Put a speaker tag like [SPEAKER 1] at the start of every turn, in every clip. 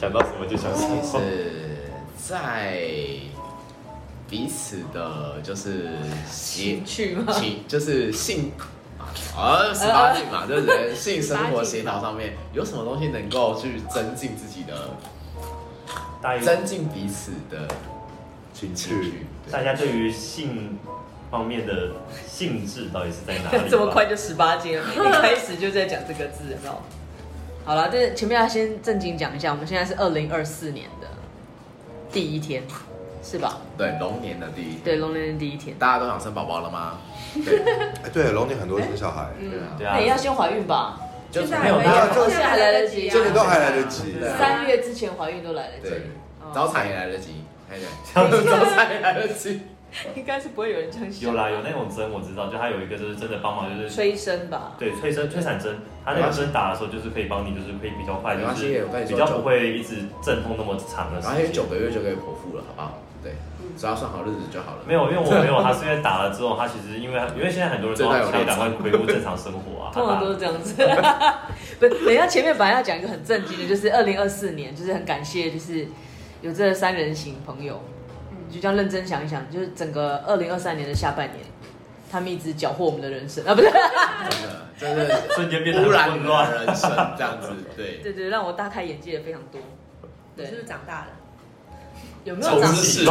[SPEAKER 1] 想到什么就想什
[SPEAKER 2] 其
[SPEAKER 1] 么。
[SPEAKER 2] 实，在彼此的，就是
[SPEAKER 3] 情
[SPEAKER 2] 协
[SPEAKER 3] 趣吗？
[SPEAKER 2] 情，就是性，呃，十八禁嘛，对不对？性生活协调上面有什么东西能够去增进自己的，
[SPEAKER 4] 大于
[SPEAKER 2] 增进彼此的
[SPEAKER 1] 情
[SPEAKER 2] 情
[SPEAKER 1] 趣
[SPEAKER 2] 绪？对
[SPEAKER 4] 大家对于性方面的性质到底是在 哪里？
[SPEAKER 3] 这么快就十八斤了， 一开始就在讲这个字，有没有？好了，这前面要先正经讲一下，我们现在是二零二四年的第一天，是吧？
[SPEAKER 2] 对，龙年的第一，
[SPEAKER 3] 对，龙年的第一天。
[SPEAKER 2] 大家都想生宝宝了吗？对，
[SPEAKER 5] 哎，对，龙年很多生小孩，
[SPEAKER 2] 对啊
[SPEAKER 4] 对
[SPEAKER 3] 那
[SPEAKER 4] 啊
[SPEAKER 3] 也，哎要先怀孕吧？哎
[SPEAKER 2] 就
[SPEAKER 1] 现在
[SPEAKER 2] 没有
[SPEAKER 1] 还
[SPEAKER 2] 大
[SPEAKER 1] 没
[SPEAKER 2] 家
[SPEAKER 1] 有
[SPEAKER 3] 现在还来得及啊
[SPEAKER 5] 这个都还来得及。
[SPEAKER 4] 对啊
[SPEAKER 3] 三月之前怀孕都来得及
[SPEAKER 2] 对，
[SPEAKER 3] 哦
[SPEAKER 2] 早产也来得及，还得早产也来得及。
[SPEAKER 3] 应该是不会有人这样想。
[SPEAKER 4] 有啦，有那种针我知道，就它有一个就是真的帮忙，就是
[SPEAKER 3] 催生吧？
[SPEAKER 4] 对催生催产针，它那个针打的时候就是可以帮你，就是可以比较快，
[SPEAKER 2] 没
[SPEAKER 4] 就
[SPEAKER 2] 关系
[SPEAKER 4] 是
[SPEAKER 2] 我跟你
[SPEAKER 4] 比
[SPEAKER 2] 说
[SPEAKER 4] 较不会一直阵痛那么长的
[SPEAKER 2] 然后还有
[SPEAKER 4] 时间
[SPEAKER 2] 九。个月就可以剖腹了，好不好？对，只要算好日子就好了。
[SPEAKER 4] 没有，因为我没有，他是因为打了之后，他其实因为因为现在很多人都
[SPEAKER 2] 这代有
[SPEAKER 4] 想要
[SPEAKER 2] 立场
[SPEAKER 4] 赶快恢复正常生活 啊，他
[SPEAKER 3] 通
[SPEAKER 4] 打
[SPEAKER 3] 常都是这样子。 不，等一下前面本来要讲一个很震惊的，就是二零二四年，就是很感谢，就是有这三人行朋友，你就这样认真想一想，就是整个二零二三年的下半年，他们一直缴获我们的人生啊，不是？
[SPEAKER 2] 真的，真的
[SPEAKER 4] 瞬 间变得
[SPEAKER 2] 污
[SPEAKER 4] 很
[SPEAKER 2] 染
[SPEAKER 4] 混
[SPEAKER 2] 你
[SPEAKER 4] 乱。
[SPEAKER 2] 的人生这样子， 对，
[SPEAKER 3] 对对，让我大开眼界非常多。
[SPEAKER 1] 你是不
[SPEAKER 3] 对
[SPEAKER 1] 是，长大了？
[SPEAKER 3] 有没有
[SPEAKER 2] 长
[SPEAKER 3] 长
[SPEAKER 2] 知识，知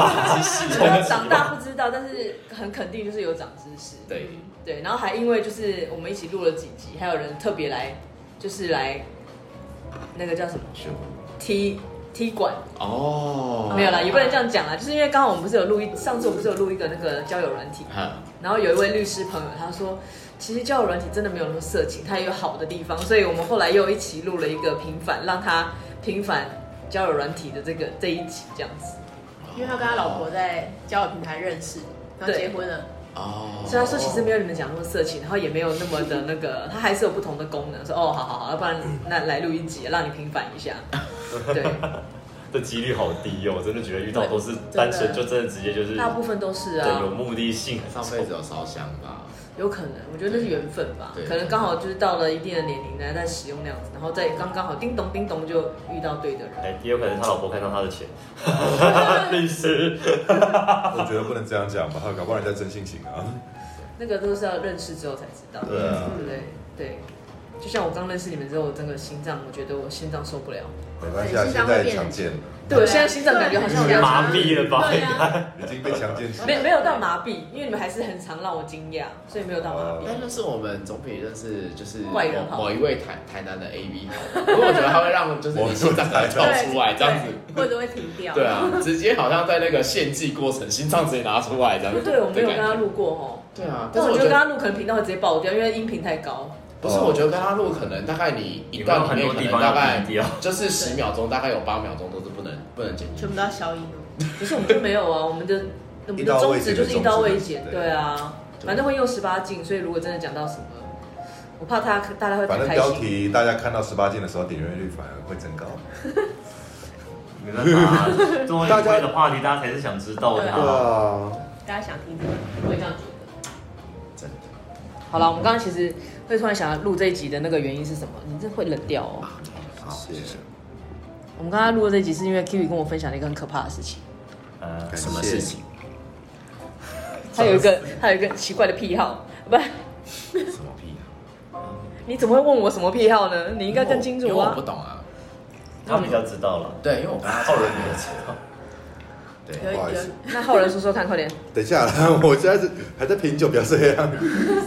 [SPEAKER 2] 识，
[SPEAKER 3] 有没有长大不知道，但是很肯定就是有长知识。
[SPEAKER 2] 对，
[SPEAKER 3] 对，然后还因为就是我们一起录了几集，还有人特别来，就是来那个叫什么
[SPEAKER 2] 学会
[SPEAKER 3] 踢踢馆，
[SPEAKER 2] 哦，
[SPEAKER 3] 没有啦，也不能这样讲啦，就是因为刚好我们不是有录一，上次我们不是有录一个那个交友软体，
[SPEAKER 2] 哈，
[SPEAKER 3] 然后有一位律师朋友他说，其实交友软体真的没有那么色情，它也有好的地方，所以我们后来又一起录了一个平反，让他平反交友软体的这个这一集这样子，
[SPEAKER 1] 因为他跟他老婆在交友平台认识，然后结
[SPEAKER 3] 对
[SPEAKER 1] 婚了。
[SPEAKER 2] 哦，
[SPEAKER 3] 所以他说其实没有你们讲那么色情，然后也没有那么的那个，它还是有不同的功能，说哦好好好，要不然那来录一集，让你平反一下，对，
[SPEAKER 4] 这几率好低哦，我真的觉得遇到都是单
[SPEAKER 2] 啊
[SPEAKER 4] 纯就真的直接就是
[SPEAKER 3] 大部分都是
[SPEAKER 4] 对
[SPEAKER 3] 啊
[SPEAKER 4] 有，目的性，
[SPEAKER 2] 上辈子有烧香吧？
[SPEAKER 3] 有可能，我觉得那是缘分吧
[SPEAKER 2] 对，
[SPEAKER 3] 可能刚好就是到了一定的年龄呢，在使用那样子，然后再刚刚好叮咚叮咚就遇到对的人。
[SPEAKER 4] 哎，也有可能他老婆看到他的钱，律师
[SPEAKER 5] 我觉得不能这样讲吧，搞不好人家真性情啊。
[SPEAKER 3] 那个都是要认识之后才知道，
[SPEAKER 5] 对啊
[SPEAKER 3] 对不对？对，就像我刚认识你们之后，我整个心脏，我觉觉得我心脏受不了。
[SPEAKER 5] 没关系啊，现在也强奸了，
[SPEAKER 3] 对，我现在心脏感觉好像有点
[SPEAKER 4] 啊麻痹了吧
[SPEAKER 1] 对啊，
[SPEAKER 5] 已经被强奸起
[SPEAKER 3] 没
[SPEAKER 5] 来。
[SPEAKER 3] 没有到麻痹，因为你们还是很常让我惊讶，所以没有到麻
[SPEAKER 2] 但就是我们总比认识就是
[SPEAKER 3] 外人好
[SPEAKER 2] 某某一位台台南的 A V 好，因为我觉得他会 让就是你心脏跳出来这样子。
[SPEAKER 1] 对，或者会停掉。
[SPEAKER 2] 对啊，直接好像在那个献祭过程，心脏直接拿出来这样
[SPEAKER 3] 痹。
[SPEAKER 2] 子。
[SPEAKER 3] 对，我没有
[SPEAKER 2] 的
[SPEAKER 3] 跟
[SPEAKER 2] 感
[SPEAKER 3] 他
[SPEAKER 2] 觉。
[SPEAKER 3] 录过哦，
[SPEAKER 2] 对啊，
[SPEAKER 3] 但
[SPEAKER 2] 但是
[SPEAKER 3] 我
[SPEAKER 2] 我
[SPEAKER 3] 觉
[SPEAKER 2] 觉
[SPEAKER 3] 得跟
[SPEAKER 2] 得
[SPEAKER 3] 他录可能频道会直接爆掉，因为他音频太高。
[SPEAKER 2] 不是，我觉得跟他录可能大概你一
[SPEAKER 4] 有
[SPEAKER 2] 段
[SPEAKER 4] 很
[SPEAKER 2] 里面
[SPEAKER 4] 多
[SPEAKER 2] 可
[SPEAKER 4] 地
[SPEAKER 2] 能
[SPEAKER 4] 方
[SPEAKER 2] 大
[SPEAKER 4] 要
[SPEAKER 2] 概
[SPEAKER 4] 低调。
[SPEAKER 2] 就是十秒钟，大概有八秒钟都是不能不能剪辑
[SPEAKER 1] 全。部都要消音哦。
[SPEAKER 3] 可是我们就没有啊，我们的我们
[SPEAKER 5] 一
[SPEAKER 3] 的
[SPEAKER 5] 刀
[SPEAKER 3] 宗
[SPEAKER 5] 未
[SPEAKER 3] 旨
[SPEAKER 5] 剪
[SPEAKER 3] 就是一刀未剪，
[SPEAKER 5] 的宗旨
[SPEAKER 3] 对啊，
[SPEAKER 2] 对
[SPEAKER 3] 反正会用十八禁，所以如果真的讲到什么，我怕他大家会不
[SPEAKER 5] 反正
[SPEAKER 3] 开
[SPEAKER 5] 标
[SPEAKER 3] 心。
[SPEAKER 5] 题大家看到十八禁的时候，点阅率反而会增高。
[SPEAKER 4] 没办法、啊，这么隐晦的话题，大家才是想知道的、啊。
[SPEAKER 5] 啊，
[SPEAKER 1] 大家想听什么？
[SPEAKER 3] 我也这样觉得。
[SPEAKER 2] 真的
[SPEAKER 3] 好了，我们刚刚其实会突然想要录这一集的那个原因是什么？你这会冷掉哦。
[SPEAKER 2] 好，谢谢。
[SPEAKER 3] 我们刚刚录的这一集是因为 Kiwi 跟我分享了一个很可怕的事情，
[SPEAKER 4] 呃，
[SPEAKER 2] 什么事情？
[SPEAKER 3] 他有一个他有一个奇怪的癖好，不，
[SPEAKER 2] 什么屁啊？
[SPEAKER 3] 你怎么会问我什么癖好呢？你应该更清
[SPEAKER 2] 因
[SPEAKER 3] 楚
[SPEAKER 2] 为我
[SPEAKER 3] 啊
[SPEAKER 2] 不。懂啊。
[SPEAKER 4] 他比较知道了，
[SPEAKER 2] 对，因为我跟他
[SPEAKER 4] 后人比较知道。
[SPEAKER 2] 对
[SPEAKER 1] 有
[SPEAKER 5] 不好意思
[SPEAKER 1] 有
[SPEAKER 3] 那后人说说看，快点，
[SPEAKER 5] 等一下啦， 我现在是还在品酒，不要这样。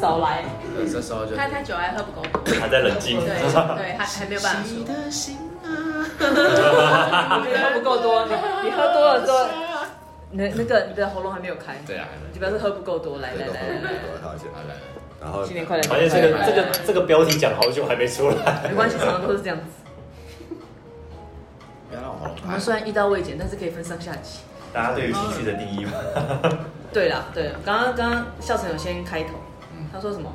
[SPEAKER 3] 少来。
[SPEAKER 2] 对，这时候就是
[SPEAKER 1] 他他酒还喝不够多，
[SPEAKER 4] 还在冷静
[SPEAKER 1] 对对，还还没有办法
[SPEAKER 2] 你
[SPEAKER 1] 说。
[SPEAKER 2] 的心啊，
[SPEAKER 3] 你喝不够多， 你你喝多了之后，那那个你的喉咙还没有开，
[SPEAKER 2] 对啊，还没
[SPEAKER 3] 你表示喝不够多。来来来来来，
[SPEAKER 5] 好姐，
[SPEAKER 2] 好了，
[SPEAKER 5] 然后
[SPEAKER 3] 新年快乐！
[SPEAKER 4] 发现这个这个这个标题讲好久还没出来，
[SPEAKER 3] 没关系，常常都是这 样子。
[SPEAKER 2] 不要让我喉咙
[SPEAKER 3] 我
[SPEAKER 2] 开
[SPEAKER 3] 们。虽然一刀未剪，但是可以分上下集。
[SPEAKER 4] 大家对于情绪的定义嘛，
[SPEAKER 3] 对啦，对啦，刚刚刚刚笑成有先开头，
[SPEAKER 2] 嗯
[SPEAKER 3] 他说什么？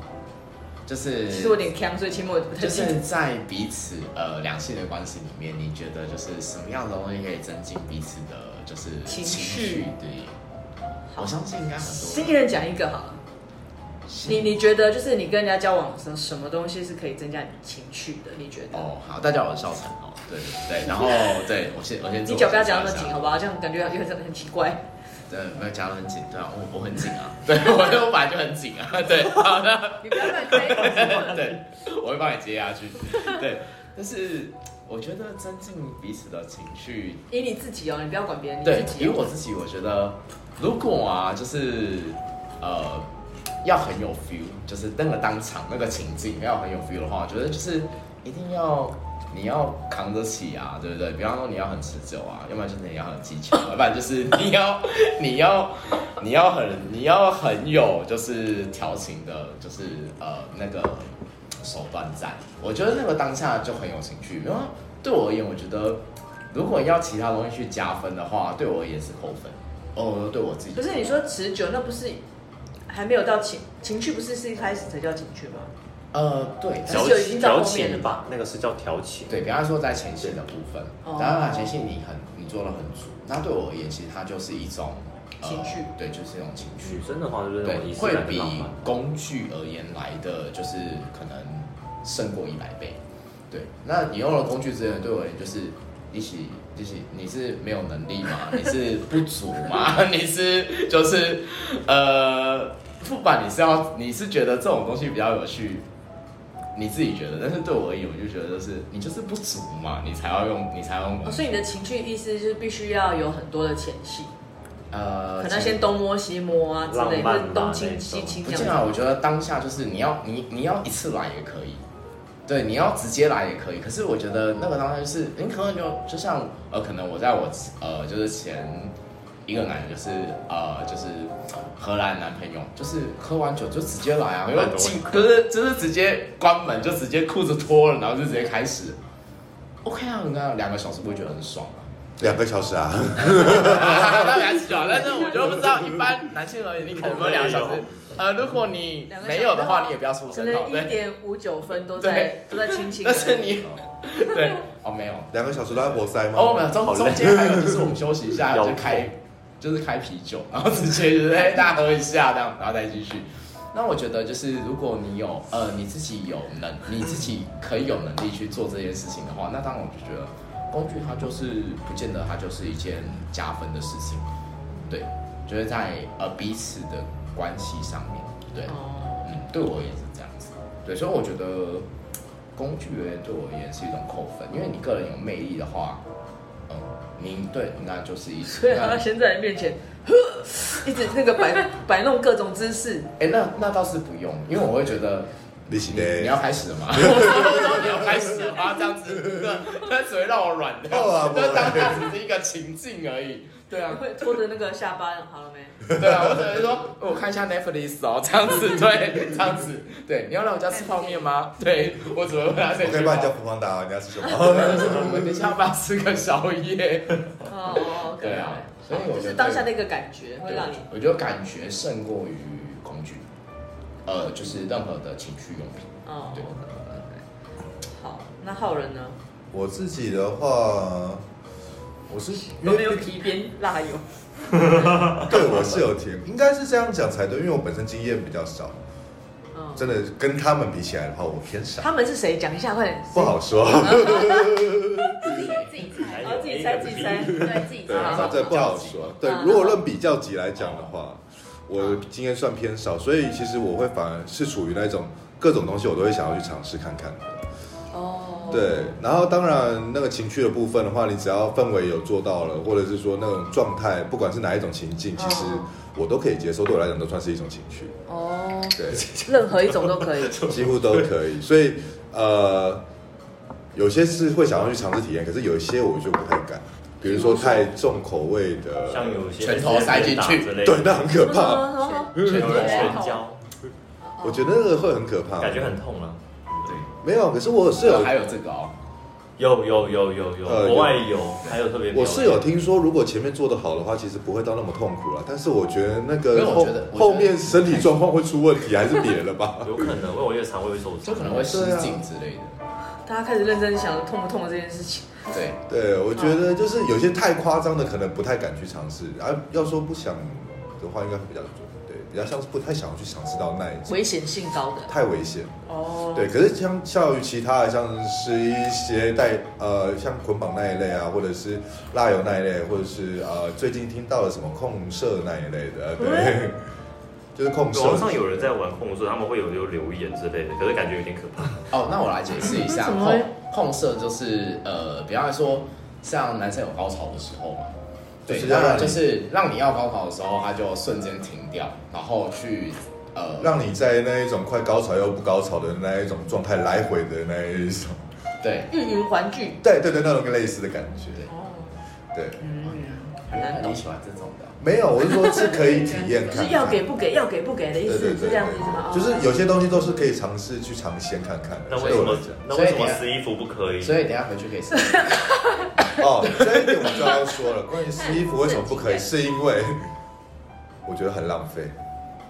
[SPEAKER 2] 就是
[SPEAKER 3] 其实我有点呛，所以其实我不太
[SPEAKER 2] 嗯就
[SPEAKER 3] 清
[SPEAKER 2] 是
[SPEAKER 3] 楚。
[SPEAKER 2] 在彼此呃两性的关系里面，你觉得就是什么样的东西可以增进彼此的，就是
[SPEAKER 3] 情绪
[SPEAKER 2] 绪？对，我相信应该很多
[SPEAKER 3] 一人讲一个好了。你你觉得就是你跟人家交往的时候，什么东西是可以增加你情趣的？你觉得？
[SPEAKER 2] 哦，好，大家好，我是少成哦，对 对对，然后对我先我先自
[SPEAKER 3] 你
[SPEAKER 2] 我
[SPEAKER 3] 脚不要夹
[SPEAKER 2] 介
[SPEAKER 3] 那么
[SPEAKER 2] 绍一下
[SPEAKER 3] 紧，哦好不好？这样感觉有点很奇怪。
[SPEAKER 2] 对，没有夹得很紧，对啊，我我很紧啊， 对我我本来就很紧啊， 对，好的。
[SPEAKER 1] 你不要乱开口
[SPEAKER 2] 对，我会帮你接下去。对，但是我觉得增进彼此的情绪，
[SPEAKER 3] 以你自己哦，你不要管别人，你
[SPEAKER 2] 对
[SPEAKER 3] 自，己
[SPEAKER 2] 因为
[SPEAKER 3] 哦。
[SPEAKER 2] 我自己，我觉得如果啊，就是呃，要很有 feel，就是那个当场那个情境要很有 feel 的话，我觉得就是一定要。你要扛得起啊，对不对？比方说你要很持久啊，要不然就是你要很技巧，啊 要不然就是你要 你要你要很你要很有就是调情的，就是呃那个手段在。我觉得那个当下就很有情趣，因为对我而言，我觉得如果要其他东西去加分的话，对我而言是扣分。哦，对我自己
[SPEAKER 3] 不是你说持久，那不是还没有到情情趣，不是是一开始才叫情趣吗？
[SPEAKER 2] 呃对，
[SPEAKER 3] 小
[SPEAKER 2] 但
[SPEAKER 3] 是
[SPEAKER 2] 是
[SPEAKER 3] 有已经到
[SPEAKER 4] 调
[SPEAKER 3] 后面了
[SPEAKER 4] 情吧？那个是叫调情。
[SPEAKER 2] 对，比方说在前戏的部分
[SPEAKER 3] 哦，
[SPEAKER 2] 当然前戏你很你做的很足，那对我而言，其实它就是一种、呃
[SPEAKER 3] 情趣
[SPEAKER 2] 对，就是一种情趣。
[SPEAKER 4] 女生的话就是那种
[SPEAKER 2] 对
[SPEAKER 4] 仪，式
[SPEAKER 2] 会
[SPEAKER 4] 感的
[SPEAKER 2] 比
[SPEAKER 4] 浪漫。
[SPEAKER 2] 工具而言来的就是可能胜过一百倍。对，那你用了工具资源，对我而言就是一起一起，你是没有能力 吗？你是不足吗？ 你是就是呃，不管你是要你是觉得这种东西比较有趣。你自己觉得，但是对我而言，我就觉得就是你就是不足嘛，你才要用，你才要用工
[SPEAKER 3] 哦，
[SPEAKER 2] 具。
[SPEAKER 3] 所以你的情趣意思就是必须要有很多的前戏，
[SPEAKER 2] 呃，
[SPEAKER 3] 可能先东摸西摸啊之类，
[SPEAKER 4] 浪漫
[SPEAKER 3] 或
[SPEAKER 4] 啊
[SPEAKER 3] 者东亲西亲
[SPEAKER 2] 不
[SPEAKER 3] 这
[SPEAKER 2] 见
[SPEAKER 3] 样
[SPEAKER 2] 啊，
[SPEAKER 3] 子。
[SPEAKER 2] 我觉得当下就是你要你你要一次来也可以，对，你要直接来也可以。可是我觉得那个当下就是，你可能就就像呃，可能我在我呃就是前一个男友就是呃就是荷兰男朋友，就是喝完酒就直接来啊，因为进就是就是直接关门就直接裤子脱了，然后就直接开始。OK 啊，你看两个小时不会觉得很爽吗？
[SPEAKER 5] 两个小时 啊，
[SPEAKER 2] 那比较小，但是我就不知道一般男性而言，你可能没有两个小时。呃，如果你没有的话，你也不要出
[SPEAKER 3] 可
[SPEAKER 2] 声，
[SPEAKER 3] 能
[SPEAKER 2] 好
[SPEAKER 3] 一
[SPEAKER 2] 对。
[SPEAKER 3] 点五九分都 在都在亲亲，
[SPEAKER 2] 但是你 对哦没有
[SPEAKER 5] 两个小时都在活塞吗？
[SPEAKER 2] 哦没有
[SPEAKER 4] 好
[SPEAKER 2] 中
[SPEAKER 4] 累
[SPEAKER 2] 中间还有就是我们休息 一下
[SPEAKER 4] 腰
[SPEAKER 2] 就开就是开啤酒，然后直接就是哎大家喝一下这样，然后再继续。那我觉得就是如果你有呃你自己有能你自己可以有能力去做这件事情的话，那当然我就觉得工具它就是不见得它就是一件加分的事情。对，就是在呃彼此的关系上面，对，
[SPEAKER 3] 哦，
[SPEAKER 2] 嗯，对我也是这样子，对，所以我觉得工具而言对我而言是一种扣分，因为你个人有魅力的话，嗯，您对，那就是一
[SPEAKER 3] 所以他
[SPEAKER 2] 那
[SPEAKER 3] 到啊现在你面前，呵一直那个 摆摆弄各种姿势，
[SPEAKER 2] 哎、那那倒是不用，因为我会觉得
[SPEAKER 5] 你是
[SPEAKER 2] 你你要
[SPEAKER 5] 的。
[SPEAKER 2] 开始了 吗？我说你要开始了吗？这样子，那那只会让我软掉，
[SPEAKER 5] 哦啊不会
[SPEAKER 2] 就当它只是一个情境而已。对啊，
[SPEAKER 3] 会拖着那个下巴，好 了没？
[SPEAKER 2] 对啊，我只能说，我看一下 Netflix 哦，这样子，对，这样子，对，你要来我家吃泡面吗？对，我只会问他这
[SPEAKER 5] 我可
[SPEAKER 2] 句
[SPEAKER 5] 以帮
[SPEAKER 2] 话
[SPEAKER 5] 你。叫冯方达，你要吃什么？
[SPEAKER 2] 我们等一下要不要吃个宵夜？
[SPEAKER 3] 哦哦，OK，
[SPEAKER 2] 对啊所以我
[SPEAKER 3] 就是
[SPEAKER 2] 觉得
[SPEAKER 3] 当下那个感觉会让你
[SPEAKER 2] 对，我觉得感觉胜过于工具，呃，就是任何的情趣用品。
[SPEAKER 3] 哦
[SPEAKER 2] 对，
[SPEAKER 3] 好，那浩人呢？
[SPEAKER 5] 我自己的话，我是因
[SPEAKER 3] 有没
[SPEAKER 5] 为
[SPEAKER 3] 有皮鞭辣油？
[SPEAKER 5] 对我是有听，应该是这样讲才对，因为我本身经验比较少，
[SPEAKER 3] 嗯，
[SPEAKER 5] 真的跟他们比起来的话，我偏少，
[SPEAKER 3] 他们是谁？讲一下，快点。
[SPEAKER 5] 不 好说。
[SPEAKER 1] 自己自己猜，
[SPEAKER 4] 还有
[SPEAKER 3] 哦，自己猜，
[SPEAKER 4] A
[SPEAKER 3] 自己
[SPEAKER 4] 跟
[SPEAKER 3] 猜。
[SPEAKER 1] 对自己
[SPEAKER 5] 对，
[SPEAKER 3] 好
[SPEAKER 1] 猜
[SPEAKER 3] 好好
[SPEAKER 5] 这不好说。对
[SPEAKER 3] 嗯，
[SPEAKER 5] 如果论比较级来讲的话，我经验算偏少，所以其实我会反而是处于那种各种东西我都会想要去尝试看看
[SPEAKER 3] 嗯
[SPEAKER 5] 的。
[SPEAKER 3] 哦，
[SPEAKER 5] 对，然后当然那个情绪的部分的话，你只要氛围有做到了，或者是说那种状态，不管是哪一种情境，其实我都可以接受，对我来讲都算是一种情绪。
[SPEAKER 3] 哦，
[SPEAKER 5] 对，
[SPEAKER 3] 任何一种都可以。
[SPEAKER 5] 几乎都可以。所以呃，有些是会想要去尝试体验，可是有一些我就不太敢，比如说太重口味的，
[SPEAKER 4] 像有些
[SPEAKER 2] 拳头塞进去
[SPEAKER 4] 之类的
[SPEAKER 5] 对，那很可
[SPEAKER 3] 嗯
[SPEAKER 5] 怕。
[SPEAKER 2] 拳
[SPEAKER 4] 有
[SPEAKER 2] 头
[SPEAKER 4] 人
[SPEAKER 1] 拳
[SPEAKER 4] 拳交，
[SPEAKER 5] 我觉得那个会很可
[SPEAKER 2] 啊
[SPEAKER 5] 怕，
[SPEAKER 4] 感觉很痛啊了。
[SPEAKER 2] 对，
[SPEAKER 5] 没有。可是我是有
[SPEAKER 2] 还，有这个哦，
[SPEAKER 4] 有有有有有，
[SPEAKER 5] 呃有
[SPEAKER 4] 国外有，还有特别。
[SPEAKER 5] 我是有，听说，如果前面做得好的话，其实不会到那么痛苦了。但是我觉得那
[SPEAKER 2] 没
[SPEAKER 5] 个
[SPEAKER 2] 有我
[SPEAKER 5] 后
[SPEAKER 2] 觉得我觉得
[SPEAKER 5] 后面身体状况会出问题，还是别了 吧。
[SPEAKER 4] 有可能，因为我越常会受
[SPEAKER 2] 就
[SPEAKER 4] 伤
[SPEAKER 2] 可。能会失禁之类的。
[SPEAKER 3] 大家开始认真想痛不痛的这件事情。
[SPEAKER 2] 对，
[SPEAKER 5] 啊对，我觉得就是有些太夸张的，可能不太敢去尝试。然后要说不想，的话，应该会比较准，对，比较像是不太想要去尝试到那一种，
[SPEAKER 3] 危险性高的
[SPEAKER 5] 太危险了。
[SPEAKER 3] 哦，
[SPEAKER 5] 对，可是相较于其他的，像是一些带呃，像捆绑那一类啊，或者是蜡油那一类，或者是呃，最近听到了什么控射那一类的，对， 就是控射。
[SPEAKER 4] 网络上有人在玩控制，他们会有有留言之类的，可是感觉有点可怕。
[SPEAKER 2] 哦，那我来解释一
[SPEAKER 3] 嗯
[SPEAKER 2] 下，
[SPEAKER 3] 怎么
[SPEAKER 2] 控
[SPEAKER 3] 会
[SPEAKER 2] 控射就是呃，比方来说，像男生有高潮的时候嘛，对，
[SPEAKER 5] 就是要
[SPEAKER 2] 那
[SPEAKER 5] 让你
[SPEAKER 2] 就是让你要高潮的时候，他就瞬间停掉，然后去呃，
[SPEAKER 5] 让你在那一种快高潮又不高潮的那一种状态来回的那一种，
[SPEAKER 2] 对，
[SPEAKER 3] 欲云环聚。
[SPEAKER 5] 对对对，那种类似的感觉，
[SPEAKER 3] 哦，
[SPEAKER 5] 对，
[SPEAKER 3] 嗯，很难懂
[SPEAKER 2] 你。喜欢这种的，
[SPEAKER 5] 没有，我是说是可以体验
[SPEAKER 3] 就是
[SPEAKER 5] 看看，
[SPEAKER 3] 要给不给，要给不给的意
[SPEAKER 5] 对对
[SPEAKER 3] 思，
[SPEAKER 5] 对
[SPEAKER 3] 是这样子意思吗？哦
[SPEAKER 5] 就是有些东西都是可以尝试去尝鲜看看的。
[SPEAKER 4] 那为
[SPEAKER 5] 对
[SPEAKER 4] 什
[SPEAKER 5] 我来
[SPEAKER 4] 么
[SPEAKER 5] 讲，
[SPEAKER 4] 那为什
[SPEAKER 2] 所以
[SPEAKER 4] 么
[SPEAKER 2] 你啊
[SPEAKER 4] 撕衣服不可以？
[SPEAKER 2] 所以等一下回去可以试。
[SPEAKER 5] 哦，这一点我就要说了，关于试衣服为什么不可以，是因为我觉得很浪费。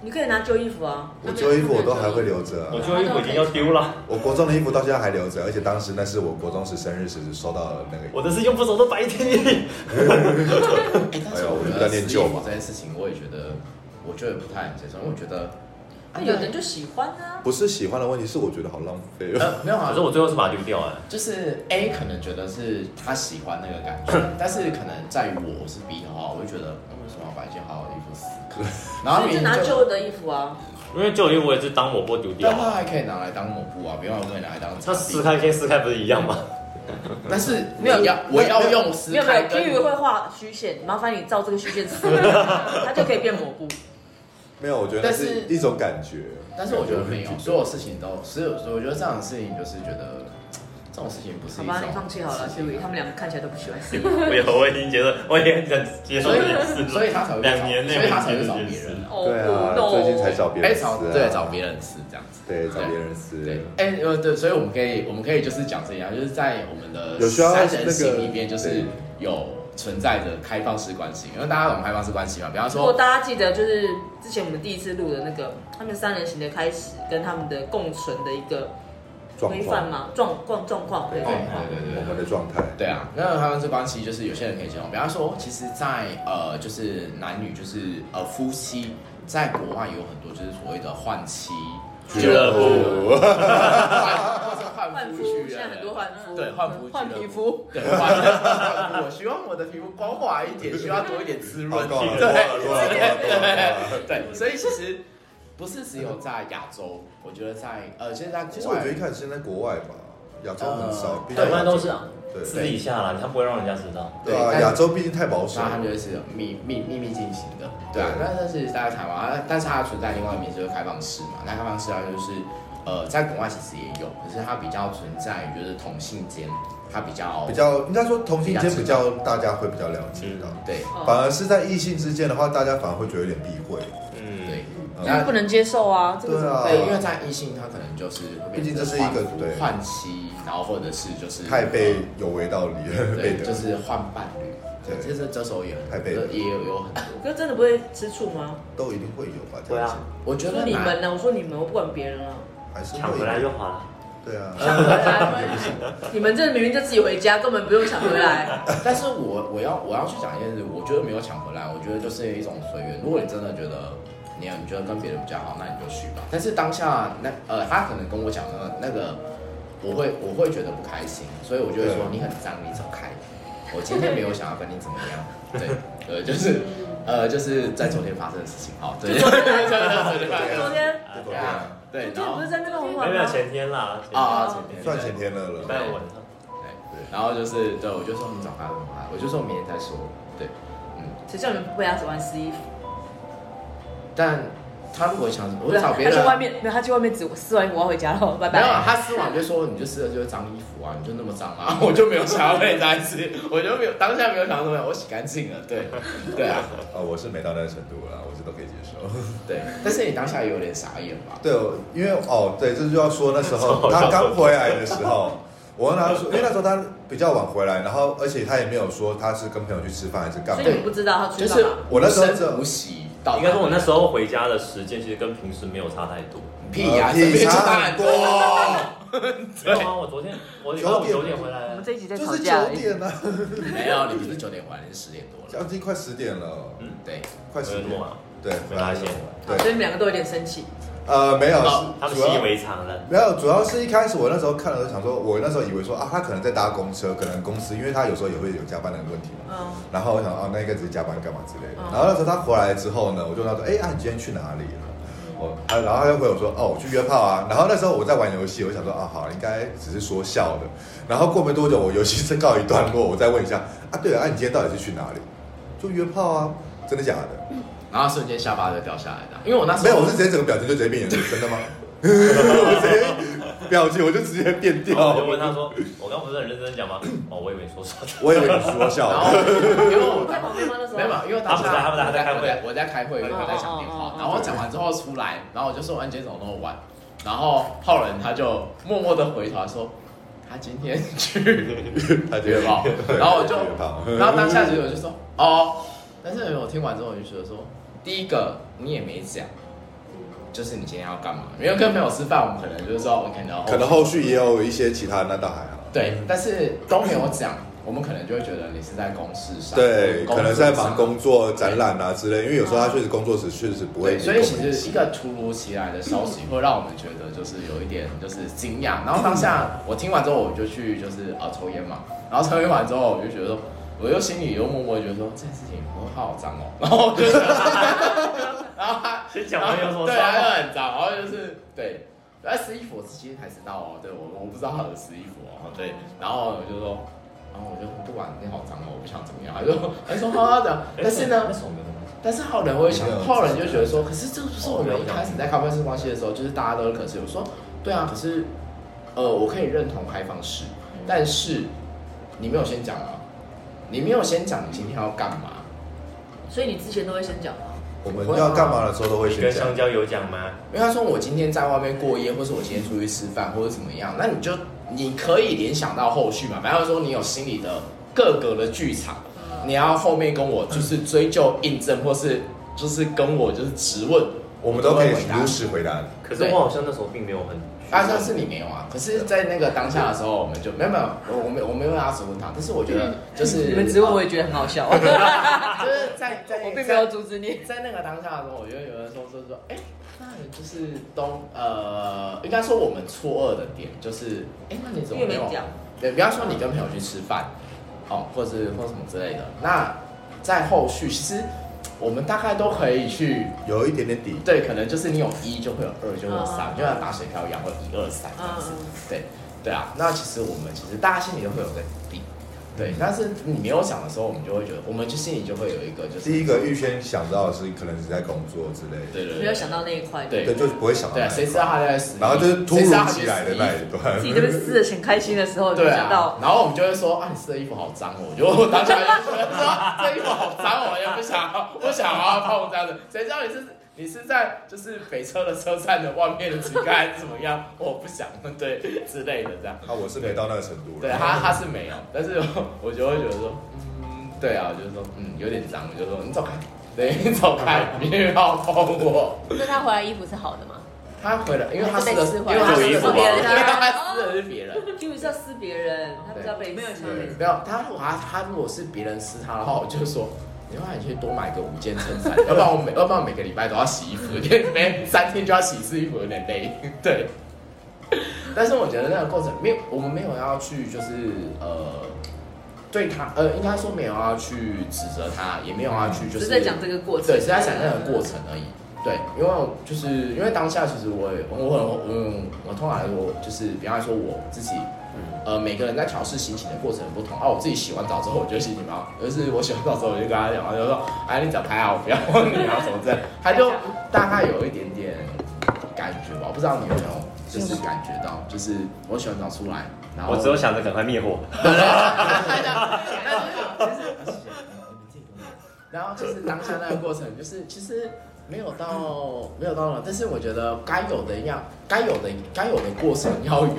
[SPEAKER 3] 你可以拿旧衣服啊。
[SPEAKER 5] 我旧衣服我都还会留着啊、
[SPEAKER 4] 我旧衣服已经要丢 了，
[SPEAKER 5] 我国中的衣服到现在还留着，而且当时那是我国中时生日时收到的那个衣服。
[SPEAKER 4] 我的是用不走的白 T。
[SPEAKER 2] 哎但是
[SPEAKER 5] 哎呦
[SPEAKER 2] 我觉
[SPEAKER 5] 比较
[SPEAKER 2] 得
[SPEAKER 5] 念
[SPEAKER 2] 撕衣
[SPEAKER 5] 旧
[SPEAKER 2] 服
[SPEAKER 5] 嘛
[SPEAKER 2] 这件事情，我也觉得，我觉得不太能接受，因为我觉得嗯
[SPEAKER 3] 啊，有人就喜欢啊。
[SPEAKER 5] 不是喜欢的问题，是我觉得好浪费哦。
[SPEAKER 2] 呃没有啊
[SPEAKER 4] 可是，我最后是把它丢掉哎、
[SPEAKER 2] 就是 A 可能觉得是他喜欢那个感觉，但是可能在于我是 B 的话，我就觉得嗯为什么要把一件好好的衣服撕开？然后
[SPEAKER 3] 所以
[SPEAKER 2] 明
[SPEAKER 3] 就
[SPEAKER 2] 明
[SPEAKER 3] 拿
[SPEAKER 2] 就
[SPEAKER 3] 旧的衣服啊。
[SPEAKER 4] 因为旧衣服我也是当抹布丢掉
[SPEAKER 2] 但它
[SPEAKER 4] 啊。
[SPEAKER 2] 还可以拿来当抹布啊，不用可以拿来当擦
[SPEAKER 4] 那撕开跟撕开不是一样 吗？
[SPEAKER 2] 但是
[SPEAKER 3] 没有
[SPEAKER 2] 你要我要用撕
[SPEAKER 3] 没有没
[SPEAKER 2] 开
[SPEAKER 3] 有，
[SPEAKER 2] 跟
[SPEAKER 3] 金鱼会画虚线，麻烦你照这个虚线撕，它就可以变抹布。
[SPEAKER 5] 没有，我觉得那
[SPEAKER 2] 但
[SPEAKER 5] 是
[SPEAKER 2] 是
[SPEAKER 5] 一种感觉。
[SPEAKER 2] 但是我觉得没有，所有事情都所有，所以我觉得这样的事情就是觉得这种事情不是
[SPEAKER 3] 好
[SPEAKER 2] 一
[SPEAKER 3] 吧，
[SPEAKER 2] 种
[SPEAKER 3] 你放弃好了，
[SPEAKER 2] 事情
[SPEAKER 3] 金鱼，他们两个看起来都不喜欢撕。
[SPEAKER 4] 我有，我已经觉得，我也很想接受
[SPEAKER 2] 所
[SPEAKER 4] 这件事
[SPEAKER 2] 以
[SPEAKER 4] 了。
[SPEAKER 2] 所以他才会
[SPEAKER 4] 两年内
[SPEAKER 2] 所以他才会找
[SPEAKER 4] 没
[SPEAKER 2] 别
[SPEAKER 4] 接受这件
[SPEAKER 2] 人
[SPEAKER 4] 事
[SPEAKER 2] 啊，
[SPEAKER 5] 对啊，
[SPEAKER 3] Oh, no
[SPEAKER 5] 最近才找别
[SPEAKER 2] 哎
[SPEAKER 5] 人撕、
[SPEAKER 2] 找
[SPEAKER 5] 啊，
[SPEAKER 2] 对找别人撕这样子。
[SPEAKER 5] 对找别人撕。
[SPEAKER 2] 对，哎、呃，对，所以我们可以，我们可以就是讲这样，就是在我们的
[SPEAKER 5] 有需要
[SPEAKER 2] 三人
[SPEAKER 5] 那个
[SPEAKER 2] 行里边，就是
[SPEAKER 5] 对
[SPEAKER 2] 有存在着开放式关系，因为大家懂开放式关系嘛，比方
[SPEAKER 3] 如果
[SPEAKER 2] 说，
[SPEAKER 3] 大家记得，就是之前我们第一次录的那个他们三人行的开始跟他们的共存的一个
[SPEAKER 5] 状
[SPEAKER 3] 规范
[SPEAKER 5] 况，
[SPEAKER 3] 嘛，状况状况对
[SPEAKER 2] 对
[SPEAKER 3] 状
[SPEAKER 2] 对
[SPEAKER 3] 况。
[SPEAKER 2] 对对
[SPEAKER 5] 我
[SPEAKER 2] 对
[SPEAKER 5] 们的状态。
[SPEAKER 2] 对啊，那他们这关系就是有些人可以接受，比方说，其实在，呃，就是男女就是呃夫妻，在国外有很多就是所谓的换妻
[SPEAKER 4] 俱乐部
[SPEAKER 5] 部，
[SPEAKER 2] 换或是换
[SPEAKER 3] 换啊
[SPEAKER 2] 夫啊
[SPEAKER 3] 肤
[SPEAKER 2] 俱乐，部
[SPEAKER 3] 现在很多换肤，
[SPEAKER 2] 对换肤俱乐部
[SPEAKER 3] 换皮肤，
[SPEAKER 2] 对换换肤，我希望我的皮肤光滑一点，需要多一点滋
[SPEAKER 5] 好
[SPEAKER 2] 润，
[SPEAKER 5] 够了，
[SPEAKER 2] 对
[SPEAKER 5] 够了，够了，够了够了。
[SPEAKER 2] 对，所以其实不是只有在亚洲，我觉得在呃，现在在
[SPEAKER 5] 其实
[SPEAKER 2] 国
[SPEAKER 5] 我觉得
[SPEAKER 2] 外
[SPEAKER 5] 一，开始先在国外吧，亚洲很少，毕
[SPEAKER 2] 对
[SPEAKER 5] 竟
[SPEAKER 4] 一般都是啊
[SPEAKER 5] 对
[SPEAKER 4] 私底下啦，他不会让人家知道。
[SPEAKER 5] 对啊，
[SPEAKER 2] 对啊
[SPEAKER 5] 亚洲毕竟太保守
[SPEAKER 2] 那它就是秘密秘密进行的，对啊。那但是在台湾，但是它存在另外一面就是开放式嘛。那开放式它就是呃，在国外其实也有，可是它比较存在于就是同性间，它比较
[SPEAKER 5] 比较应该说同性间比较大家会比较了解到，
[SPEAKER 2] 对
[SPEAKER 3] 哦
[SPEAKER 5] 反而是在异性之间的话，大家反而会觉得有点避讳。
[SPEAKER 4] 嗯，
[SPEAKER 2] 对。
[SPEAKER 5] 嗯
[SPEAKER 3] 因为
[SPEAKER 2] 那
[SPEAKER 3] 不能接受啊，这个
[SPEAKER 5] 对
[SPEAKER 3] 怎么
[SPEAKER 5] 啊，
[SPEAKER 2] 对，因为在异性，它可能就是会变成
[SPEAKER 5] 毕竟这是一个
[SPEAKER 2] 换夫
[SPEAKER 5] 对
[SPEAKER 2] 换妻，然后或者是就是
[SPEAKER 5] 太被有违道理了，被
[SPEAKER 2] 对，
[SPEAKER 5] 的
[SPEAKER 2] 就是换伴侣，对，
[SPEAKER 5] 对
[SPEAKER 2] 这是这时候也
[SPEAKER 5] 太
[SPEAKER 2] 很
[SPEAKER 5] 被
[SPEAKER 2] 也有有很多。
[SPEAKER 3] 可是真的不会吃醋吗？
[SPEAKER 5] 都一定会有吧？
[SPEAKER 4] 对啊，
[SPEAKER 2] 我觉
[SPEAKER 3] 我
[SPEAKER 2] 得
[SPEAKER 3] 说你
[SPEAKER 2] 男
[SPEAKER 3] 们呢？我说你们，我不管别人啊。
[SPEAKER 5] 还是
[SPEAKER 4] 抢
[SPEAKER 5] 会
[SPEAKER 4] 回来
[SPEAKER 5] 有。
[SPEAKER 4] 就好了。
[SPEAKER 5] 对啊，
[SPEAKER 3] 抢回来，
[SPEAKER 1] 啊
[SPEAKER 3] 你们这明明就自己回家，根本不用抢回来。
[SPEAKER 2] 但是我我要我要去讲一件事，我觉得没有抢回来，我觉得就是一种随缘。如果你真的觉得你你觉得跟别人比较好，那你就去吧。但是当下那呃，他可能跟我讲的那个，我会我会觉得不开心，所以我就会说
[SPEAKER 5] 对
[SPEAKER 2] 你很脏，你走开。我今天没有想要跟你怎么样，对对，就是呃就是在昨天发生的事情，好对，对对对对对
[SPEAKER 3] 昨天，
[SPEAKER 5] 对
[SPEAKER 2] 对啊对，
[SPEAKER 3] 昨天
[SPEAKER 2] 然后
[SPEAKER 3] 不是在那边很
[SPEAKER 4] 没有
[SPEAKER 3] 晚
[SPEAKER 4] 没有
[SPEAKER 3] 吗？
[SPEAKER 4] 前天啦，
[SPEAKER 2] 啊啊，前
[SPEAKER 5] 算
[SPEAKER 2] 天
[SPEAKER 5] 前天乐
[SPEAKER 4] 礼
[SPEAKER 5] 了，
[SPEAKER 4] 拜五晚上。
[SPEAKER 2] 对，然后就是对我就说你早发什么发，我就说明天再说，对，嗯。
[SPEAKER 3] 谁叫你们不回家只玩撕衣服？
[SPEAKER 2] 但他如果想，我
[SPEAKER 3] 对
[SPEAKER 2] 找
[SPEAKER 3] 啊，
[SPEAKER 2] 别
[SPEAKER 3] 他
[SPEAKER 2] 人
[SPEAKER 3] 去外
[SPEAKER 2] 啊，
[SPEAKER 3] 面，没有，他去外面只撕完衣服我要回家了，拜
[SPEAKER 2] 没有啊
[SPEAKER 3] 拜。
[SPEAKER 2] 他撕完就说你就撕了就是脏衣服啊，你就那么脏啊， 我就没有想要被人家撕，我就没有当下没有想到什么，我洗干净了，对， 对啊，
[SPEAKER 5] 啊，我是没到那个程度啦，我是都可以接受。
[SPEAKER 2] 对，但是你当下也有点傻眼吧？
[SPEAKER 5] 对，我因为哦，对，这就要说那时候
[SPEAKER 4] 超好笑
[SPEAKER 5] 他刚回来的时候，我跟他说，因为那时候他比较晚回来，然后而且他也没有说他是跟朋友去吃饭还是
[SPEAKER 3] 所
[SPEAKER 5] 干嘛
[SPEAKER 3] 以，你们不知道他
[SPEAKER 2] 就
[SPEAKER 3] 去干
[SPEAKER 2] 是
[SPEAKER 3] 嘛？
[SPEAKER 5] 我那时候
[SPEAKER 2] 无
[SPEAKER 5] 这
[SPEAKER 2] 声无息到达，
[SPEAKER 4] 应该说，我那时候回家的时间其实跟平时没有差太多。
[SPEAKER 2] 屁呀，
[SPEAKER 5] 呃
[SPEAKER 2] 身
[SPEAKER 5] 屁
[SPEAKER 2] 边就
[SPEAKER 5] 差
[SPEAKER 2] 大
[SPEAKER 5] 很
[SPEAKER 2] 很
[SPEAKER 5] 多，
[SPEAKER 2] 多，
[SPEAKER 4] 没有啊，我昨天我礼拜五九点回来
[SPEAKER 3] 我们。这一集在
[SPEAKER 5] 就
[SPEAKER 3] 吵
[SPEAKER 5] 是
[SPEAKER 3] 架
[SPEAKER 5] 九
[SPEAKER 3] 而已。
[SPEAKER 5] 点啊，
[SPEAKER 2] 没有，你不是九点完，你是十点多了，
[SPEAKER 5] 将近快十点了，
[SPEAKER 4] 嗯
[SPEAKER 2] 对，
[SPEAKER 5] 快十
[SPEAKER 4] 没有那
[SPEAKER 5] 点
[SPEAKER 4] 么。晚，
[SPEAKER 5] 对，
[SPEAKER 4] 没发现
[SPEAKER 5] 对
[SPEAKER 3] 所以，你们两个都有点生气。
[SPEAKER 5] 呃，没有，
[SPEAKER 4] 哦他
[SPEAKER 5] 是
[SPEAKER 4] 们
[SPEAKER 5] 主
[SPEAKER 4] 习以
[SPEAKER 5] 要
[SPEAKER 4] 为常了。
[SPEAKER 5] 没有，主要是一开始我那时候看了，想说，我那时候以为说啊，他可能在搭公车，可能公司，因为他有时候也会有加班的问题嘛。
[SPEAKER 1] 嗯，
[SPEAKER 5] 然后我想啊，那应该只是加班干嘛之类的
[SPEAKER 1] 嗯。
[SPEAKER 5] 然后那时候他回来之后呢，我就问他说，哎、啊，你今天去哪里了？我，啊，然后他就回我说，哦，我去约炮啊。然后那时候我在玩游戏，我想说啊，好，应该只是说笑的。然后过没多久，我游戏是告一段落，我再问一下，啊，对了，啊，你今天到底是去哪里？就约炮啊，真的假的？
[SPEAKER 2] 然后瞬间下巴就掉下来的，因为我那时
[SPEAKER 5] 没
[SPEAKER 2] 候
[SPEAKER 5] 有，我是直接整个表情就直接变颜色，真的吗？我直接表情我就直接变
[SPEAKER 4] 然哦后我就
[SPEAKER 5] 掉，
[SPEAKER 4] 问他说：“我刚不是很认真讲吗？”哦，我以为你说错的。
[SPEAKER 5] 我以为你说笑
[SPEAKER 2] 然后
[SPEAKER 5] 的。
[SPEAKER 2] 因为我
[SPEAKER 3] 旁边吗？那时
[SPEAKER 2] 没有，没有因为当下
[SPEAKER 4] 他不在他不在他
[SPEAKER 2] 我
[SPEAKER 4] 不在
[SPEAKER 2] 我在开会，
[SPEAKER 4] 哦
[SPEAKER 2] 我在讲
[SPEAKER 3] 哦
[SPEAKER 2] 电
[SPEAKER 3] 哦
[SPEAKER 2] 话
[SPEAKER 3] 哦，
[SPEAKER 2] 然后我讲完之后出来，然后我就说，哎，你今天怎么那么晚？然后浩仁他就默默的回头他说，他今天 去
[SPEAKER 5] 他
[SPEAKER 2] 约
[SPEAKER 5] 觉得
[SPEAKER 2] 炮，然后我就，
[SPEAKER 5] 就
[SPEAKER 2] 然后当下其实我就说，哦，但是我听完之后我就觉得说，第一个你也没讲。就是你今天要干嘛？因为跟朋友吃饭，我们可能就是说，我可能
[SPEAKER 5] 可能后续也有一些其他那倒还好，
[SPEAKER 2] 对，但是都没有讲，我们可能就会觉得你是在公事上，
[SPEAKER 5] 对，
[SPEAKER 2] 工作
[SPEAKER 5] 可能是在忙
[SPEAKER 2] 上
[SPEAKER 5] 工作、展览啊之类，因为有时候他确实工作时确实不会
[SPEAKER 2] 对，
[SPEAKER 5] 提
[SPEAKER 2] 所
[SPEAKER 5] 供
[SPEAKER 2] 以其
[SPEAKER 5] 你。
[SPEAKER 2] 实一个突如其来的消息会让我们觉得就是有一点就是惊讶，然后当下我听完之后我就去就是啊抽烟嘛，然后抽烟完之后我就觉得说，我就心里又默默地觉得说这件事情我好脏哦， 然后我就然后他
[SPEAKER 4] 先讲完有什么
[SPEAKER 2] 对，啊他就
[SPEAKER 4] 错？
[SPEAKER 2] 很脏，然后就是对，哎试衣服我是今天才知道哦，对我我不知道他有试衣服哦，对，然后我就说，然后我就说不管你好脏哦，我不想怎么样，他就他就说好好讲，但是呢
[SPEAKER 4] 哎那。首歌呢？
[SPEAKER 2] 但是后来我也想
[SPEAKER 5] 没有，
[SPEAKER 2] 后来就觉得说，可是这不是我们一开始在开放式关系的时候，就是大家都有可是我说，对啊，可是，呃，我可以认同开放式，但是你没有先讲啊，你没有先讲你今天要干嘛，
[SPEAKER 3] 所以你之前都会先讲吗？
[SPEAKER 5] 我们要干嘛的时候都会
[SPEAKER 4] 你
[SPEAKER 5] 先
[SPEAKER 4] 跟
[SPEAKER 5] 讲
[SPEAKER 2] 啊
[SPEAKER 4] 香。蕉有讲吗？
[SPEAKER 2] 因为他说我今天在外面过夜，或是我今天出去吃饭，或者怎么样，那你就你可以联想到后续嘛，反正说你有心里的各个的剧场，你要后面跟我就是追究印证，或是就是跟我就是质问，
[SPEAKER 5] 我们都可以
[SPEAKER 2] 我会回答
[SPEAKER 5] 如实回答你。
[SPEAKER 4] 可是我好像那时候并没有很。
[SPEAKER 2] 啊，但是你没有啊。可是，在那个当下的时候，我们就没有没有，我我没我没有要质问他，但是我觉得就是
[SPEAKER 3] 嗯
[SPEAKER 2] 啊
[SPEAKER 3] 你们质问我也觉得很好笑，我
[SPEAKER 2] 就 是在在
[SPEAKER 3] 并没有阻止你。
[SPEAKER 2] 在那个当下的时候，我觉得有人说说说，哎、那你就是都呃，应该说我们错愕的点就是，哎、那你怎么没有
[SPEAKER 3] 因为没讲？
[SPEAKER 2] 对，比方说你跟朋友去吃饭，哦，或是或什么之类的。那在后续，其实我们大概都可以去
[SPEAKER 5] 有一点点底，
[SPEAKER 2] 对，可能就是你有一就会有二，就会有三
[SPEAKER 3] 嗯，
[SPEAKER 2] 就像打水漂一样，会有一二三这样子
[SPEAKER 3] 嗯。
[SPEAKER 2] 对，对啊。那其实我们其实大家心里都会有个底，
[SPEAKER 5] 嗯
[SPEAKER 2] 对。但是你没有想的时候，我们就会觉得，我们就心里就会有一个就是
[SPEAKER 5] 第一个预先想到的是可能是在工作之类的，
[SPEAKER 2] 对对对，
[SPEAKER 3] 没有想到那一块，
[SPEAKER 2] 对
[SPEAKER 5] 对，就是不会想到
[SPEAKER 2] 对
[SPEAKER 5] 那一
[SPEAKER 2] 啊，
[SPEAKER 5] 块。
[SPEAKER 2] 谁知道他在死？
[SPEAKER 5] 然后就是突
[SPEAKER 2] 谁知道
[SPEAKER 5] 如
[SPEAKER 2] 他去
[SPEAKER 5] 其来的
[SPEAKER 2] 死
[SPEAKER 5] 那一段
[SPEAKER 3] 自。己这边撕的很开心的时候，你
[SPEAKER 2] 对
[SPEAKER 3] 就
[SPEAKER 2] 啊
[SPEAKER 3] 想到，
[SPEAKER 2] 然后我们就会说啊，你吃的衣服好脏哦， 我就我当下就觉得说这衣服好脏哦，我也不想要，不想要碰这样子。谁知道你是你是在就是北车的车站的外面的乞丐还是怎么样？我不想对之类的这样。
[SPEAKER 5] 啊，我是没到那个程度了。
[SPEAKER 2] 对他他是没有，但是我我就会觉得说，嗯，对啊，我就说嗯有点脏，我就说你走开，对你走开，你不要碰我。
[SPEAKER 6] 那他回来衣服是好的吗？
[SPEAKER 2] 他回来，因为他
[SPEAKER 6] 还是
[SPEAKER 2] 是
[SPEAKER 6] 被
[SPEAKER 2] 个，
[SPEAKER 6] 撕
[SPEAKER 2] 因
[SPEAKER 6] 坏
[SPEAKER 2] 为他
[SPEAKER 4] 了
[SPEAKER 2] 是
[SPEAKER 4] 有衣服
[SPEAKER 2] 个
[SPEAKER 4] 啊
[SPEAKER 2] 别人，因为他撕的是别人。
[SPEAKER 3] 因为是要撕别人，他不知道被
[SPEAKER 1] 没有想到
[SPEAKER 3] 撕。
[SPEAKER 2] 没有，他如果他他如果是别人撕他的话，我就说，你要不然你去多买个五件衬衫， 要不然我每要不然我每个礼拜都要洗衣服，因为每三天就要洗一次衣服，有点累。 对，但是我觉得那个过程没有，我们没有要去就是呃。对他，呃，应该说没有要去指责他，也没有要去
[SPEAKER 3] 嗯只
[SPEAKER 2] 就是
[SPEAKER 3] 是在讲这个过程，
[SPEAKER 2] 对，是在想那个过程而已。对，因为我就是因为当下，其实我也我很我嗯，我通常来说就是，比方说我自己，呃，每个人在调试心情的过程不同。啊，我自己洗完澡之后，我就心情蛮好，就是我洗完澡之后，我就跟他讲，他就说，哎，你脚拍啊，我不要碰你啊，什么之类的。他就大概有一点点感觉吧，我不知道你有没有就是感觉到，就是我洗完澡出来，然后
[SPEAKER 4] 我只有想着赶快灭火。
[SPEAKER 2] 然后就是当下那个过程，就是其实没有到没有到了，但是我觉得该有的要该有的该有的过程要有，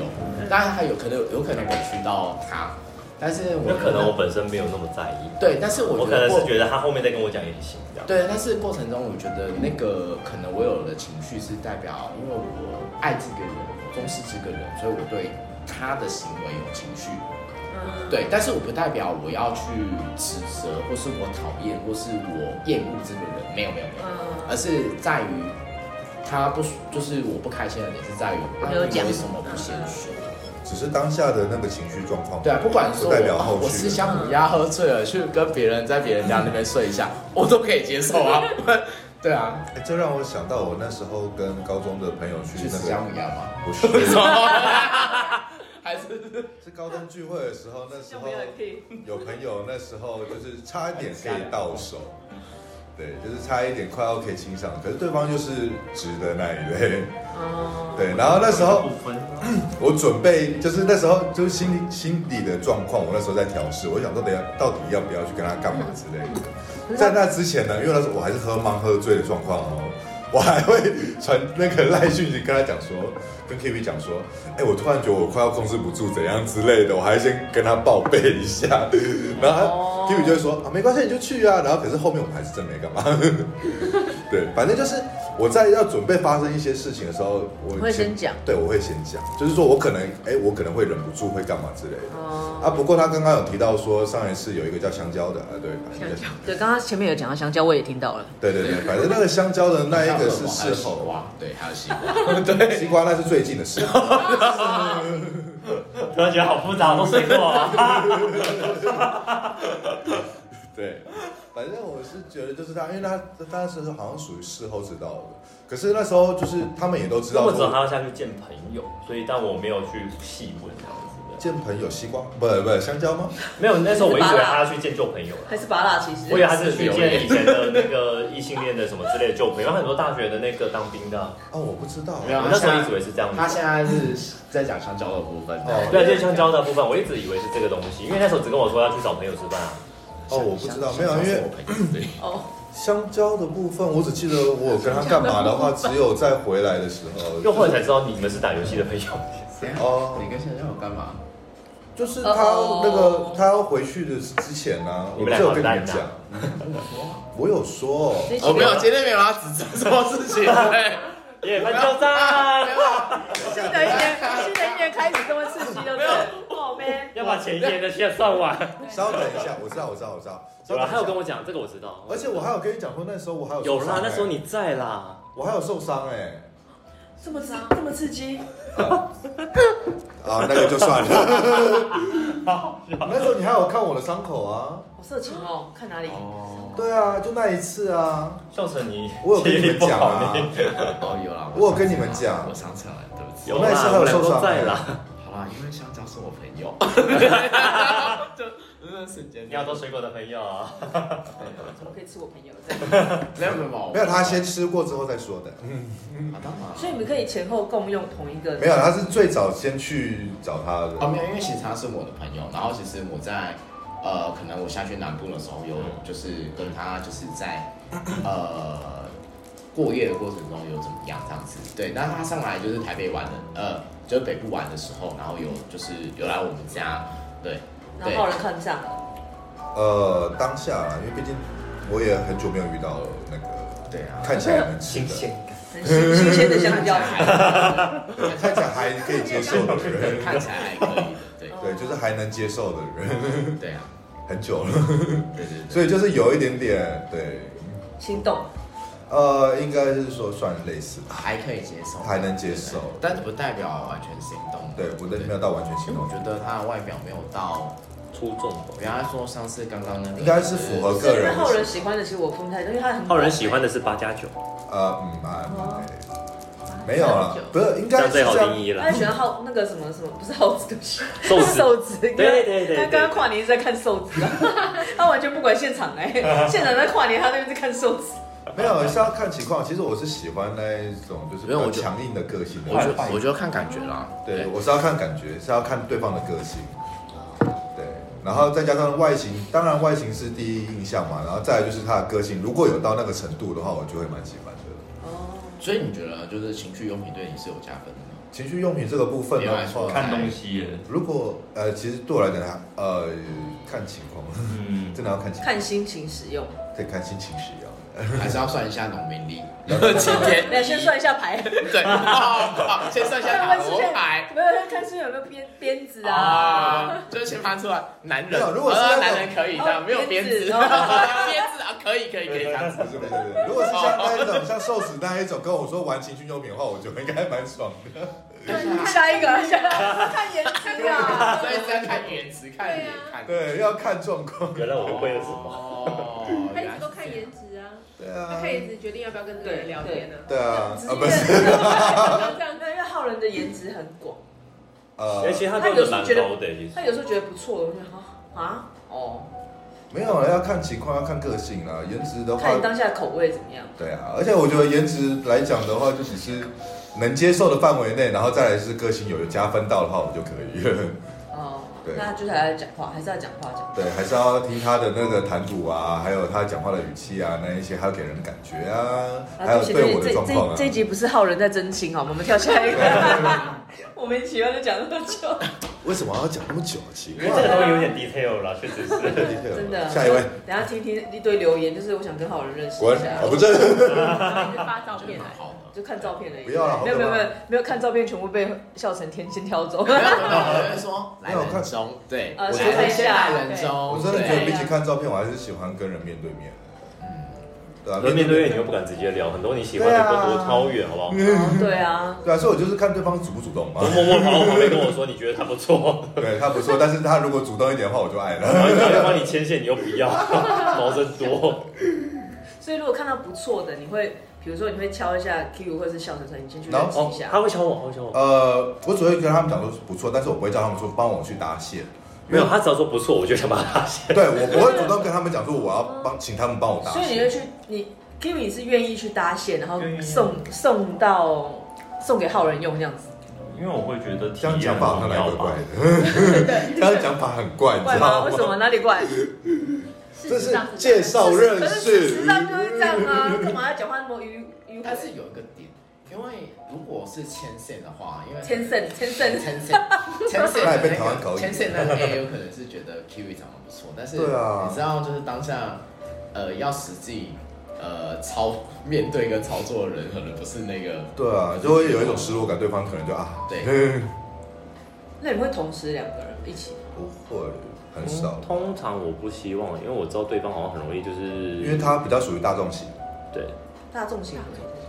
[SPEAKER 2] 当然还有可能有可能委屈到他，但是我
[SPEAKER 4] 有
[SPEAKER 2] 觉
[SPEAKER 4] 可
[SPEAKER 2] 得
[SPEAKER 4] 能我本身没有那么在意，
[SPEAKER 2] 对，但是我
[SPEAKER 4] 我
[SPEAKER 2] 觉
[SPEAKER 4] 可能
[SPEAKER 2] 得过
[SPEAKER 4] 是觉得他后面再跟我讲也行，这样。
[SPEAKER 2] 对，但是过程中我觉得那个可能我有的情绪是代表，因为我爱这个人，重视这个人，所以我对他的行为有情绪。
[SPEAKER 1] 嗯
[SPEAKER 2] 对，但是我不代表我要去指责，或是我讨厌，或是我厌恶这个人，没有没有没有，
[SPEAKER 1] 嗯
[SPEAKER 2] 而是在于他不就是我不开心的点是在于，那
[SPEAKER 1] 没有
[SPEAKER 2] 你
[SPEAKER 1] 讲嗯
[SPEAKER 2] 为什么不先说？
[SPEAKER 5] 只是当下的那个情绪状况，
[SPEAKER 2] 对啊，不管说
[SPEAKER 5] 不代表
[SPEAKER 2] 啊
[SPEAKER 5] 后
[SPEAKER 2] 我
[SPEAKER 5] 续
[SPEAKER 2] 吃
[SPEAKER 5] 的。
[SPEAKER 2] 香母鸭喝醉了，去跟别人在别人家那边睡 一下，我都可以接受啊。 对啊，
[SPEAKER 5] 哎这让我想到我那时候跟高中的朋友去
[SPEAKER 2] 去
[SPEAKER 5] 那
[SPEAKER 2] 吃
[SPEAKER 5] 个
[SPEAKER 2] 香，母鸭吗？
[SPEAKER 5] 不是，
[SPEAKER 2] 还是
[SPEAKER 5] 是高中聚会的时候，那时候
[SPEAKER 1] 没有人可以
[SPEAKER 5] 有朋友那时候就是差一点可以到手，对，就是差一点快要可以亲上，可是对方就是直的那一类，
[SPEAKER 1] 哦，
[SPEAKER 5] 对，然后那时候
[SPEAKER 4] 不分，
[SPEAKER 5] 我准备就是那时候就是心里心底的状况，我那时候在调试，我想说等一下到底要不要去跟他干嘛之类的。在那之前呢，因为那时候我还是喝茫喝醉的状况哦，我还会传那个赖讯息跟他讲说，跟 K V 讲说，哎、我突然觉得我快要控制不住怎样之类的，我还先跟他报备一下， 然后 K V 就会说啊没关系你就去啊，然后可是后面我们还是真没干嘛， 对，反正就是我在要准备发生一些事情的时候，我
[SPEAKER 3] 会先讲。
[SPEAKER 5] 对，我会先讲，就是说我可能，哎、我可能会忍不住会干嘛之类的。啊，不过他刚刚有提到说上一次有一个叫香蕉的，啊，对，反正
[SPEAKER 1] 香蕉
[SPEAKER 3] 对，刚刚前面有讲到香蕉，我也听到了。
[SPEAKER 5] 对对对，反正那个香蕉的那一个是
[SPEAKER 2] 还
[SPEAKER 5] 事
[SPEAKER 2] 有 西
[SPEAKER 5] 后，
[SPEAKER 2] 瓜，对，还有西瓜，对。
[SPEAKER 5] 西瓜那是最近的事。
[SPEAKER 4] 突然觉得好复杂，都水果啊。
[SPEAKER 5] 对，反正我是觉得就是他，因为他他那时候好像属于事后知道的，可是那时候就是他们也都知道
[SPEAKER 4] 或者还
[SPEAKER 5] 说
[SPEAKER 4] 要下去见朋友，所以但我没有去细问这样子
[SPEAKER 5] 见朋友西瓜，不不香蕉吗？
[SPEAKER 4] 的。没有，那时候我一直以为他要去见旧朋友了。
[SPEAKER 3] 还是拔蜡，其
[SPEAKER 4] 我以为他是去见以前的那个异性恋的什么之类的旧朋友，很多大学的那个当兵的啊，
[SPEAKER 5] 哦，我不知道。
[SPEAKER 2] 没有
[SPEAKER 4] 我那时候一直以为是这样子
[SPEAKER 2] 他。现在是在讲香蕉的部分，
[SPEAKER 5] 哦
[SPEAKER 4] 对，啊就是香蕉的部分，我一直以为是这个东西，因为那时候只跟我说要去找朋友吃饭啊。
[SPEAKER 5] 哦，我不知道，没有，因为
[SPEAKER 2] 为
[SPEAKER 5] 香蕉的部分，我只记得我跟他干嘛的话，只有在回来的时候。
[SPEAKER 4] 又后来才知道你们是打游戏的朋友。
[SPEAKER 5] 哦
[SPEAKER 2] 你跟香蕉有干嘛？
[SPEAKER 5] 就是他要那个他要回去的之前呢、啊，
[SPEAKER 4] 你们
[SPEAKER 5] 我不
[SPEAKER 4] 俩
[SPEAKER 5] 是有跟你
[SPEAKER 4] 好烂
[SPEAKER 5] 们
[SPEAKER 4] 呐
[SPEAKER 5] 讲， 我有说，
[SPEAKER 2] 我哦没有，今天没有要指责什么事情。对
[SPEAKER 4] 耶，翻旧账，
[SPEAKER 3] 新的一年，新的一年开始这么刺激，对不哦对？好呗。
[SPEAKER 4] 要把前一年的先算完。
[SPEAKER 5] 稍等一下，我知道，我知道，我知道。
[SPEAKER 4] 有啊了，他有跟
[SPEAKER 5] 我，
[SPEAKER 4] 我讲这个，我知道。
[SPEAKER 5] 而且我还有跟你讲说，那时候我还啊有
[SPEAKER 4] 有
[SPEAKER 5] 受伤
[SPEAKER 4] 啦，
[SPEAKER 5] 欸
[SPEAKER 4] 那时候你在啦。
[SPEAKER 5] 我还有受伤哎、
[SPEAKER 3] 这么刺，这么刺激，
[SPEAKER 5] 啊，那个就算了。 那时候你还有看我的伤口啊？
[SPEAKER 3] 好色情哦！看哪里？
[SPEAKER 2] 哦，
[SPEAKER 5] 对啊，就那一次啊，
[SPEAKER 4] 笑成你
[SPEAKER 5] 我有跟你
[SPEAKER 4] 记忆
[SPEAKER 5] 们
[SPEAKER 4] 力不
[SPEAKER 5] 讲
[SPEAKER 4] 好
[SPEAKER 5] 啊
[SPEAKER 4] 你。。
[SPEAKER 2] 哦有啦，
[SPEAKER 5] 我有跟你们讲
[SPEAKER 2] 我上车了，对不起。
[SPEAKER 4] 有
[SPEAKER 5] 那一次
[SPEAKER 4] 啦，
[SPEAKER 5] 还有
[SPEAKER 4] 我们
[SPEAKER 5] 受伤
[SPEAKER 4] 都在
[SPEAKER 5] 欸
[SPEAKER 4] 啦。
[SPEAKER 2] 好啦，因为香蕉是我朋友， 就那瞬间
[SPEAKER 4] 你要做水果的朋友啊。
[SPEAKER 3] 怎么可以吃我朋友的？
[SPEAKER 2] 没有没有
[SPEAKER 5] 没有，他先吃过之后再说的。
[SPEAKER 2] 啊当然
[SPEAKER 3] 所以你们可以前后共用同一个。
[SPEAKER 5] 没有，他是最早先去找他
[SPEAKER 2] 哦
[SPEAKER 5] 的。
[SPEAKER 2] 没有，因为其实他是我的朋友，然后其实我在呃，可能我下去南部的时候有
[SPEAKER 5] 嗯
[SPEAKER 2] 就是跟他就是在呃过夜的过程中有怎么样这样子，对，那他上来就是台北玩的，呃，就是北部玩的时候，然后有就是有来我们家，对，
[SPEAKER 3] 然
[SPEAKER 2] 对
[SPEAKER 3] 后，后来看上了，
[SPEAKER 5] 呃，当下啦，因为毕竟我也很久没有遇到那个
[SPEAKER 2] 对啊，
[SPEAKER 5] 看起来能吃的。
[SPEAKER 4] 感。
[SPEAKER 3] 很新新鲜的香蕉。
[SPEAKER 5] 看起来还可以接受的 人，
[SPEAKER 2] 看起来还可以的，对，
[SPEAKER 5] 对，就是还能接受的人，
[SPEAKER 2] 对啊，
[SPEAKER 5] 很久了，
[SPEAKER 2] 对对对，
[SPEAKER 5] 嗯所以就是有一点点，对，
[SPEAKER 3] 心动，
[SPEAKER 5] 呃，应该是说算类似吧，
[SPEAKER 2] 还可以接受，
[SPEAKER 5] 还能接受
[SPEAKER 2] 但是不代表完全行动，
[SPEAKER 5] 对，不对，没有到完全
[SPEAKER 2] 其
[SPEAKER 5] 行
[SPEAKER 2] 实我
[SPEAKER 5] 动，
[SPEAKER 2] 觉得他的外表没有到，
[SPEAKER 4] 出众吧。
[SPEAKER 2] 哦我原来说上次刚刚那个
[SPEAKER 5] 应该是符合个
[SPEAKER 3] 因为
[SPEAKER 5] 人，
[SPEAKER 3] 后人喜欢的其实我分不太懂，因为他很
[SPEAKER 4] 浩人喜欢的是八加九，
[SPEAKER 5] 呃，嗯啊，哎没有了，不是，应
[SPEAKER 4] 这
[SPEAKER 5] 该
[SPEAKER 4] 样
[SPEAKER 5] 是
[SPEAKER 4] 最好
[SPEAKER 5] 这
[SPEAKER 4] 定
[SPEAKER 5] 样，
[SPEAKER 4] 义
[SPEAKER 3] 他
[SPEAKER 4] 了
[SPEAKER 3] 喜。欢耗那个什么什么，不是耗子，对不起，
[SPEAKER 4] 啊 瘦 子
[SPEAKER 3] 瘦子。
[SPEAKER 4] 对对对对
[SPEAKER 3] 他刚刚跨年一直在看瘦子 啊，他完全不管现场 哎，
[SPEAKER 5] 啊
[SPEAKER 3] 现场在跨年，他那边在看瘦子。
[SPEAKER 5] 没有是要看情况，其实我是喜欢那一种就是
[SPEAKER 2] 没
[SPEAKER 5] 比
[SPEAKER 2] 有
[SPEAKER 5] 较
[SPEAKER 2] 我就
[SPEAKER 5] 强硬的个性的
[SPEAKER 2] 我
[SPEAKER 5] 人，
[SPEAKER 2] 觉得我觉得看感觉啦，
[SPEAKER 5] 对，我是要看感觉，是要看对方的个性，对，然后再加上外形，当然外形是第一印象嘛，然后再来就是他的个性，如果有到那个程度的话，我就会蛮喜欢的。
[SPEAKER 2] 所以你觉得就是情趣用品对你是有加分的 吗？
[SPEAKER 5] 情趣用品这个部分
[SPEAKER 2] 没有
[SPEAKER 5] 的
[SPEAKER 2] 来说
[SPEAKER 5] 话，
[SPEAKER 2] 看东
[SPEAKER 4] 西耶。
[SPEAKER 5] 如果呃，其实对我来讲，呃，看情况，
[SPEAKER 4] 嗯，
[SPEAKER 5] 真的要看情，啊
[SPEAKER 3] 看心情使用，
[SPEAKER 5] 对，看心情使用。
[SPEAKER 2] 还是要算一下农民力？ 七天，
[SPEAKER 3] 那先算一下牌，
[SPEAKER 2] 对，好，好先算一下塔罗牌。
[SPEAKER 3] 没有看是有没有编鞭子啊？
[SPEAKER 2] 啊，就是先翻出来，男人，
[SPEAKER 5] 没有如果是
[SPEAKER 2] 呃
[SPEAKER 5] 那种
[SPEAKER 2] 男人可以这样，
[SPEAKER 3] 哦
[SPEAKER 2] 没有鞭子，
[SPEAKER 3] 鞭子
[SPEAKER 2] 鞭子
[SPEAKER 6] 哦
[SPEAKER 2] 啊，可以可以可以这样子
[SPEAKER 5] 不。是不是不是，如果是像那一种像瘦子那一种跟我说玩情趣用品的话，我觉得应该蛮爽的。
[SPEAKER 3] 下一个， 下一个
[SPEAKER 1] 看颜值 啊，
[SPEAKER 2] 所以是要看颜值，看脸，
[SPEAKER 6] 啊
[SPEAKER 2] 看
[SPEAKER 5] 对，要看状况。
[SPEAKER 4] 原来我们为了什么？
[SPEAKER 2] 哦，
[SPEAKER 6] 他一直都看颜值啊，
[SPEAKER 5] 对
[SPEAKER 1] 他
[SPEAKER 5] 啊
[SPEAKER 1] 看，颜值决定要不要跟这个人聊天呢？
[SPEAKER 5] 对啊，啊 不是，
[SPEAKER 3] 是，
[SPEAKER 6] 这样
[SPEAKER 3] 因为浩人的颜值很广，
[SPEAKER 5] 呃
[SPEAKER 4] 而，且哎他标准蛮高的，其
[SPEAKER 3] 他
[SPEAKER 4] 实。
[SPEAKER 3] 有时候觉得不错，我就觉得啊啊哦，
[SPEAKER 5] 没有了，要看情况，要看个性啦。颜值的话
[SPEAKER 3] 看你，当下的口味怎么样。
[SPEAKER 5] 对啊，而且我觉得颜值来讲的话，就只是能接受的范围内，然后再来是个性有加分到的话，我就可以 了。
[SPEAKER 3] 哦，
[SPEAKER 5] 对
[SPEAKER 3] 那就是还要讲话，还是要讲话讲。
[SPEAKER 5] 对，还是要听他的那个谈吐啊，还有他讲话的语气啊，那一些，还有给人的感觉啊，还有对我的状况啊。
[SPEAKER 3] 这一集不是浩人在真情好吗？我们跳下一个。我们喜欢就讲那么久，
[SPEAKER 5] 为什么要讲那么久啊？奇
[SPEAKER 4] 因
[SPEAKER 5] 怪
[SPEAKER 4] 为，这个东西有点 detail 啦，确实是。
[SPEAKER 3] 真的。
[SPEAKER 5] 下一位，，
[SPEAKER 3] 等一下听听一堆留言，就是我想跟浩人认识
[SPEAKER 5] 滚！
[SPEAKER 3] 一下
[SPEAKER 5] 啊，，不是，
[SPEAKER 6] 一直发照片来，啊欸
[SPEAKER 2] 好
[SPEAKER 3] 就看照片而已。
[SPEAKER 5] 不要了好
[SPEAKER 3] 没有没有
[SPEAKER 5] 可怕
[SPEAKER 3] 没有没有看照片，全部被笑成天仙挑走。
[SPEAKER 2] 没有没有，我是说来
[SPEAKER 5] 没有看
[SPEAKER 2] 人中，对，
[SPEAKER 3] 呃
[SPEAKER 2] 我
[SPEAKER 3] 先看一
[SPEAKER 2] 来
[SPEAKER 3] 下
[SPEAKER 2] 先来人中，
[SPEAKER 5] 我真的觉得
[SPEAKER 2] 对
[SPEAKER 5] 比起看照片，我还是喜欢跟人面对面。嗯对啊，
[SPEAKER 4] 那面对面你又不敢直接聊，很多你喜欢的都躲超远，好不好？
[SPEAKER 3] 对啊，
[SPEAKER 5] 对啊，所以我就是看对方主不主动嘛
[SPEAKER 4] 我。默默跑到旁边跟我说，你觉得他不错，
[SPEAKER 5] 对他不错，但是他如果主动一点的话，我就爱了。
[SPEAKER 4] 然后他帮你牵线，你又不要， 毛真 多。
[SPEAKER 3] 所以如果看到不错的，你会比如说你会敲一下 Q 或者是笑成成，你先去
[SPEAKER 5] 然
[SPEAKER 3] 认
[SPEAKER 5] 后
[SPEAKER 3] 识
[SPEAKER 4] 哦
[SPEAKER 3] 一，下。
[SPEAKER 4] 他会敲我，他会敲我。
[SPEAKER 5] 呃，我只会跟他们讲说不错，但是我不会叫他们说帮我去搭线。
[SPEAKER 4] 没有，他只要说不错，我就想把他拉线。
[SPEAKER 5] 对我不会主动跟他们讲说我要帮，请他们帮我搭
[SPEAKER 3] 所以你会
[SPEAKER 5] 线。
[SPEAKER 3] 去你 Q 你是愿意去搭线，然后
[SPEAKER 4] 愿意
[SPEAKER 3] 送送到送给浩人用这样子。
[SPEAKER 4] 因为我会觉得体
[SPEAKER 5] 这样
[SPEAKER 4] 验
[SPEAKER 5] 讲法
[SPEAKER 4] 很
[SPEAKER 5] 好像
[SPEAKER 4] 重
[SPEAKER 5] 蛮
[SPEAKER 4] 要
[SPEAKER 5] 怪怪
[SPEAKER 4] 吧。
[SPEAKER 5] 的， 这样讲法很怪，你
[SPEAKER 3] 怪
[SPEAKER 5] 知
[SPEAKER 3] 吗？
[SPEAKER 5] 道
[SPEAKER 3] 为
[SPEAKER 5] 吗
[SPEAKER 3] 什？么？哪里怪？
[SPEAKER 5] 这
[SPEAKER 6] 事实
[SPEAKER 5] 是
[SPEAKER 6] 上是这
[SPEAKER 5] 介
[SPEAKER 6] 样
[SPEAKER 5] 绍认识
[SPEAKER 3] 知，道就是这样啊，干嘛要讲话那么迂迂
[SPEAKER 2] 但是有一个点，因为如果是牵线的话，因为
[SPEAKER 3] 天圣天圣，
[SPEAKER 2] 牵线，牵线
[SPEAKER 5] 那
[SPEAKER 2] 那
[SPEAKER 5] 也被台湾搞
[SPEAKER 2] 个
[SPEAKER 5] 晕
[SPEAKER 2] 牵线那个 A 有可能是觉得 Kiwi 长得不错，但是
[SPEAKER 5] 对啊
[SPEAKER 2] 你知道就是当下呃要实际呃操面对跟操作的人可能不是那个
[SPEAKER 5] 对啊，就会有一种失落感，对方可能就啊，
[SPEAKER 2] 对，
[SPEAKER 3] 那你会同时两个人一起？
[SPEAKER 5] 不会，很少，
[SPEAKER 4] 通常我不希望，因为我知道对方好像很容易就是，因
[SPEAKER 5] 因为他比较属于大众型，
[SPEAKER 4] 对，
[SPEAKER 3] 大众型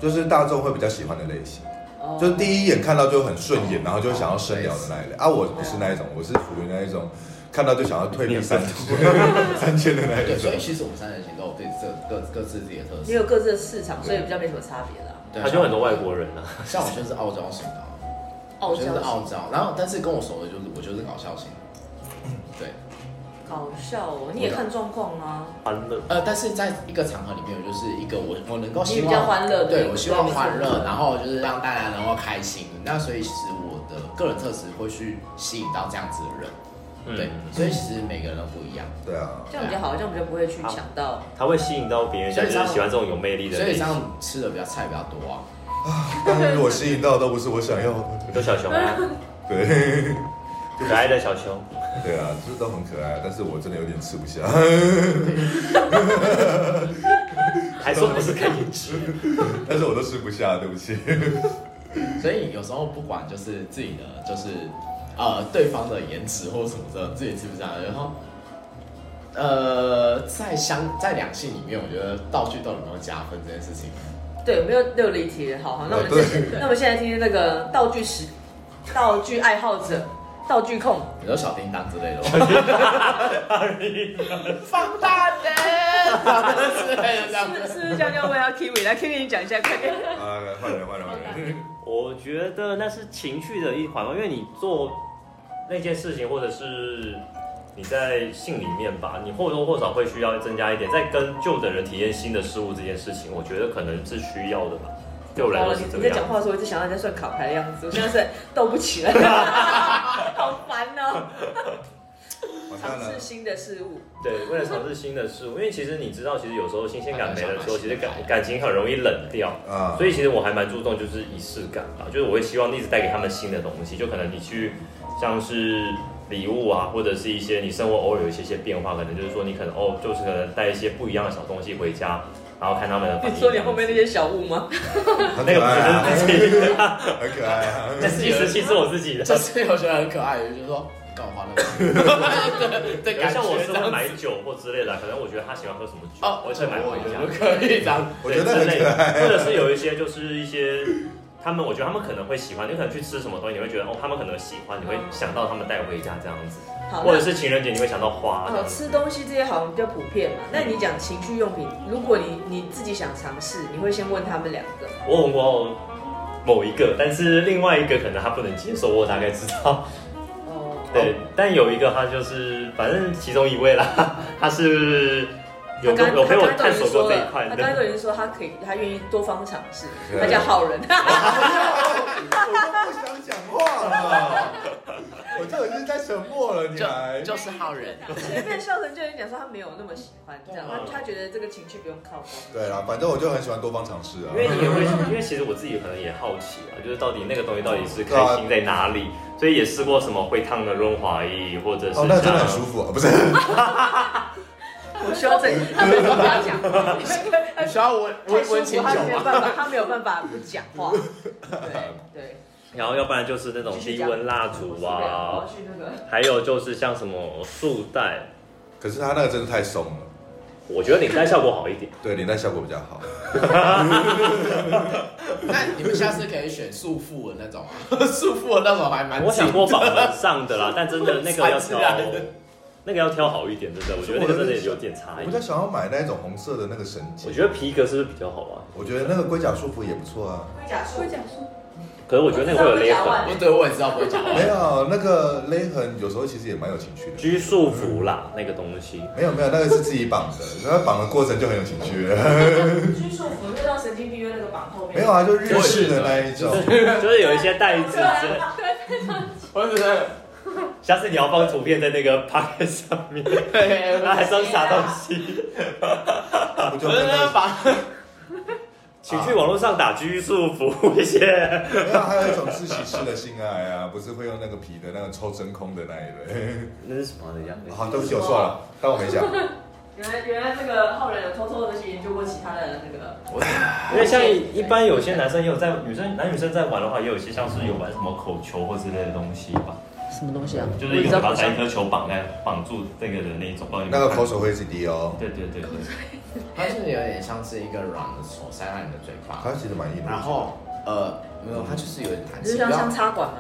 [SPEAKER 5] 就是大众会比较喜欢的类型。
[SPEAKER 3] 哦
[SPEAKER 5] 就是第一眼看到就很顺眼，然后就想要深聊的那一类啊，我不是那一种，我是属于那一种看到就想要退避三三圈的那
[SPEAKER 2] 对，
[SPEAKER 5] 一
[SPEAKER 2] 所
[SPEAKER 5] 种
[SPEAKER 2] 以。其实我们三人行都有对这各各自自己的特
[SPEAKER 3] 也
[SPEAKER 2] 色，
[SPEAKER 3] 有各自的市场，所以比较没什么差别啦。
[SPEAKER 2] 对
[SPEAKER 4] 他就很多外国人啊，
[SPEAKER 2] 像我就是傲娇型的啊，
[SPEAKER 3] 傲
[SPEAKER 2] 我就是
[SPEAKER 3] 娇
[SPEAKER 2] 傲娇，然后但是跟我熟的就是我就是搞笑型的，
[SPEAKER 3] 嗯
[SPEAKER 2] 对，
[SPEAKER 3] 搞笑哦，你也看状况啊。
[SPEAKER 4] 欢乐。
[SPEAKER 2] 呃，但是在一个场合里面，我就是一个我我能够
[SPEAKER 3] 你
[SPEAKER 2] 希
[SPEAKER 3] 比
[SPEAKER 2] 望
[SPEAKER 3] 较欢乐的一
[SPEAKER 2] 对
[SPEAKER 3] 个
[SPEAKER 2] 我希望
[SPEAKER 3] 对
[SPEAKER 2] 欢
[SPEAKER 3] 没错
[SPEAKER 2] 乐，然后就是让大家能够开心。那所以其实我的个人特质会去吸引到这样子的人，对，
[SPEAKER 4] 嗯，
[SPEAKER 2] 所以其实每个人都不一样。
[SPEAKER 5] 对啊，
[SPEAKER 3] 这样比较好，这样比较不会去抢到。
[SPEAKER 4] 他会吸引到别人，
[SPEAKER 2] 所
[SPEAKER 4] 就
[SPEAKER 2] 以
[SPEAKER 4] 是
[SPEAKER 2] 像
[SPEAKER 4] 喜欢这种有魅力的
[SPEAKER 2] 所以
[SPEAKER 4] 类
[SPEAKER 2] 这
[SPEAKER 4] 型。
[SPEAKER 2] 样吃的比较菜比较多啊，
[SPEAKER 5] 但是我吸引到的都不是我想要的。
[SPEAKER 4] 很多小熊 啊，
[SPEAKER 5] 对，
[SPEAKER 4] 可爱的小熊，
[SPEAKER 5] 对啊，就是都很可爱，但是我真的有点吃不下。
[SPEAKER 4] 还说不是看颜值，
[SPEAKER 5] 但是我都吃不下，对不 起。
[SPEAKER 2] 所以有时候不管就是自己的就是呃对方的颜值或什么的，自己吃不下，然后呃在相在两性里面，我觉得道具到底有没有加分这件事情，
[SPEAKER 3] 对，没有六离题了。好好，那我们
[SPEAKER 5] 对
[SPEAKER 3] 现那我们现在听听那个道具使道具爱好者、道具控。
[SPEAKER 2] 比如说小叮当之 类的。
[SPEAKER 4] 对
[SPEAKER 2] 放大灯，之类的这
[SPEAKER 3] 是
[SPEAKER 2] 样
[SPEAKER 3] 不是
[SPEAKER 2] 子。
[SPEAKER 3] 是不是这样要问要 Kiwi 来 Kiwi 你讲一下，快点。
[SPEAKER 5] 啊，换人，换人，换人。
[SPEAKER 4] 我觉得那是情趣的一环吧，因为你做那件事情，或者是你在性里面吧，你或多或少会需要增加一点，在跟旧的人体验新的事物这件事情，我觉得可能是需要的吧。对我来
[SPEAKER 3] 好
[SPEAKER 4] 说
[SPEAKER 3] 了，
[SPEAKER 4] 是
[SPEAKER 3] 哦你
[SPEAKER 4] 这
[SPEAKER 3] 你
[SPEAKER 4] 个
[SPEAKER 3] 在
[SPEAKER 4] 样
[SPEAKER 3] 讲
[SPEAKER 4] 子。
[SPEAKER 3] 话的时候，我一直想到你在算卡牌的样子，我现在是斗不起 来，好烦哦。
[SPEAKER 5] 完蛋
[SPEAKER 3] 尝
[SPEAKER 5] 了
[SPEAKER 3] 试，新的事物，
[SPEAKER 4] 对，为了尝试新的事物，因为其实你知道，其实有时候新鲜感没了之后，其实感
[SPEAKER 2] 啊
[SPEAKER 4] 感情很容易冷掉。
[SPEAKER 5] 啊，
[SPEAKER 4] 所以其实我还蛮注重就是仪式感吧，就是我会希望一直带给他们新的东西，就可能你去像是礼物啊，或者是一些你生活偶尔有一些些变化，可能就是说你可能哦，就是可能带一些不一样的小东西回家，然后看他们的反应。
[SPEAKER 3] 你说你后面那些小物吗？
[SPEAKER 5] 很
[SPEAKER 4] 那个
[SPEAKER 5] 可爱啊，
[SPEAKER 4] 不是自己，
[SPEAKER 5] 很可爱啊。
[SPEAKER 4] 那其实其实我自己的。
[SPEAKER 2] 就是我觉得很可爱，就是说干嘛花 那个钱？对对，
[SPEAKER 4] 可
[SPEAKER 2] 感
[SPEAKER 4] 是
[SPEAKER 2] 觉
[SPEAKER 4] 像我是
[SPEAKER 2] 这样
[SPEAKER 4] 会
[SPEAKER 2] 子
[SPEAKER 4] 买酒或之类的，可能我觉得他喜欢喝什么酒，
[SPEAKER 2] 哦，
[SPEAKER 4] 我会买
[SPEAKER 2] 我
[SPEAKER 4] 回
[SPEAKER 2] 觉
[SPEAKER 4] 家
[SPEAKER 2] 得。可以这样。
[SPEAKER 5] 我
[SPEAKER 4] 对
[SPEAKER 5] 觉得很
[SPEAKER 4] 之类
[SPEAKER 5] 可
[SPEAKER 4] 的
[SPEAKER 5] 爱。
[SPEAKER 4] 或者是有一些就是一些他们，我觉得他们可能会喜欢，你可能去吃什么东西，你会觉得哦，他们可能喜欢，你会想到他们带回家这样子，
[SPEAKER 3] 好，
[SPEAKER 4] 或
[SPEAKER 3] 那
[SPEAKER 4] 者是情人节你会想到花这
[SPEAKER 3] 哦
[SPEAKER 4] 样，子。
[SPEAKER 3] 吃东西这些好像比较普遍嘛。那你讲情趣用品，如果你你自己想尝试，你会先问他们两个。
[SPEAKER 4] 我问过某一个，但是另外一个可能他不能接受，我大概知 道。
[SPEAKER 3] 哦，
[SPEAKER 4] 对，但有一个他就是，反正其中一位啦， 他是有
[SPEAKER 3] 他刚
[SPEAKER 4] 有陪我
[SPEAKER 3] 他刚
[SPEAKER 4] 探
[SPEAKER 3] 刚都
[SPEAKER 4] 索
[SPEAKER 3] 已经说
[SPEAKER 4] 过这一
[SPEAKER 3] 了，
[SPEAKER 4] 块
[SPEAKER 3] 他刚刚都
[SPEAKER 4] 的。
[SPEAKER 3] 已经说他可以，他愿意多方尝 试，
[SPEAKER 5] 对
[SPEAKER 3] 他叫好人。
[SPEAKER 5] 我都不想讲话了，我这已经在沉默了，你还
[SPEAKER 2] 就就是好人，
[SPEAKER 4] 啊
[SPEAKER 3] 前面笑成就已经讲说他没有那么喜欢这样，
[SPEAKER 4] 对啊
[SPEAKER 3] 他他觉得这个情趣不用靠光。
[SPEAKER 5] 对啦，反正我就很喜欢多方尝试啊
[SPEAKER 4] 因。为你也会，因为其实我自己可能也好奇啊，就是到底那个东西到底是
[SPEAKER 5] 对啊
[SPEAKER 4] 开心在哪里，所以也试过什么会烫的润滑液，或者是
[SPEAKER 5] 哦，那真
[SPEAKER 4] 像
[SPEAKER 5] 的很舒服啊，不是？
[SPEAKER 3] 我需要这，他没有办法讲， 他
[SPEAKER 2] 你需要温温温
[SPEAKER 3] 舒
[SPEAKER 2] 情
[SPEAKER 3] 服，他
[SPEAKER 2] 酒
[SPEAKER 3] 没有
[SPEAKER 2] 吗？
[SPEAKER 3] 办法，他没有办法不讲话。对对，
[SPEAKER 4] 然后要不然就是那种低温蜡烛
[SPEAKER 3] 我
[SPEAKER 4] 啊，
[SPEAKER 3] 去那个。
[SPEAKER 4] 还有就是像什么束带，
[SPEAKER 5] 可是它那个真的太松了，
[SPEAKER 4] 我觉得领带效果好一点。
[SPEAKER 5] 对，连带效果比较好。
[SPEAKER 2] 那你们下次可以选束缚的那种啊， 束缚的那种还蛮
[SPEAKER 4] 我
[SPEAKER 2] 紧
[SPEAKER 4] 想过绑门上的啦，但真 的那个要
[SPEAKER 2] 缠起
[SPEAKER 4] 挑
[SPEAKER 2] 来，
[SPEAKER 4] 那个要挑好一点，真的，我觉得那个真的有点差
[SPEAKER 5] 我
[SPEAKER 4] 异
[SPEAKER 5] 比。较想要买那种红色的那个绳结，
[SPEAKER 4] 我觉得皮革是不是比较好啊？
[SPEAKER 5] 我觉得那个龟甲束缚也不错啊。
[SPEAKER 3] 龟甲束
[SPEAKER 6] 会，讲说
[SPEAKER 4] 可是我觉得那个会有勒
[SPEAKER 3] 我知道会夹腕。
[SPEAKER 4] 痕
[SPEAKER 2] 不哦对，我也知道不会 讲话。
[SPEAKER 5] 没有那个勒痕，有时候其实也蛮有情趣的。
[SPEAKER 4] 拘束服啦，那个东西，
[SPEAKER 5] 没有没有，那个是自己绑的，那个绑的过程就很有情趣了。
[SPEAKER 3] 拘束服，就像神经病院那个绑后面
[SPEAKER 5] 没有，啊，就日式的那一种。
[SPEAKER 4] 就是有一些带子之类。
[SPEAKER 2] 我只是
[SPEAKER 4] 下次你要放图片在那个 p o c k e t 上面，那还是要撒东西。啊
[SPEAKER 5] 不就
[SPEAKER 2] 我
[SPEAKER 5] 跟
[SPEAKER 2] 是
[SPEAKER 5] 那个
[SPEAKER 2] 把
[SPEAKER 4] 请去网络上打拘束服一些。
[SPEAKER 5] 没有，还有一种自习式的性爱啊，不是会用那个皮的那个抽真空的那一类。
[SPEAKER 4] 那是什么的样子？
[SPEAKER 5] 好，对不起，我错了，当我没讲。
[SPEAKER 3] 原来原来这个浩然有偷偷的去研究过其他的那个，
[SPEAKER 4] 因为像一般有些男生也有在女生男女生在玩的话，也有一些像是有玩什么口球或之类的东西吧，
[SPEAKER 3] 什么东西啊？
[SPEAKER 4] 就是一个把一颗球绑在绑住那个人那一种，不知道你们
[SPEAKER 5] 那个口水会一直滴哦，
[SPEAKER 4] 对对对对，
[SPEAKER 2] 它就是有点像是一个软的手塞到你的嘴
[SPEAKER 5] 它
[SPEAKER 2] 巴，
[SPEAKER 5] 其实蛮硬的。
[SPEAKER 2] 然后呃没有，它就是有点弹
[SPEAKER 3] 就是
[SPEAKER 2] 性，
[SPEAKER 3] 像
[SPEAKER 2] 不要
[SPEAKER 3] 像插管吗？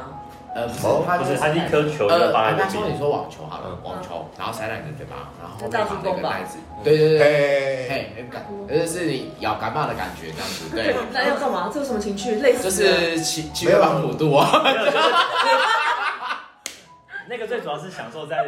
[SPEAKER 2] 呃不
[SPEAKER 5] 哦
[SPEAKER 2] 是，它
[SPEAKER 4] 不
[SPEAKER 2] 就是
[SPEAKER 4] 它是一颗球
[SPEAKER 2] 呃，
[SPEAKER 4] 就放
[SPEAKER 2] 刚
[SPEAKER 4] 在
[SPEAKER 2] 刚
[SPEAKER 4] 你
[SPEAKER 2] 说
[SPEAKER 4] 的
[SPEAKER 2] 你说网球好了
[SPEAKER 4] 嗯，
[SPEAKER 2] 网球，然后塞到你的嘴巴，然后后
[SPEAKER 3] 就
[SPEAKER 2] 面
[SPEAKER 3] 到处
[SPEAKER 2] 绑那
[SPEAKER 3] 攻
[SPEAKER 2] 个
[SPEAKER 3] 吧
[SPEAKER 2] 带子，对对对对，
[SPEAKER 5] 嘿，
[SPEAKER 2] 嘿，嗯感，就是你咬干巴的感觉这样子， 对，
[SPEAKER 3] 那要干嘛？这有什么情趣？类似
[SPEAKER 2] 就是七七月半普渡啊，
[SPEAKER 4] 没有就是 那个最主要是享受在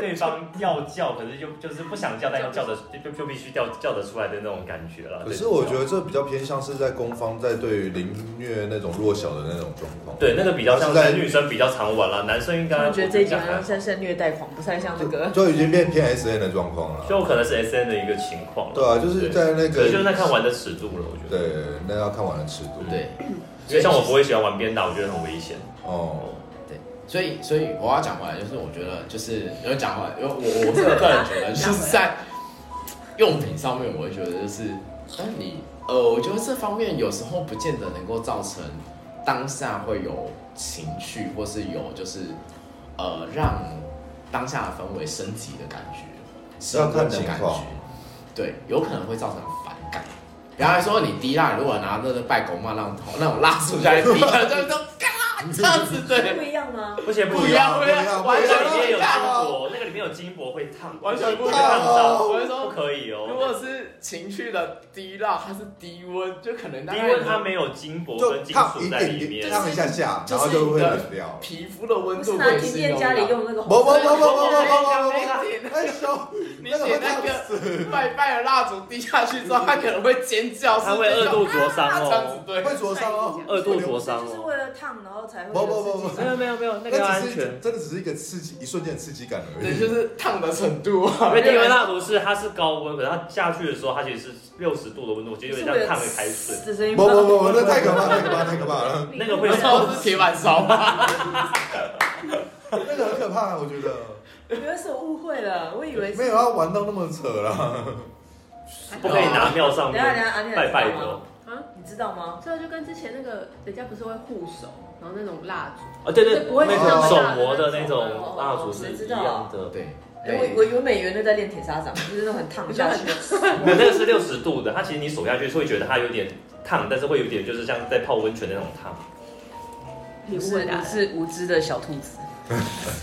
[SPEAKER 4] 对方要叫，可是就就是不想叫，但又叫的就就必须叫叫得出来的那种感觉了。
[SPEAKER 5] 可是我觉得这比较偏向是在攻方在对凌虐那种弱小的那种状况。
[SPEAKER 4] 对，那个比较像是女生比较常玩了，男生应该
[SPEAKER 3] 我觉得这一集啊好像像是虐待狂，不太像那 个
[SPEAKER 5] 就，就已经变偏 S N 的状况了。
[SPEAKER 4] 就可能是 S N 的一个情况了。
[SPEAKER 5] 对啊，就是在那
[SPEAKER 4] 所以就是
[SPEAKER 5] 个
[SPEAKER 4] 在看玩的尺度了，我觉得。
[SPEAKER 5] 对，那要看完了尺度。
[SPEAKER 2] 对，
[SPEAKER 4] 所以像我不会喜欢玩鞭打，我觉得很危险。
[SPEAKER 5] 哦，
[SPEAKER 2] 对，所以所以我要讲回来，就是我觉得就是有讲回来，因为我我我是个人觉得，就是在用品上面，我会觉得就是，那你呃，我觉得这方面有时候不见得能够造成当下会有情绪，或是有就是呃让当下的氛围升级的感觉，升
[SPEAKER 5] 要看
[SPEAKER 2] 温的
[SPEAKER 5] 情
[SPEAKER 2] 感
[SPEAKER 5] 况
[SPEAKER 2] 觉，对，有可能会造成反感。然后还说你滴蜡，如果拿那个拜狗骂那种那种蜡烛下来滴，就就 就嘎这样子对。
[SPEAKER 3] 不一样吗？
[SPEAKER 4] 而且
[SPEAKER 2] 不
[SPEAKER 4] 不
[SPEAKER 2] 一
[SPEAKER 4] 一样，啊
[SPEAKER 2] 样，
[SPEAKER 5] 不
[SPEAKER 2] 不
[SPEAKER 4] 那
[SPEAKER 2] 一样，
[SPEAKER 5] 一样啊
[SPEAKER 2] 完
[SPEAKER 4] 个
[SPEAKER 2] 全
[SPEAKER 4] 里
[SPEAKER 2] 不
[SPEAKER 4] 面
[SPEAKER 2] 一
[SPEAKER 4] 有金
[SPEAKER 2] 样哦。
[SPEAKER 4] 箔，那个里面有金箔会烫，
[SPEAKER 2] 完全不
[SPEAKER 4] 会
[SPEAKER 2] 一啊
[SPEAKER 5] 样
[SPEAKER 4] 烫
[SPEAKER 5] 哦
[SPEAKER 4] 到，
[SPEAKER 2] 我是说
[SPEAKER 4] 不可以哦。
[SPEAKER 2] 如果是情绪的低落，它是低温，就可能大
[SPEAKER 4] 低
[SPEAKER 2] 概
[SPEAKER 4] 温它没有金箔
[SPEAKER 5] 就
[SPEAKER 4] 跟金
[SPEAKER 5] 烫一
[SPEAKER 4] 属在
[SPEAKER 5] 点
[SPEAKER 4] 里
[SPEAKER 5] 点，
[SPEAKER 4] 面，
[SPEAKER 5] 烫一下下，
[SPEAKER 2] 就
[SPEAKER 5] 然
[SPEAKER 2] 是
[SPEAKER 5] 后就会
[SPEAKER 2] 你的
[SPEAKER 5] 冷掉。
[SPEAKER 2] 皮肤的温
[SPEAKER 3] 不是
[SPEAKER 2] 度
[SPEAKER 3] 拿
[SPEAKER 2] 会
[SPEAKER 3] 停
[SPEAKER 2] 是
[SPEAKER 3] 电
[SPEAKER 2] 用
[SPEAKER 3] 家里用那个
[SPEAKER 5] 不不
[SPEAKER 3] 红
[SPEAKER 5] 不不
[SPEAKER 3] 色的，
[SPEAKER 5] 不不不
[SPEAKER 2] 你
[SPEAKER 5] 不不！哎，小，
[SPEAKER 2] 你
[SPEAKER 5] 那个
[SPEAKER 2] 点
[SPEAKER 5] 会
[SPEAKER 2] 那
[SPEAKER 5] 烫
[SPEAKER 2] 个
[SPEAKER 5] 死，
[SPEAKER 2] 拜拜的蜡烛滴下去之后，它可能会尖叫，
[SPEAKER 4] 它会
[SPEAKER 2] 是
[SPEAKER 4] 二度灼伤
[SPEAKER 2] 这样子
[SPEAKER 4] 哦，
[SPEAKER 2] 对。
[SPEAKER 5] 会灼伤哦。
[SPEAKER 4] 二度灼伤
[SPEAKER 3] 就是
[SPEAKER 4] 哦。
[SPEAKER 3] 为了烫然后才会
[SPEAKER 5] 不不不不
[SPEAKER 3] 有刺激
[SPEAKER 4] 没
[SPEAKER 3] 感
[SPEAKER 4] 有没有没有，那
[SPEAKER 5] 那
[SPEAKER 4] 个要安
[SPEAKER 5] 只是
[SPEAKER 4] 全。
[SPEAKER 5] 真的只是一个刺激，一瞬间的刺激感而
[SPEAKER 2] 对，
[SPEAKER 5] 已。
[SPEAKER 2] 就是烫的程度啊
[SPEAKER 4] 因，为低温蜡烛是它是高温，可是它下去的时候，它其实是六十度的温度，其实有点像烫的开水。
[SPEAKER 3] 这声音
[SPEAKER 5] 不不不不，那太可怕，太可怕，太可怕了，
[SPEAKER 4] 那个会
[SPEAKER 2] 那时候是铁板烧吗？
[SPEAKER 5] 那个很可怕，我觉得。
[SPEAKER 3] 原来是我误会了，我以为是
[SPEAKER 5] 没有要玩到那么扯啦。
[SPEAKER 4] 不可以拿庙上
[SPEAKER 3] 等
[SPEAKER 4] 面
[SPEAKER 3] 一下等一下，阿念
[SPEAKER 4] 拜拜的。
[SPEAKER 6] 啊，
[SPEAKER 3] 你知道吗？
[SPEAKER 6] 这就跟之前那个人家不是会护手，然后那种蜡烛，
[SPEAKER 4] 啊，对
[SPEAKER 6] 对不会
[SPEAKER 4] 那
[SPEAKER 5] 像
[SPEAKER 4] 种
[SPEAKER 5] 那
[SPEAKER 4] 手
[SPEAKER 6] 种
[SPEAKER 4] 磨的
[SPEAKER 6] 那
[SPEAKER 4] 那
[SPEAKER 6] 种
[SPEAKER 4] 种蜡烛是
[SPEAKER 3] 谁知
[SPEAKER 4] 一
[SPEAKER 3] 道
[SPEAKER 4] 样的，
[SPEAKER 2] 对，
[SPEAKER 3] 哎我我以为美元就在练铁砂掌，就是那种很烫下去的。
[SPEAKER 4] 没有那个是六十度的，它其实你手下去是会觉得它有点烫，但是会有点就是像在泡温泉那种烫。
[SPEAKER 3] 你是
[SPEAKER 6] 啊
[SPEAKER 3] 你是无知的小兔子，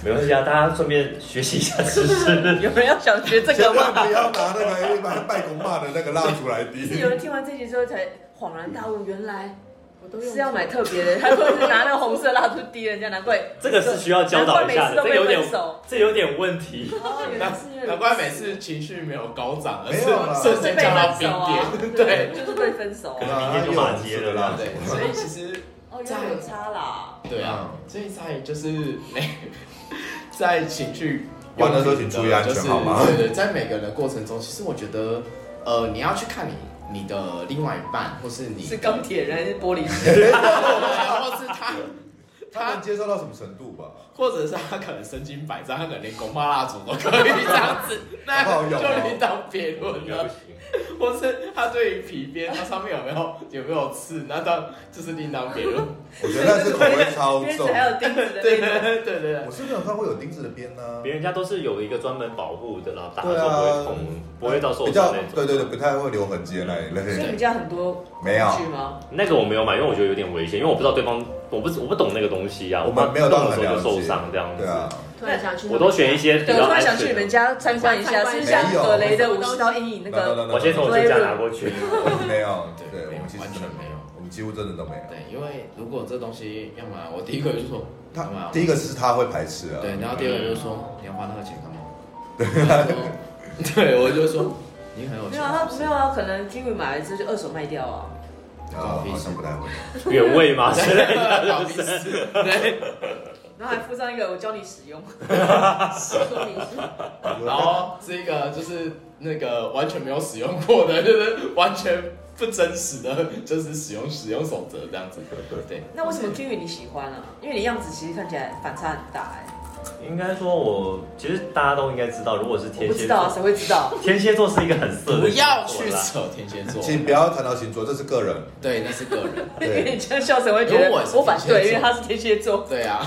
[SPEAKER 4] 没关系啊，大家顺便学习一下知识。
[SPEAKER 3] 有人要想学这个
[SPEAKER 5] 千
[SPEAKER 3] 吗
[SPEAKER 5] 万？不要拿那个一般拜公骂的那个蜡烛来
[SPEAKER 3] 是
[SPEAKER 5] 滴。
[SPEAKER 3] 有人听完这集之后才恍然大悟，原来
[SPEAKER 6] 我都用
[SPEAKER 3] 是要买特别的，他都是拿那个红色蜡烛滴人家，难怪
[SPEAKER 4] 这个是需要教导一下
[SPEAKER 3] 难
[SPEAKER 4] 的，这
[SPEAKER 3] 怪每
[SPEAKER 4] 个
[SPEAKER 3] 次都被
[SPEAKER 4] 有点
[SPEAKER 3] 分手，
[SPEAKER 4] 这有点 问题。
[SPEAKER 3] 哦，原来是因为
[SPEAKER 2] 难怪每次情绪没有高涨，而是
[SPEAKER 5] 没有啦
[SPEAKER 2] 瞬
[SPEAKER 3] 是
[SPEAKER 2] 间
[SPEAKER 3] 被
[SPEAKER 2] 降到
[SPEAKER 3] 分
[SPEAKER 2] 冰
[SPEAKER 3] 手啊，
[SPEAKER 2] 点。对，
[SPEAKER 3] 就是被啊分手啊，
[SPEAKER 4] 能明天就骂街了啦
[SPEAKER 2] 对，所以其实
[SPEAKER 3] 哦，原来有差啦。
[SPEAKER 2] 对啊，所以在就是每在情绪
[SPEAKER 5] 玩的时候请注意安全
[SPEAKER 2] 就是
[SPEAKER 5] 好吗
[SPEAKER 2] 对对，在每个人的过程中，其实我觉得，呃，你要去看你你的另外一半，或是你
[SPEAKER 3] 是钢铁人还是玻璃人？
[SPEAKER 2] 或是他，
[SPEAKER 5] 他能接受到什么程度吧？
[SPEAKER 2] 或者是他可能身经百战，他可能连拱巴蜡烛都可以这样子，那
[SPEAKER 5] 好有
[SPEAKER 2] 就
[SPEAKER 5] 哦
[SPEAKER 2] 另当别论了。或是他对于皮鞭，它上面有没有有没有刺，那当就是另当别论。
[SPEAKER 5] 我觉得那是口味超
[SPEAKER 3] 鞭子
[SPEAKER 5] 重。
[SPEAKER 3] 还有钉子的
[SPEAKER 2] 对
[SPEAKER 3] 那
[SPEAKER 2] 对
[SPEAKER 3] 种。
[SPEAKER 2] 对对对。
[SPEAKER 5] 我是没有看过有钉子的边呢
[SPEAKER 4] 别，人家都是有一个专门保护的啦，打的
[SPEAKER 5] 对
[SPEAKER 4] 时候不会
[SPEAKER 5] 啊
[SPEAKER 4] 痛，不会到受
[SPEAKER 5] 比
[SPEAKER 4] 伤
[SPEAKER 5] 较
[SPEAKER 4] 那种。
[SPEAKER 5] 对对对，不太会留痕迹的那一
[SPEAKER 3] 所以你们
[SPEAKER 5] 类。
[SPEAKER 3] 家很多
[SPEAKER 5] 没有
[SPEAKER 3] 工具吗？
[SPEAKER 4] 那个我没有买，因为我觉得有点危险，因为我不知道对方，我不我不懂那个东西啊，
[SPEAKER 5] 我
[SPEAKER 4] 怕
[SPEAKER 5] 们没有
[SPEAKER 4] 动
[SPEAKER 5] 到
[SPEAKER 4] 的时
[SPEAKER 5] 很
[SPEAKER 4] 候
[SPEAKER 5] 了
[SPEAKER 4] 就
[SPEAKER 5] 解，
[SPEAKER 4] 受伤这样子
[SPEAKER 5] 对。啊，
[SPEAKER 6] 突然想去，
[SPEAKER 4] 我都选一些比
[SPEAKER 3] 对，啊我
[SPEAKER 4] 较
[SPEAKER 3] 突然
[SPEAKER 4] 安
[SPEAKER 3] 想去你
[SPEAKER 4] 全
[SPEAKER 3] 们
[SPEAKER 4] 的。
[SPEAKER 3] 家参观一下，是不是像葛雷的五十道阴影那个？
[SPEAKER 4] 我先从我自己家拿 过去。
[SPEAKER 5] 没有，对，
[SPEAKER 2] 对
[SPEAKER 5] 我们其实
[SPEAKER 2] 完全没有，
[SPEAKER 5] 我们几乎真的都没有。
[SPEAKER 2] 对，因为如果这东西，要么我第一个就说干
[SPEAKER 5] 他
[SPEAKER 2] 嘛？
[SPEAKER 5] 第一个是他会排斥啊，
[SPEAKER 2] 对，然后第二个就说你要花那个钱干嘛？对， 对我就说你很有
[SPEAKER 3] 没
[SPEAKER 2] 钱
[SPEAKER 3] 有，啊，他没 有啊，可能金鱼买了之后就二手卖掉啊。
[SPEAKER 5] 啊，好像不太会。
[SPEAKER 4] 原味吗？之类的
[SPEAKER 2] 好意思，对，
[SPEAKER 3] 然后还附上一个我教你使用，
[SPEAKER 6] 说明书，
[SPEAKER 2] 然后是一个就是那个完全没有使用过的，就是完全不真实的，就是使用使用守则这样子，对，
[SPEAKER 3] 那为什么金鱼你喜欢啊？因为你样子其实看起来反差很大哎、
[SPEAKER 4] 应该说我，其实大家都应该知道，如果是
[SPEAKER 3] 我
[SPEAKER 4] 天
[SPEAKER 3] 不知
[SPEAKER 4] 蝎
[SPEAKER 3] 道啊，
[SPEAKER 4] 座，
[SPEAKER 3] 谁会知道？
[SPEAKER 4] 天蝎座是一个很色的
[SPEAKER 2] 不
[SPEAKER 4] 星座啦
[SPEAKER 2] 要去扯天蝎座，
[SPEAKER 5] 请不要谈到星座，这是个人。
[SPEAKER 2] 对，那是个人，
[SPEAKER 3] 因为你
[SPEAKER 5] 对，
[SPEAKER 3] 这样笑声会觉得
[SPEAKER 2] 如果我是
[SPEAKER 3] 我反对，
[SPEAKER 2] 天蝎座
[SPEAKER 3] 因为他是天蝎 座。
[SPEAKER 2] 对啊，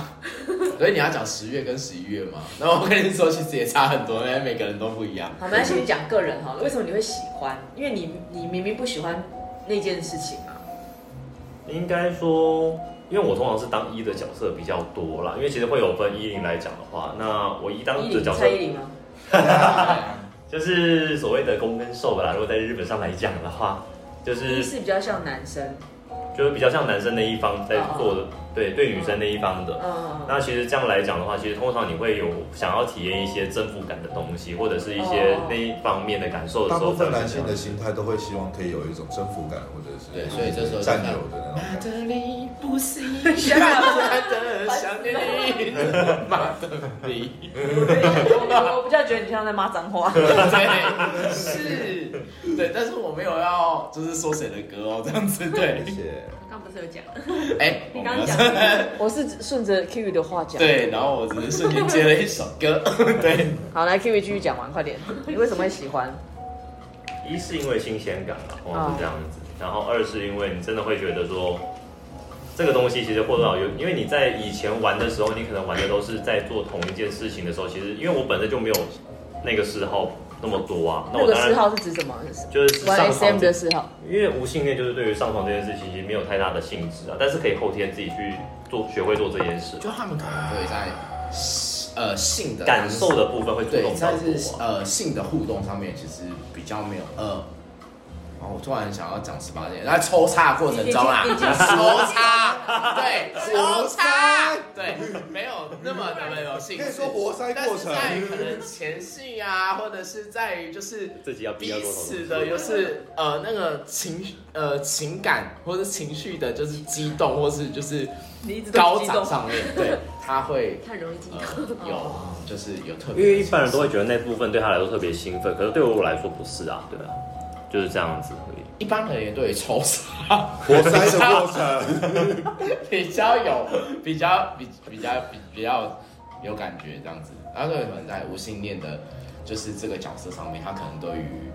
[SPEAKER 2] 所以你要讲十月跟十一月嘛，那我跟你说其实也差很多，因为每个人都不一样，
[SPEAKER 3] 好，没关系，你讲个人好了。为什么你会喜欢？因为你你明明不喜欢那件事情啊。
[SPEAKER 4] 应该说，因为我通常是当一的角色比较多啦，因为其实会有分一零来讲的话，那我一当
[SPEAKER 3] 一
[SPEAKER 4] 的
[SPEAKER 3] 零
[SPEAKER 4] 角色
[SPEAKER 3] 蔡依林吗？
[SPEAKER 4] 就是所谓的攻跟受啦。如果在日本上来讲的话，就
[SPEAKER 3] 一
[SPEAKER 4] 是
[SPEAKER 3] 是比较像男生，
[SPEAKER 4] 就是比较像男生那一方在做的，
[SPEAKER 3] 哦
[SPEAKER 4] 对对女生那一方的。
[SPEAKER 3] 嗯，
[SPEAKER 4] 那其实这样来讲的话，其实通常你会有想要体验一些征服感的东西，或者是一些
[SPEAKER 3] 哦
[SPEAKER 4] 那一方面的感受的
[SPEAKER 5] 大
[SPEAKER 4] 时候，
[SPEAKER 5] 部分
[SPEAKER 4] 才会
[SPEAKER 5] 男性
[SPEAKER 4] 这
[SPEAKER 5] 的
[SPEAKER 4] 样
[SPEAKER 5] 心态都会希望可以有一种征服感，或者是
[SPEAKER 2] 对所以这时候就
[SPEAKER 5] 占
[SPEAKER 2] 看
[SPEAKER 5] 有的那种。
[SPEAKER 2] 马德里不是一个人的想念你，马德里，
[SPEAKER 3] 我比较觉得你像在骂脏话。
[SPEAKER 2] 对，是，对，但是我没有要就是说谁的歌哦，这样子对，
[SPEAKER 5] 谢谢。
[SPEAKER 6] 刚不是有讲，
[SPEAKER 2] 哎，
[SPEAKER 6] 你刚刚讲
[SPEAKER 3] 我是顺着 Kiwi 的话讲。。
[SPEAKER 2] 对，然后我只是瞬间接了一首歌， 对，
[SPEAKER 3] 好，来 Kiwi 继续讲完，快点。你为什么会喜欢？
[SPEAKER 4] 一是因为新鲜感嘛，
[SPEAKER 3] 哦
[SPEAKER 4] 往往是这样子，然后二是因为你真的会觉得说，这个东西其实或多或少有，因为你在以前玩的时候，你可能玩的都是在做同一件事情的时候，其实因为我本身就没有那个嗜好那么多啊，那
[SPEAKER 3] 那
[SPEAKER 4] 我
[SPEAKER 3] 个
[SPEAKER 4] 当
[SPEAKER 3] 嗜
[SPEAKER 4] 然
[SPEAKER 3] 好是指什么？
[SPEAKER 4] 就是
[SPEAKER 3] 玩
[SPEAKER 4] 上
[SPEAKER 3] SM
[SPEAKER 4] 床这
[SPEAKER 3] 的嗜好。
[SPEAKER 4] 因为无性恋就是对于上床这件事情其实没有太大的兴致啊，但是可以后天自己去做，学会做这件事，
[SPEAKER 2] 就他们可能会在呃性的
[SPEAKER 4] 感受的部分会主
[SPEAKER 2] 对，
[SPEAKER 4] 动照
[SPEAKER 2] 在
[SPEAKER 4] 顾
[SPEAKER 2] 是
[SPEAKER 4] 我啊。
[SPEAKER 2] 呃性的互动上面其实比较没有呃。然后我突然想要讲十八禁，在抽插的过程中啦，
[SPEAKER 3] 已经已经
[SPEAKER 2] 抽 插，对，抽插，对，没有那么的没有兴
[SPEAKER 5] 可
[SPEAKER 2] 致
[SPEAKER 5] 以。说活塞
[SPEAKER 2] 但
[SPEAKER 5] 过
[SPEAKER 2] 是
[SPEAKER 5] 程，
[SPEAKER 2] 在于可能前戏啊，或者是在于就是
[SPEAKER 4] 自己要逼要
[SPEAKER 2] 彼
[SPEAKER 4] 做什
[SPEAKER 2] 此
[SPEAKER 4] 么？
[SPEAKER 2] 的，就是呃那个情呃情感或者情绪的，就是激动，或是就是
[SPEAKER 3] 你一直
[SPEAKER 2] 高
[SPEAKER 3] 激
[SPEAKER 2] 涨
[SPEAKER 3] 动。
[SPEAKER 2] 上面，对，他会
[SPEAKER 6] 太容易激
[SPEAKER 2] 呃
[SPEAKER 6] 动，
[SPEAKER 2] 有就是有特别的情绪，
[SPEAKER 4] 因为一般人都会觉得那部分对他来说特别兴奋，可是对我来说不是啊，对啊，就是这样子而已。
[SPEAKER 2] 一般人也对于抽查
[SPEAKER 5] 活塞的过程，
[SPEAKER 2] 比较有比较比比较比比较有感觉这样子，然后可能在无性恋的，就是这个角色上面，他可能对于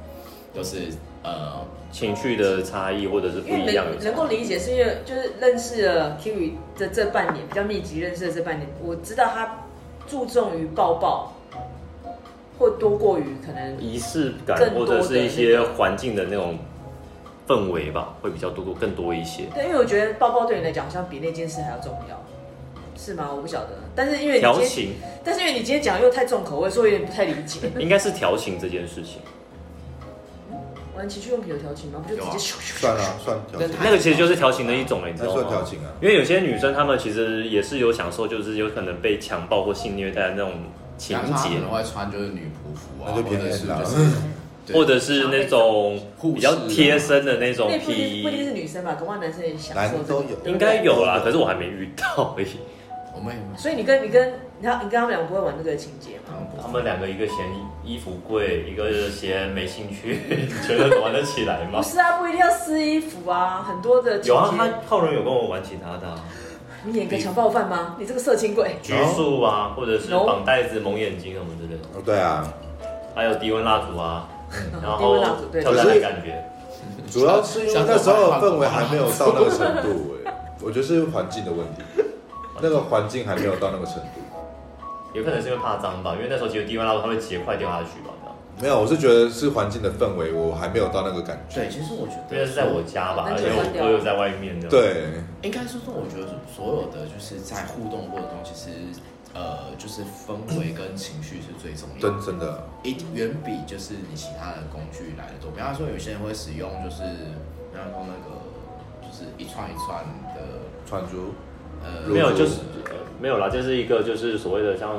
[SPEAKER 2] 都是呃
[SPEAKER 4] 情绪的差异或者是不
[SPEAKER 3] 因为
[SPEAKER 4] 一样
[SPEAKER 3] 能
[SPEAKER 4] 的
[SPEAKER 3] 能
[SPEAKER 4] 差
[SPEAKER 3] 够
[SPEAKER 4] 异。
[SPEAKER 3] 理解，是因为就是认识了 Kiwi 的这半年，比较密集认识的这半年，我知道他注重于抱抱，会多过于可能
[SPEAKER 4] 仪式感
[SPEAKER 3] 更
[SPEAKER 4] 或
[SPEAKER 3] 多的
[SPEAKER 4] 者是一些
[SPEAKER 3] 那个
[SPEAKER 4] 环境的那种氛围吧，会比较多多更多一些。
[SPEAKER 3] 对，因为我觉得抱抱对你来讲好像比那件事还要重要，是吗？我不晓得，但是因为你
[SPEAKER 4] 调
[SPEAKER 3] 今天，
[SPEAKER 4] 情
[SPEAKER 3] 但是因为你今天讲又太重口味，所以我有点不太理解。
[SPEAKER 4] 应该是调情这件事情，
[SPEAKER 3] 玩情趣用品有调情吗？不就直接咻咻咻
[SPEAKER 5] 算啊，算调情
[SPEAKER 3] 嗯
[SPEAKER 2] 但，
[SPEAKER 4] 那个其实就是调情的一种了，你知
[SPEAKER 5] 那
[SPEAKER 4] 道
[SPEAKER 5] 算调
[SPEAKER 4] 吗？
[SPEAKER 5] 情啊。
[SPEAKER 4] 因为有些女生她们其实也是有享受，就是有可能被强暴或性虐待的那种情
[SPEAKER 2] 然后他
[SPEAKER 4] 节
[SPEAKER 2] 可，能会穿就是女仆服啊，
[SPEAKER 5] 那就偏
[SPEAKER 2] 或者是
[SPEAKER 5] 了
[SPEAKER 2] 就是对
[SPEAKER 4] 或者是那种
[SPEAKER 2] 护士啊
[SPEAKER 4] 比较贴身的那种
[SPEAKER 3] 那不一定
[SPEAKER 4] 皮
[SPEAKER 3] 不一定是
[SPEAKER 4] 衣，
[SPEAKER 3] 女生吧，搞不好男生也享
[SPEAKER 5] 男
[SPEAKER 3] 受、这
[SPEAKER 5] 都
[SPEAKER 3] 个。
[SPEAKER 5] 有，
[SPEAKER 4] 应该有啦，可是我还没遇到而已。
[SPEAKER 2] 我们也没
[SPEAKER 3] 所以你跟你跟你看你跟他们两个不会玩那个情节吗？
[SPEAKER 2] 有
[SPEAKER 4] 他们两个一个嫌衣服贵，一个嫌没兴趣， 你觉得玩得起来吗
[SPEAKER 3] 不？是啊，不一定要撕衣服啊，很多的情
[SPEAKER 4] 有啊，
[SPEAKER 3] 节。
[SPEAKER 4] 他浩荣有跟我玩其他的啊、
[SPEAKER 3] 你演个强暴犯吗？你这个色情鬼。
[SPEAKER 4] 拘束啊，或者是绑带子、蒙眼睛什么之类的，
[SPEAKER 5] 哦，对啊，
[SPEAKER 4] 还有低温蜡烛啊， 然
[SPEAKER 3] 低
[SPEAKER 4] 后
[SPEAKER 3] 温蜡烛对
[SPEAKER 4] 跳蛋的感觉。
[SPEAKER 5] 主要是因为那时候的氛围还没有到那个程度、哎，我觉得是环境的问题，那个环境还没有到那个程度。
[SPEAKER 4] 有可能是因为怕脏吧，因为那时候其实低温蜡烛它会结块掉下去吧，
[SPEAKER 5] 没有，我是觉得是环境的氛围，我还没有到那个感觉。
[SPEAKER 2] 对，其实我觉
[SPEAKER 4] 因为
[SPEAKER 2] 得
[SPEAKER 4] 是在我家吧，
[SPEAKER 6] 那
[SPEAKER 4] 而
[SPEAKER 6] 就
[SPEAKER 4] 且
[SPEAKER 6] 关掉
[SPEAKER 4] 我都有在外面的。，
[SPEAKER 5] 对，
[SPEAKER 2] 应该说是我觉得所有的就是在互动过程中，其实呃就是氛围跟情绪是最重要的。
[SPEAKER 5] 真真的，
[SPEAKER 2] 一定远比就是你其他的工具来的多。比方说，有些人会使用就是，比方说那个就是一串一串的，
[SPEAKER 5] 串珠
[SPEAKER 2] 呃，
[SPEAKER 4] 没有就是呃没有啦，就是一个就是所谓的像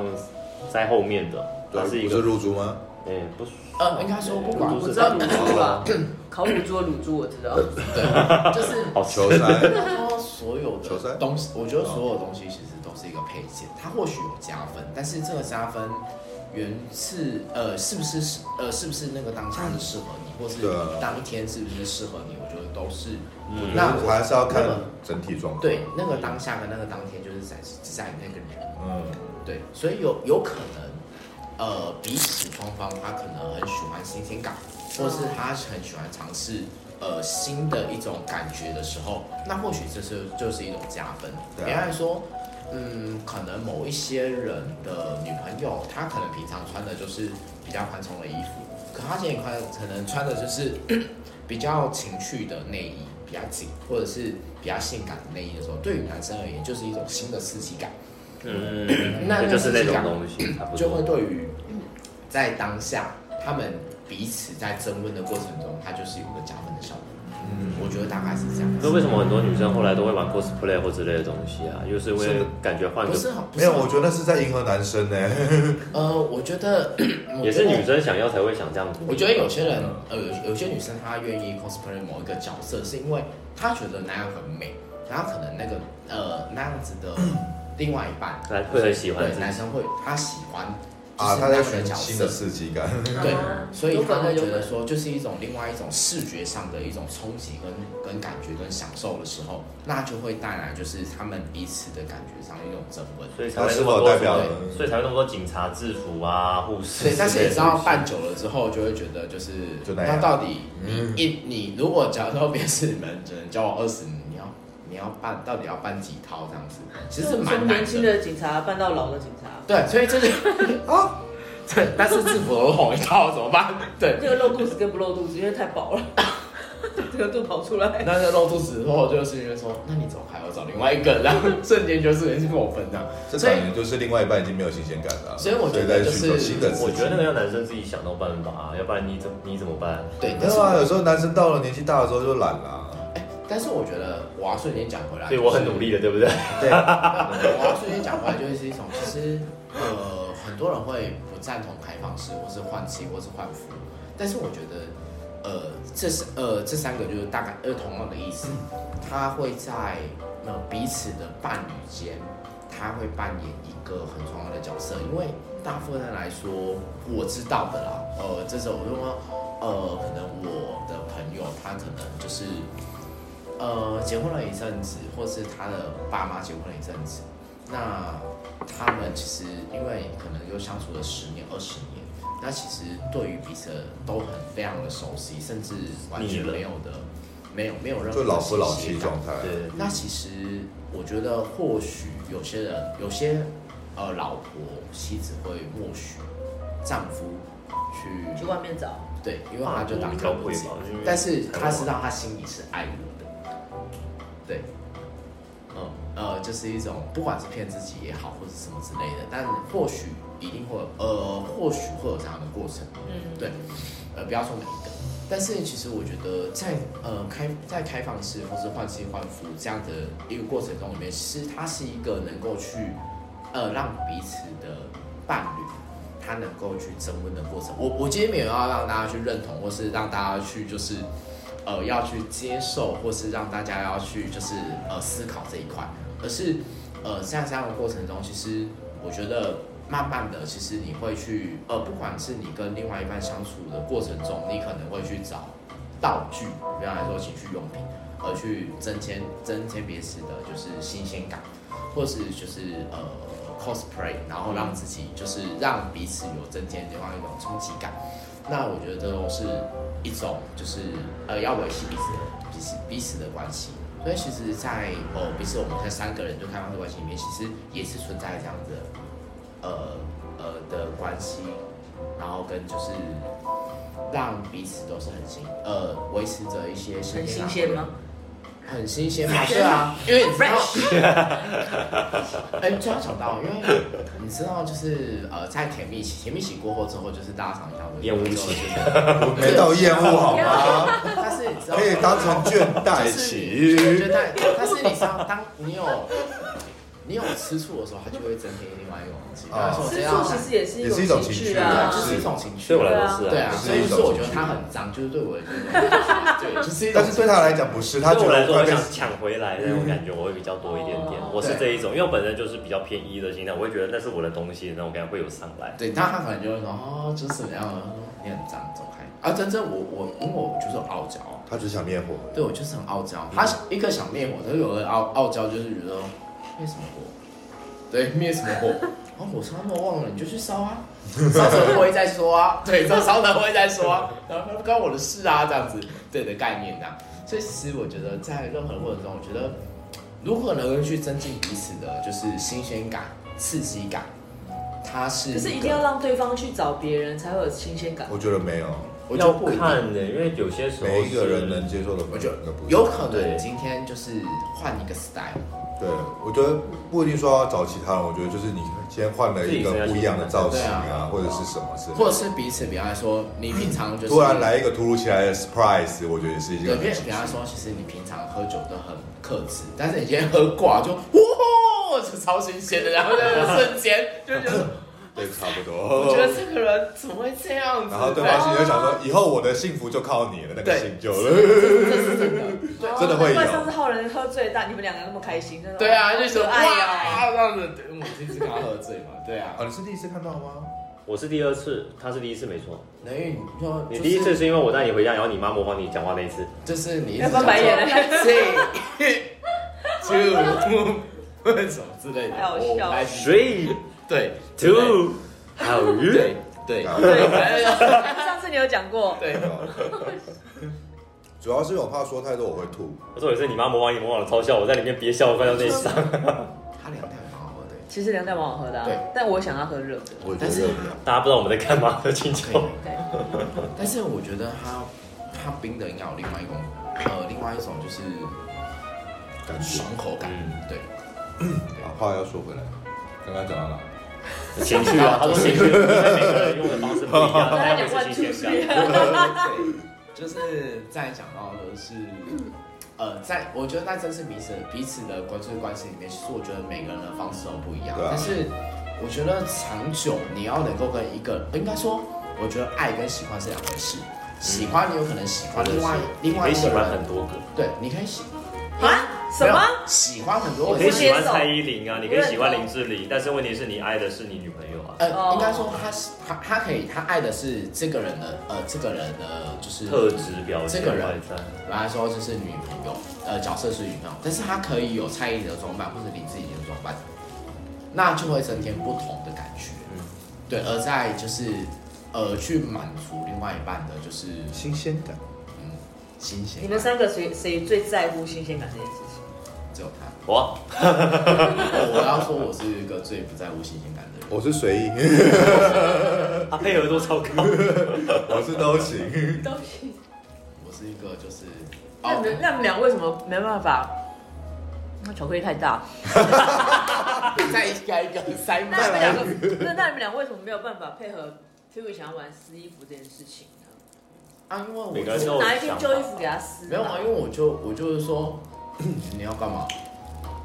[SPEAKER 4] 在后面的，它
[SPEAKER 5] 对，
[SPEAKER 4] 是一
[SPEAKER 5] 不是
[SPEAKER 4] 个
[SPEAKER 5] 入珠吗？
[SPEAKER 4] 哎不是
[SPEAKER 2] 呃，应该说不管
[SPEAKER 4] 不
[SPEAKER 3] 我
[SPEAKER 4] 是
[SPEAKER 3] 知道乳猪吧，烤乳猪的乳猪我知
[SPEAKER 5] 呃
[SPEAKER 3] 道。
[SPEAKER 2] 对，就是
[SPEAKER 4] 好
[SPEAKER 5] 球塞，
[SPEAKER 2] 他说所有
[SPEAKER 5] 球
[SPEAKER 2] 的
[SPEAKER 5] 赛啊
[SPEAKER 2] 东西，我觉得所有东西其实都是一个配件，它或许有加分，但是这个加分源自呃是不是呃是不是那个当下是适合你，或是
[SPEAKER 5] 对啊
[SPEAKER 2] 当天是不是适合你，我觉得都是
[SPEAKER 4] 嗯
[SPEAKER 2] 那
[SPEAKER 5] 我还是要看
[SPEAKER 2] 那么
[SPEAKER 5] 整体状况。
[SPEAKER 2] 对那个当下跟那个当天就是在只在那个人。
[SPEAKER 5] 嗯，
[SPEAKER 2] 对，所以有有可能，呃，彼此双方他可能很喜欢新鲜感，或是他很喜欢尝试呃新的一种感觉的时候，那或许这是就是一种加分。
[SPEAKER 5] 对啊
[SPEAKER 2] 比方说，嗯，可能某一些人的女朋友，她可能平常穿的就是比较宽松的衣服，可她现在可能可能穿的就是 比较情趣的内衣，比较紧，或者是比较性感的内衣的时候，对于男生而言就是一种新的刺激感。
[SPEAKER 4] 嗯，
[SPEAKER 2] 那
[SPEAKER 4] 对就是那
[SPEAKER 2] 那是这
[SPEAKER 4] 种
[SPEAKER 2] 样
[SPEAKER 4] 东西，差不
[SPEAKER 2] 就会
[SPEAKER 4] 多。
[SPEAKER 2] 对于在当下他们彼此在争论的过程中，它就是有个加分的效果。嗯，我觉得大概是这样
[SPEAKER 4] 那。为什么很多女生后来都会玩 cosplay 或之类的东西啊？就是因为感觉换
[SPEAKER 2] 不
[SPEAKER 4] 个
[SPEAKER 2] 是很
[SPEAKER 5] 没有，我觉得那是在迎合男生呢、
[SPEAKER 2] 呃，我觉得
[SPEAKER 4] 也是女。
[SPEAKER 2] 我觉得
[SPEAKER 4] 生想要才会想这样子。
[SPEAKER 2] 我觉得有些人，呃，有有些女生她愿意 cosplay 某一个角色，是因为她觉得那样很美，然后可能那个呃那样子的另外一半
[SPEAKER 4] 来会很喜欢自
[SPEAKER 2] 对
[SPEAKER 4] 己
[SPEAKER 2] 男生会他喜欢
[SPEAKER 5] 啊，
[SPEAKER 2] 就
[SPEAKER 5] 他
[SPEAKER 2] 是那
[SPEAKER 5] 在
[SPEAKER 2] 样的
[SPEAKER 5] 寻
[SPEAKER 2] 角
[SPEAKER 5] 新的
[SPEAKER 2] 色，
[SPEAKER 5] 刺激感。
[SPEAKER 2] 对
[SPEAKER 6] 啊，
[SPEAKER 2] 所以
[SPEAKER 6] 有可
[SPEAKER 2] 他
[SPEAKER 6] 能
[SPEAKER 2] 会觉
[SPEAKER 6] 有可
[SPEAKER 2] 得
[SPEAKER 6] 能
[SPEAKER 2] 说，就是一种另外一种视觉上的一种冲击跟跟感觉跟享受的时候，那就会带来就是他们彼此的感觉上的一种增温。
[SPEAKER 4] 所以才
[SPEAKER 5] 他
[SPEAKER 4] 会那
[SPEAKER 5] 是
[SPEAKER 4] 么
[SPEAKER 5] 否
[SPEAKER 4] 多
[SPEAKER 5] 代表了？
[SPEAKER 4] 所以才会那么多警察制服啊、护士之
[SPEAKER 2] 对
[SPEAKER 4] 类，的东西。
[SPEAKER 2] 但是你知道，办久了之后就会觉得就是，
[SPEAKER 5] 就那样
[SPEAKER 2] 那到底你一你如果假如说别是你们只能交往二十年，你要你要办到底要办几套这样子，其实蛮
[SPEAKER 3] 从
[SPEAKER 2] 难
[SPEAKER 3] 年轻
[SPEAKER 2] 的。
[SPEAKER 3] 的警察扮到老的警察，
[SPEAKER 2] 对，所以这就 啊，对，但是制服都同一套怎么办？对，
[SPEAKER 3] 这个露肚子跟不露肚子，因为太薄了， 这个肚跑出来。
[SPEAKER 2] 那个露肚子之后，就是因为说，那你走开，我找另外一个，然后瞬间就是人我分了。
[SPEAKER 5] 这
[SPEAKER 2] 所以
[SPEAKER 5] 感觉就是另外一半已经没有新鲜感了、啊
[SPEAKER 2] 所以我觉得
[SPEAKER 5] 在
[SPEAKER 2] 就
[SPEAKER 5] 寻求
[SPEAKER 2] 是
[SPEAKER 5] 新的刺
[SPEAKER 4] 我
[SPEAKER 5] 激
[SPEAKER 4] 觉。得那个要男生自己想到办法啊，要不然你怎你怎么办？
[SPEAKER 2] 对，
[SPEAKER 5] 没
[SPEAKER 2] 但是
[SPEAKER 5] 有啊，有
[SPEAKER 2] 我
[SPEAKER 5] 时候男生到了年纪大的时候就懒了、啊
[SPEAKER 2] 哎，但是我觉得我要瞬间讲回来，
[SPEAKER 4] 对我很努力的，对不对？
[SPEAKER 2] 就是。啊对， 啊我要瞬间讲回来，就是一种，其实呃，很多人会不赞同开放式，或是换气，或是换服，但是我觉得，呃，这是呃这三个就是大概呃同样的意思，它会在呃彼此的伴侣间他会扮演一个很重要的角色，因为大部分人来说，我知道的啦，呃，这是我用了，呃，可能我的朋友他可能就是，呃，结婚了一阵子，或是他的爸妈结婚了一阵子，呃那他们其实因为可能又相处了十年、二十年，那其实对于彼此的都很非常的熟悉，甚至完全没有的，没有没有任何
[SPEAKER 5] 就老夫老
[SPEAKER 2] 新鲜
[SPEAKER 5] 妻
[SPEAKER 2] 感
[SPEAKER 5] 状态。
[SPEAKER 4] 对，
[SPEAKER 2] 那其实我觉得，或许有些人，有些呃，老婆妻子会默许丈夫
[SPEAKER 1] 去
[SPEAKER 2] 去
[SPEAKER 1] 外面 找，
[SPEAKER 2] 对，因为他就当
[SPEAKER 4] 法
[SPEAKER 2] 看不见
[SPEAKER 4] 国比较会吧因为，
[SPEAKER 2] 但是他知道他心里是爱我的，对，嗯呃，就是一种不管是骗自己也好，或者什么之类的，但或许一定会有呃，或许会有这样的过程，
[SPEAKER 3] 嗯，
[SPEAKER 2] 对，呃，不要说每一个，但是其实我觉得在呃开在开放式或是换妻换夫这样的一个过程中里面，其实它是一个能够去呃让彼此的伴侣。他能够去升温的过程，我我今天没有要让大家去认同，或是让大家去就是，呃，要去接受，或是让大家要去就是呃思考这一块，而是呃像这样的过程中，其实我觉得慢慢的，其实你会去呃，不管是你跟另外一半相处的过程中，你可能会去找道具，比方来说情趣用品，而去增添增添彼此的就是新鲜感，或是就是呃 cosplay，然后让自己就是让彼此有增添另外一种冲击感。那我觉得这都是一种就是呃要维系彼此的彼此彼此的关系。所以其实在，呃彼此我们在三个人就开放式关系里面，其实也是存在这样子的呃呃的关系，然后跟就是让彼此都是很新呃维持着一些啊
[SPEAKER 3] 很
[SPEAKER 2] 感
[SPEAKER 3] 新鲜吗？？
[SPEAKER 2] 很新鲜 嘛，对啊，因为你知道， 哎，突然想到，因为你知道，就是呃，在甜蜜期、甜蜜期过后之后，就是大家常常会
[SPEAKER 4] 厌恶期
[SPEAKER 5] 我没到厌恶好吗？
[SPEAKER 2] 但是你知 道，
[SPEAKER 5] 可以当成倦
[SPEAKER 2] 就
[SPEAKER 5] 怠
[SPEAKER 2] 是你就觉
[SPEAKER 5] 期。
[SPEAKER 2] 得但是你知道，当你有你有吃醋的时候，它就会增添另外一种东西。
[SPEAKER 5] 哦
[SPEAKER 2] 所以我
[SPEAKER 3] 吃醋
[SPEAKER 2] 这样
[SPEAKER 3] 其实也是
[SPEAKER 5] 也是
[SPEAKER 3] 一
[SPEAKER 5] 一种
[SPEAKER 3] 种情
[SPEAKER 5] 情
[SPEAKER 3] 绪
[SPEAKER 5] 绪
[SPEAKER 2] 对，
[SPEAKER 3] 啊
[SPEAKER 5] 啊，
[SPEAKER 2] 这是一
[SPEAKER 5] 是
[SPEAKER 2] 一种情绪。
[SPEAKER 4] 对我来说是
[SPEAKER 2] 对啊，
[SPEAKER 5] 也是
[SPEAKER 2] 所以
[SPEAKER 5] 一种
[SPEAKER 2] 说我觉
[SPEAKER 5] 情
[SPEAKER 2] 得
[SPEAKER 5] 绪
[SPEAKER 2] 它很脏，就是对我来说，对，就是一种
[SPEAKER 5] 但是对他来讲不是，他
[SPEAKER 4] 对
[SPEAKER 5] 觉
[SPEAKER 4] 我来
[SPEAKER 5] 得
[SPEAKER 4] 说，
[SPEAKER 5] 快
[SPEAKER 4] 我
[SPEAKER 5] 被
[SPEAKER 4] 想抢回来那种感觉，我会比较多一点
[SPEAKER 2] 哦
[SPEAKER 4] 点。我是这一种，因为我本身就是比较偏一的心态，我会觉得那是我的东西，那我感觉会有上来。
[SPEAKER 2] 对，那他可能就会说哦，就是怎么样，你很脏，走开。啊，真正我我因为我就是很傲娇，
[SPEAKER 5] 他只想灭火。
[SPEAKER 2] 对我就是很傲娇。他一个想灭火，但是有的傲傲娇就是觉得灭什么火，对，灭什么火， 然后哦火烧那么旺了，你就去烧啊， 烧成灰再说 啊，对，烧烧成灰再说啊，然后不关我的事啊，这样子，对的概念这样。所以其实我觉得在任何过程中，我觉得如何能够去增进彼此的就是新鲜感、刺激感，它是
[SPEAKER 3] 可是一
[SPEAKER 2] 个
[SPEAKER 3] 定要让对方去找别人才会有新鲜感。
[SPEAKER 5] 我觉得没有，
[SPEAKER 2] 我
[SPEAKER 4] 要
[SPEAKER 2] 就不一定
[SPEAKER 4] 看呢、因为有些时候
[SPEAKER 5] 每一个人
[SPEAKER 4] 是
[SPEAKER 5] 能接受的
[SPEAKER 2] 我
[SPEAKER 5] 范围
[SPEAKER 2] 就
[SPEAKER 5] 应该不一样
[SPEAKER 2] 有可能
[SPEAKER 4] 对
[SPEAKER 2] 今天就是换一个 style，
[SPEAKER 5] 对，我觉得不一定说要找其他人，我觉得就是你先换了一个不一样的造型
[SPEAKER 2] 对啊
[SPEAKER 5] 啊，或者是什么之类的
[SPEAKER 2] 或者是彼此，比方说你平常就是
[SPEAKER 5] 突然来一个突如其来的 surprise，我觉得也是一
[SPEAKER 2] 对，
[SPEAKER 5] 个
[SPEAKER 2] 因
[SPEAKER 5] 很
[SPEAKER 2] 为
[SPEAKER 5] 新
[SPEAKER 2] 比
[SPEAKER 5] 鲜
[SPEAKER 2] 方说，其实你平常喝酒都很克制，但是你今天喝挂就哇，就超新鲜的，然后那个瞬间就觉得，
[SPEAKER 5] 对， 差不
[SPEAKER 2] 我觉得
[SPEAKER 5] 多。
[SPEAKER 2] 这个人怎么会这样子？
[SPEAKER 5] 然后对方心里就想说，以后我的幸福就靠你了，那个
[SPEAKER 2] 对
[SPEAKER 5] 心就对
[SPEAKER 2] 这是真的，
[SPEAKER 5] 真的会
[SPEAKER 3] 哦
[SPEAKER 5] 有
[SPEAKER 3] 难怪上次浩仁喝醉大，你们两个那么开心，真的。
[SPEAKER 2] 对啊，就觉得
[SPEAKER 3] 可
[SPEAKER 2] 哇，
[SPEAKER 3] 爱呀。
[SPEAKER 4] 啊
[SPEAKER 2] 这样子，对我这次刚喝醉嘛，对啊，
[SPEAKER 5] 啊，你是第一次看到吗？
[SPEAKER 4] 我是第二次，他是第一次，没错。
[SPEAKER 2] 等于你说
[SPEAKER 4] 你第一次是因为我带你回家，然后你妈模仿你讲话那一次。
[SPEAKER 2] 就是你一直
[SPEAKER 3] 要翻白眼了
[SPEAKER 2] 就 什么之类的，
[SPEAKER 3] 太好
[SPEAKER 2] 我
[SPEAKER 3] 笑了
[SPEAKER 2] 来
[SPEAKER 4] Three,
[SPEAKER 2] 对
[SPEAKER 4] two, 嗯 how
[SPEAKER 2] 对
[SPEAKER 4] you？
[SPEAKER 2] 对
[SPEAKER 5] 啊
[SPEAKER 2] 对反正
[SPEAKER 3] 上次你有讲过，
[SPEAKER 2] 对。
[SPEAKER 5] 没有主要是因为我怕说太多我会吐，
[SPEAKER 4] 我说也是你妈模仿你模仿的超笑，我在里面憋笑，我快到内伤。
[SPEAKER 2] 他凉太蛮好喝的，
[SPEAKER 3] 其实凉带蛮好喝的、啊，
[SPEAKER 2] 对，
[SPEAKER 3] 但我想要喝热的。
[SPEAKER 5] 我觉
[SPEAKER 2] 但
[SPEAKER 5] 得
[SPEAKER 2] 是
[SPEAKER 5] 热量
[SPEAKER 4] 大家不知道我们在干嘛的请 求。
[SPEAKER 2] 但是我觉得他他冰的应该有另外一种，呃，另外一种就是
[SPEAKER 5] 感觉
[SPEAKER 2] 爽。口感，
[SPEAKER 4] 嗯
[SPEAKER 2] 对，
[SPEAKER 5] 好，话要说回来，刚刚讲到哪？
[SPEAKER 4] 情绪啊，他说情绪，因为每个人用的方式不一样，
[SPEAKER 3] 我
[SPEAKER 4] 大
[SPEAKER 3] 在
[SPEAKER 4] 家
[SPEAKER 3] 讲
[SPEAKER 4] 会新鲜感。
[SPEAKER 2] 对，就是在讲到的是，
[SPEAKER 3] 嗯
[SPEAKER 2] 呃，在我觉得在正式彼此彼此的关注关系里面，其实我觉得每个人的方式都不一样，
[SPEAKER 5] 对啊
[SPEAKER 2] 但是我觉得长久你要能够跟一个，应该说，我觉得爱跟喜欢是两回事，喜欢你有可能喜欢另外另
[SPEAKER 4] 嗯
[SPEAKER 2] 外
[SPEAKER 4] 你
[SPEAKER 2] 一
[SPEAKER 4] 喜
[SPEAKER 2] 个
[SPEAKER 4] 欢
[SPEAKER 2] 人
[SPEAKER 4] 很，多个，
[SPEAKER 2] 对，你可以喜
[SPEAKER 3] 啊？ 什么？？
[SPEAKER 2] 喜欢很
[SPEAKER 4] 你
[SPEAKER 2] 多
[SPEAKER 4] 可
[SPEAKER 2] 人
[SPEAKER 4] 以。喜欢蔡依林啊，你可以喜欢林志玲，但是问题是你爱的是你女朋友啊，
[SPEAKER 2] 呃，
[SPEAKER 3] 哦
[SPEAKER 2] 应该说他是他他可以他爱的是这个人的呃这个人的就是
[SPEAKER 4] 特质表现
[SPEAKER 2] 这个人
[SPEAKER 4] 外在。
[SPEAKER 2] 本来说就是女朋友，呃角色是女朋友，但是他可以有蔡依林的装扮或者林志颖的装扮，那就会增添不同的感觉。
[SPEAKER 4] 嗯
[SPEAKER 2] 对，而在就是呃去满足另外一半的就是
[SPEAKER 5] 新鲜感。
[SPEAKER 2] 嗯新鲜感。
[SPEAKER 3] 你们三个谁谁最在乎新鲜感这件事情？
[SPEAKER 2] 只有他，
[SPEAKER 4] 我
[SPEAKER 2] 我要说我是一个最不在乎新鲜感的人。
[SPEAKER 5] 我是随意，
[SPEAKER 4] 他配合度超高，
[SPEAKER 5] 我是都行。
[SPEAKER 6] 都行。
[SPEAKER 2] 我是一个就是，哦
[SPEAKER 3] 那你们那你们俩为什么没办法？那巧克力太大，
[SPEAKER 2] 再加一个塞
[SPEAKER 3] 那你们两
[SPEAKER 2] 满。
[SPEAKER 3] 个，那那你们俩为什么没有办法配合 Fury 想要玩撕衣服这件事情呢？
[SPEAKER 2] 啊，因为我
[SPEAKER 4] 每个人
[SPEAKER 2] 就
[SPEAKER 4] 都有
[SPEAKER 3] 拿一件
[SPEAKER 4] 想
[SPEAKER 3] 旧衣
[SPEAKER 4] 法。
[SPEAKER 3] 服给他撕，
[SPEAKER 2] 没有啊，因为我就我就是说嗯你要干嘛？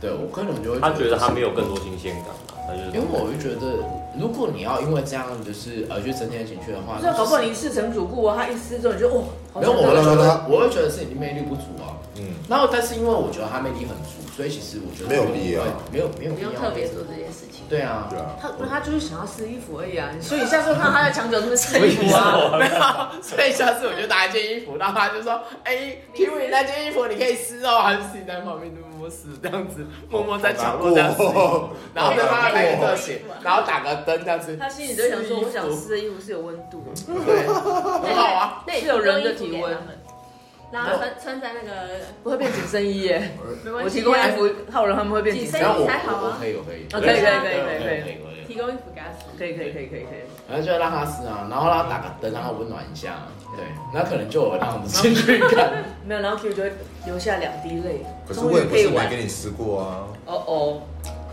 [SPEAKER 2] 对我可能就会
[SPEAKER 4] 他觉得他没有更多新鲜感嘛，他就是
[SPEAKER 2] 因为我就觉得，如果你要因为这样就是呃去增添情趣的话，
[SPEAKER 3] 不是啊，搞不好
[SPEAKER 2] 就是
[SPEAKER 3] 你是成主顾啊，他一撕之后你就哦，好
[SPEAKER 2] 没有，
[SPEAKER 3] 想
[SPEAKER 2] 我
[SPEAKER 3] 弄
[SPEAKER 2] 会觉
[SPEAKER 5] 让
[SPEAKER 2] 得
[SPEAKER 5] 他
[SPEAKER 2] 我会觉得是你的魅力不足啊。
[SPEAKER 5] 嗯，
[SPEAKER 2] 然后，但是因为我觉得他魅力很足，所以其实我觉得
[SPEAKER 5] 没有必要
[SPEAKER 2] 对没有没有
[SPEAKER 6] 不
[SPEAKER 2] 必要
[SPEAKER 6] 用特别做这件事情。
[SPEAKER 2] 对啊
[SPEAKER 5] 对，啊，
[SPEAKER 3] 他他就是想要撕衣服而已啊，所以你下次看到他在墙角那边撕衣服啊，
[SPEAKER 2] 没有，所以下次我就拿一件衣服，然后他就说：“哎、t i m 那件衣服你可以撕哦。”还是自己在旁边默默撕，这样子， 默默
[SPEAKER 5] 啊
[SPEAKER 2] 在角落这样撕，
[SPEAKER 5] 哦
[SPEAKER 2] 然后再帮他来个特
[SPEAKER 6] 好
[SPEAKER 2] 写
[SPEAKER 6] 难过，
[SPEAKER 2] 然后打个灯这样子。
[SPEAKER 3] 他心里就想说，我想
[SPEAKER 2] 撕衣服，
[SPEAKER 3] 撕的衣服是有温度的。
[SPEAKER 2] 对，很好啊。
[SPEAKER 6] 那也
[SPEAKER 3] 是有人的体温，
[SPEAKER 6] 然后穿穿在那个
[SPEAKER 3] 我会变紧身衣耶！
[SPEAKER 6] 没关系啊，
[SPEAKER 3] 我提供衣服，浩仁他们会变紧身
[SPEAKER 6] 紧
[SPEAKER 2] 然
[SPEAKER 3] 衣。
[SPEAKER 2] 后我
[SPEAKER 6] 身体才好啊
[SPEAKER 2] 我可以我可以，
[SPEAKER 3] 哦
[SPEAKER 6] 可以可以
[SPEAKER 2] 对
[SPEAKER 3] 可以
[SPEAKER 2] 对可
[SPEAKER 6] 可以
[SPEAKER 2] 以可以可
[SPEAKER 6] 提
[SPEAKER 2] 以，
[SPEAKER 6] 供衣服给他洗。
[SPEAKER 3] 可以可以可以可以可以。
[SPEAKER 2] 然后就让他撕啊，然后让他打个灯，让他温暖一下，对，那可能就有那种进去感。
[SPEAKER 3] 没有，然后 Q 就会流下两滴泪。
[SPEAKER 5] 可是
[SPEAKER 3] 终于
[SPEAKER 5] 我也不
[SPEAKER 3] 可以
[SPEAKER 5] 是
[SPEAKER 3] 玩
[SPEAKER 5] 没给你撕过啊。
[SPEAKER 3] 哦哦，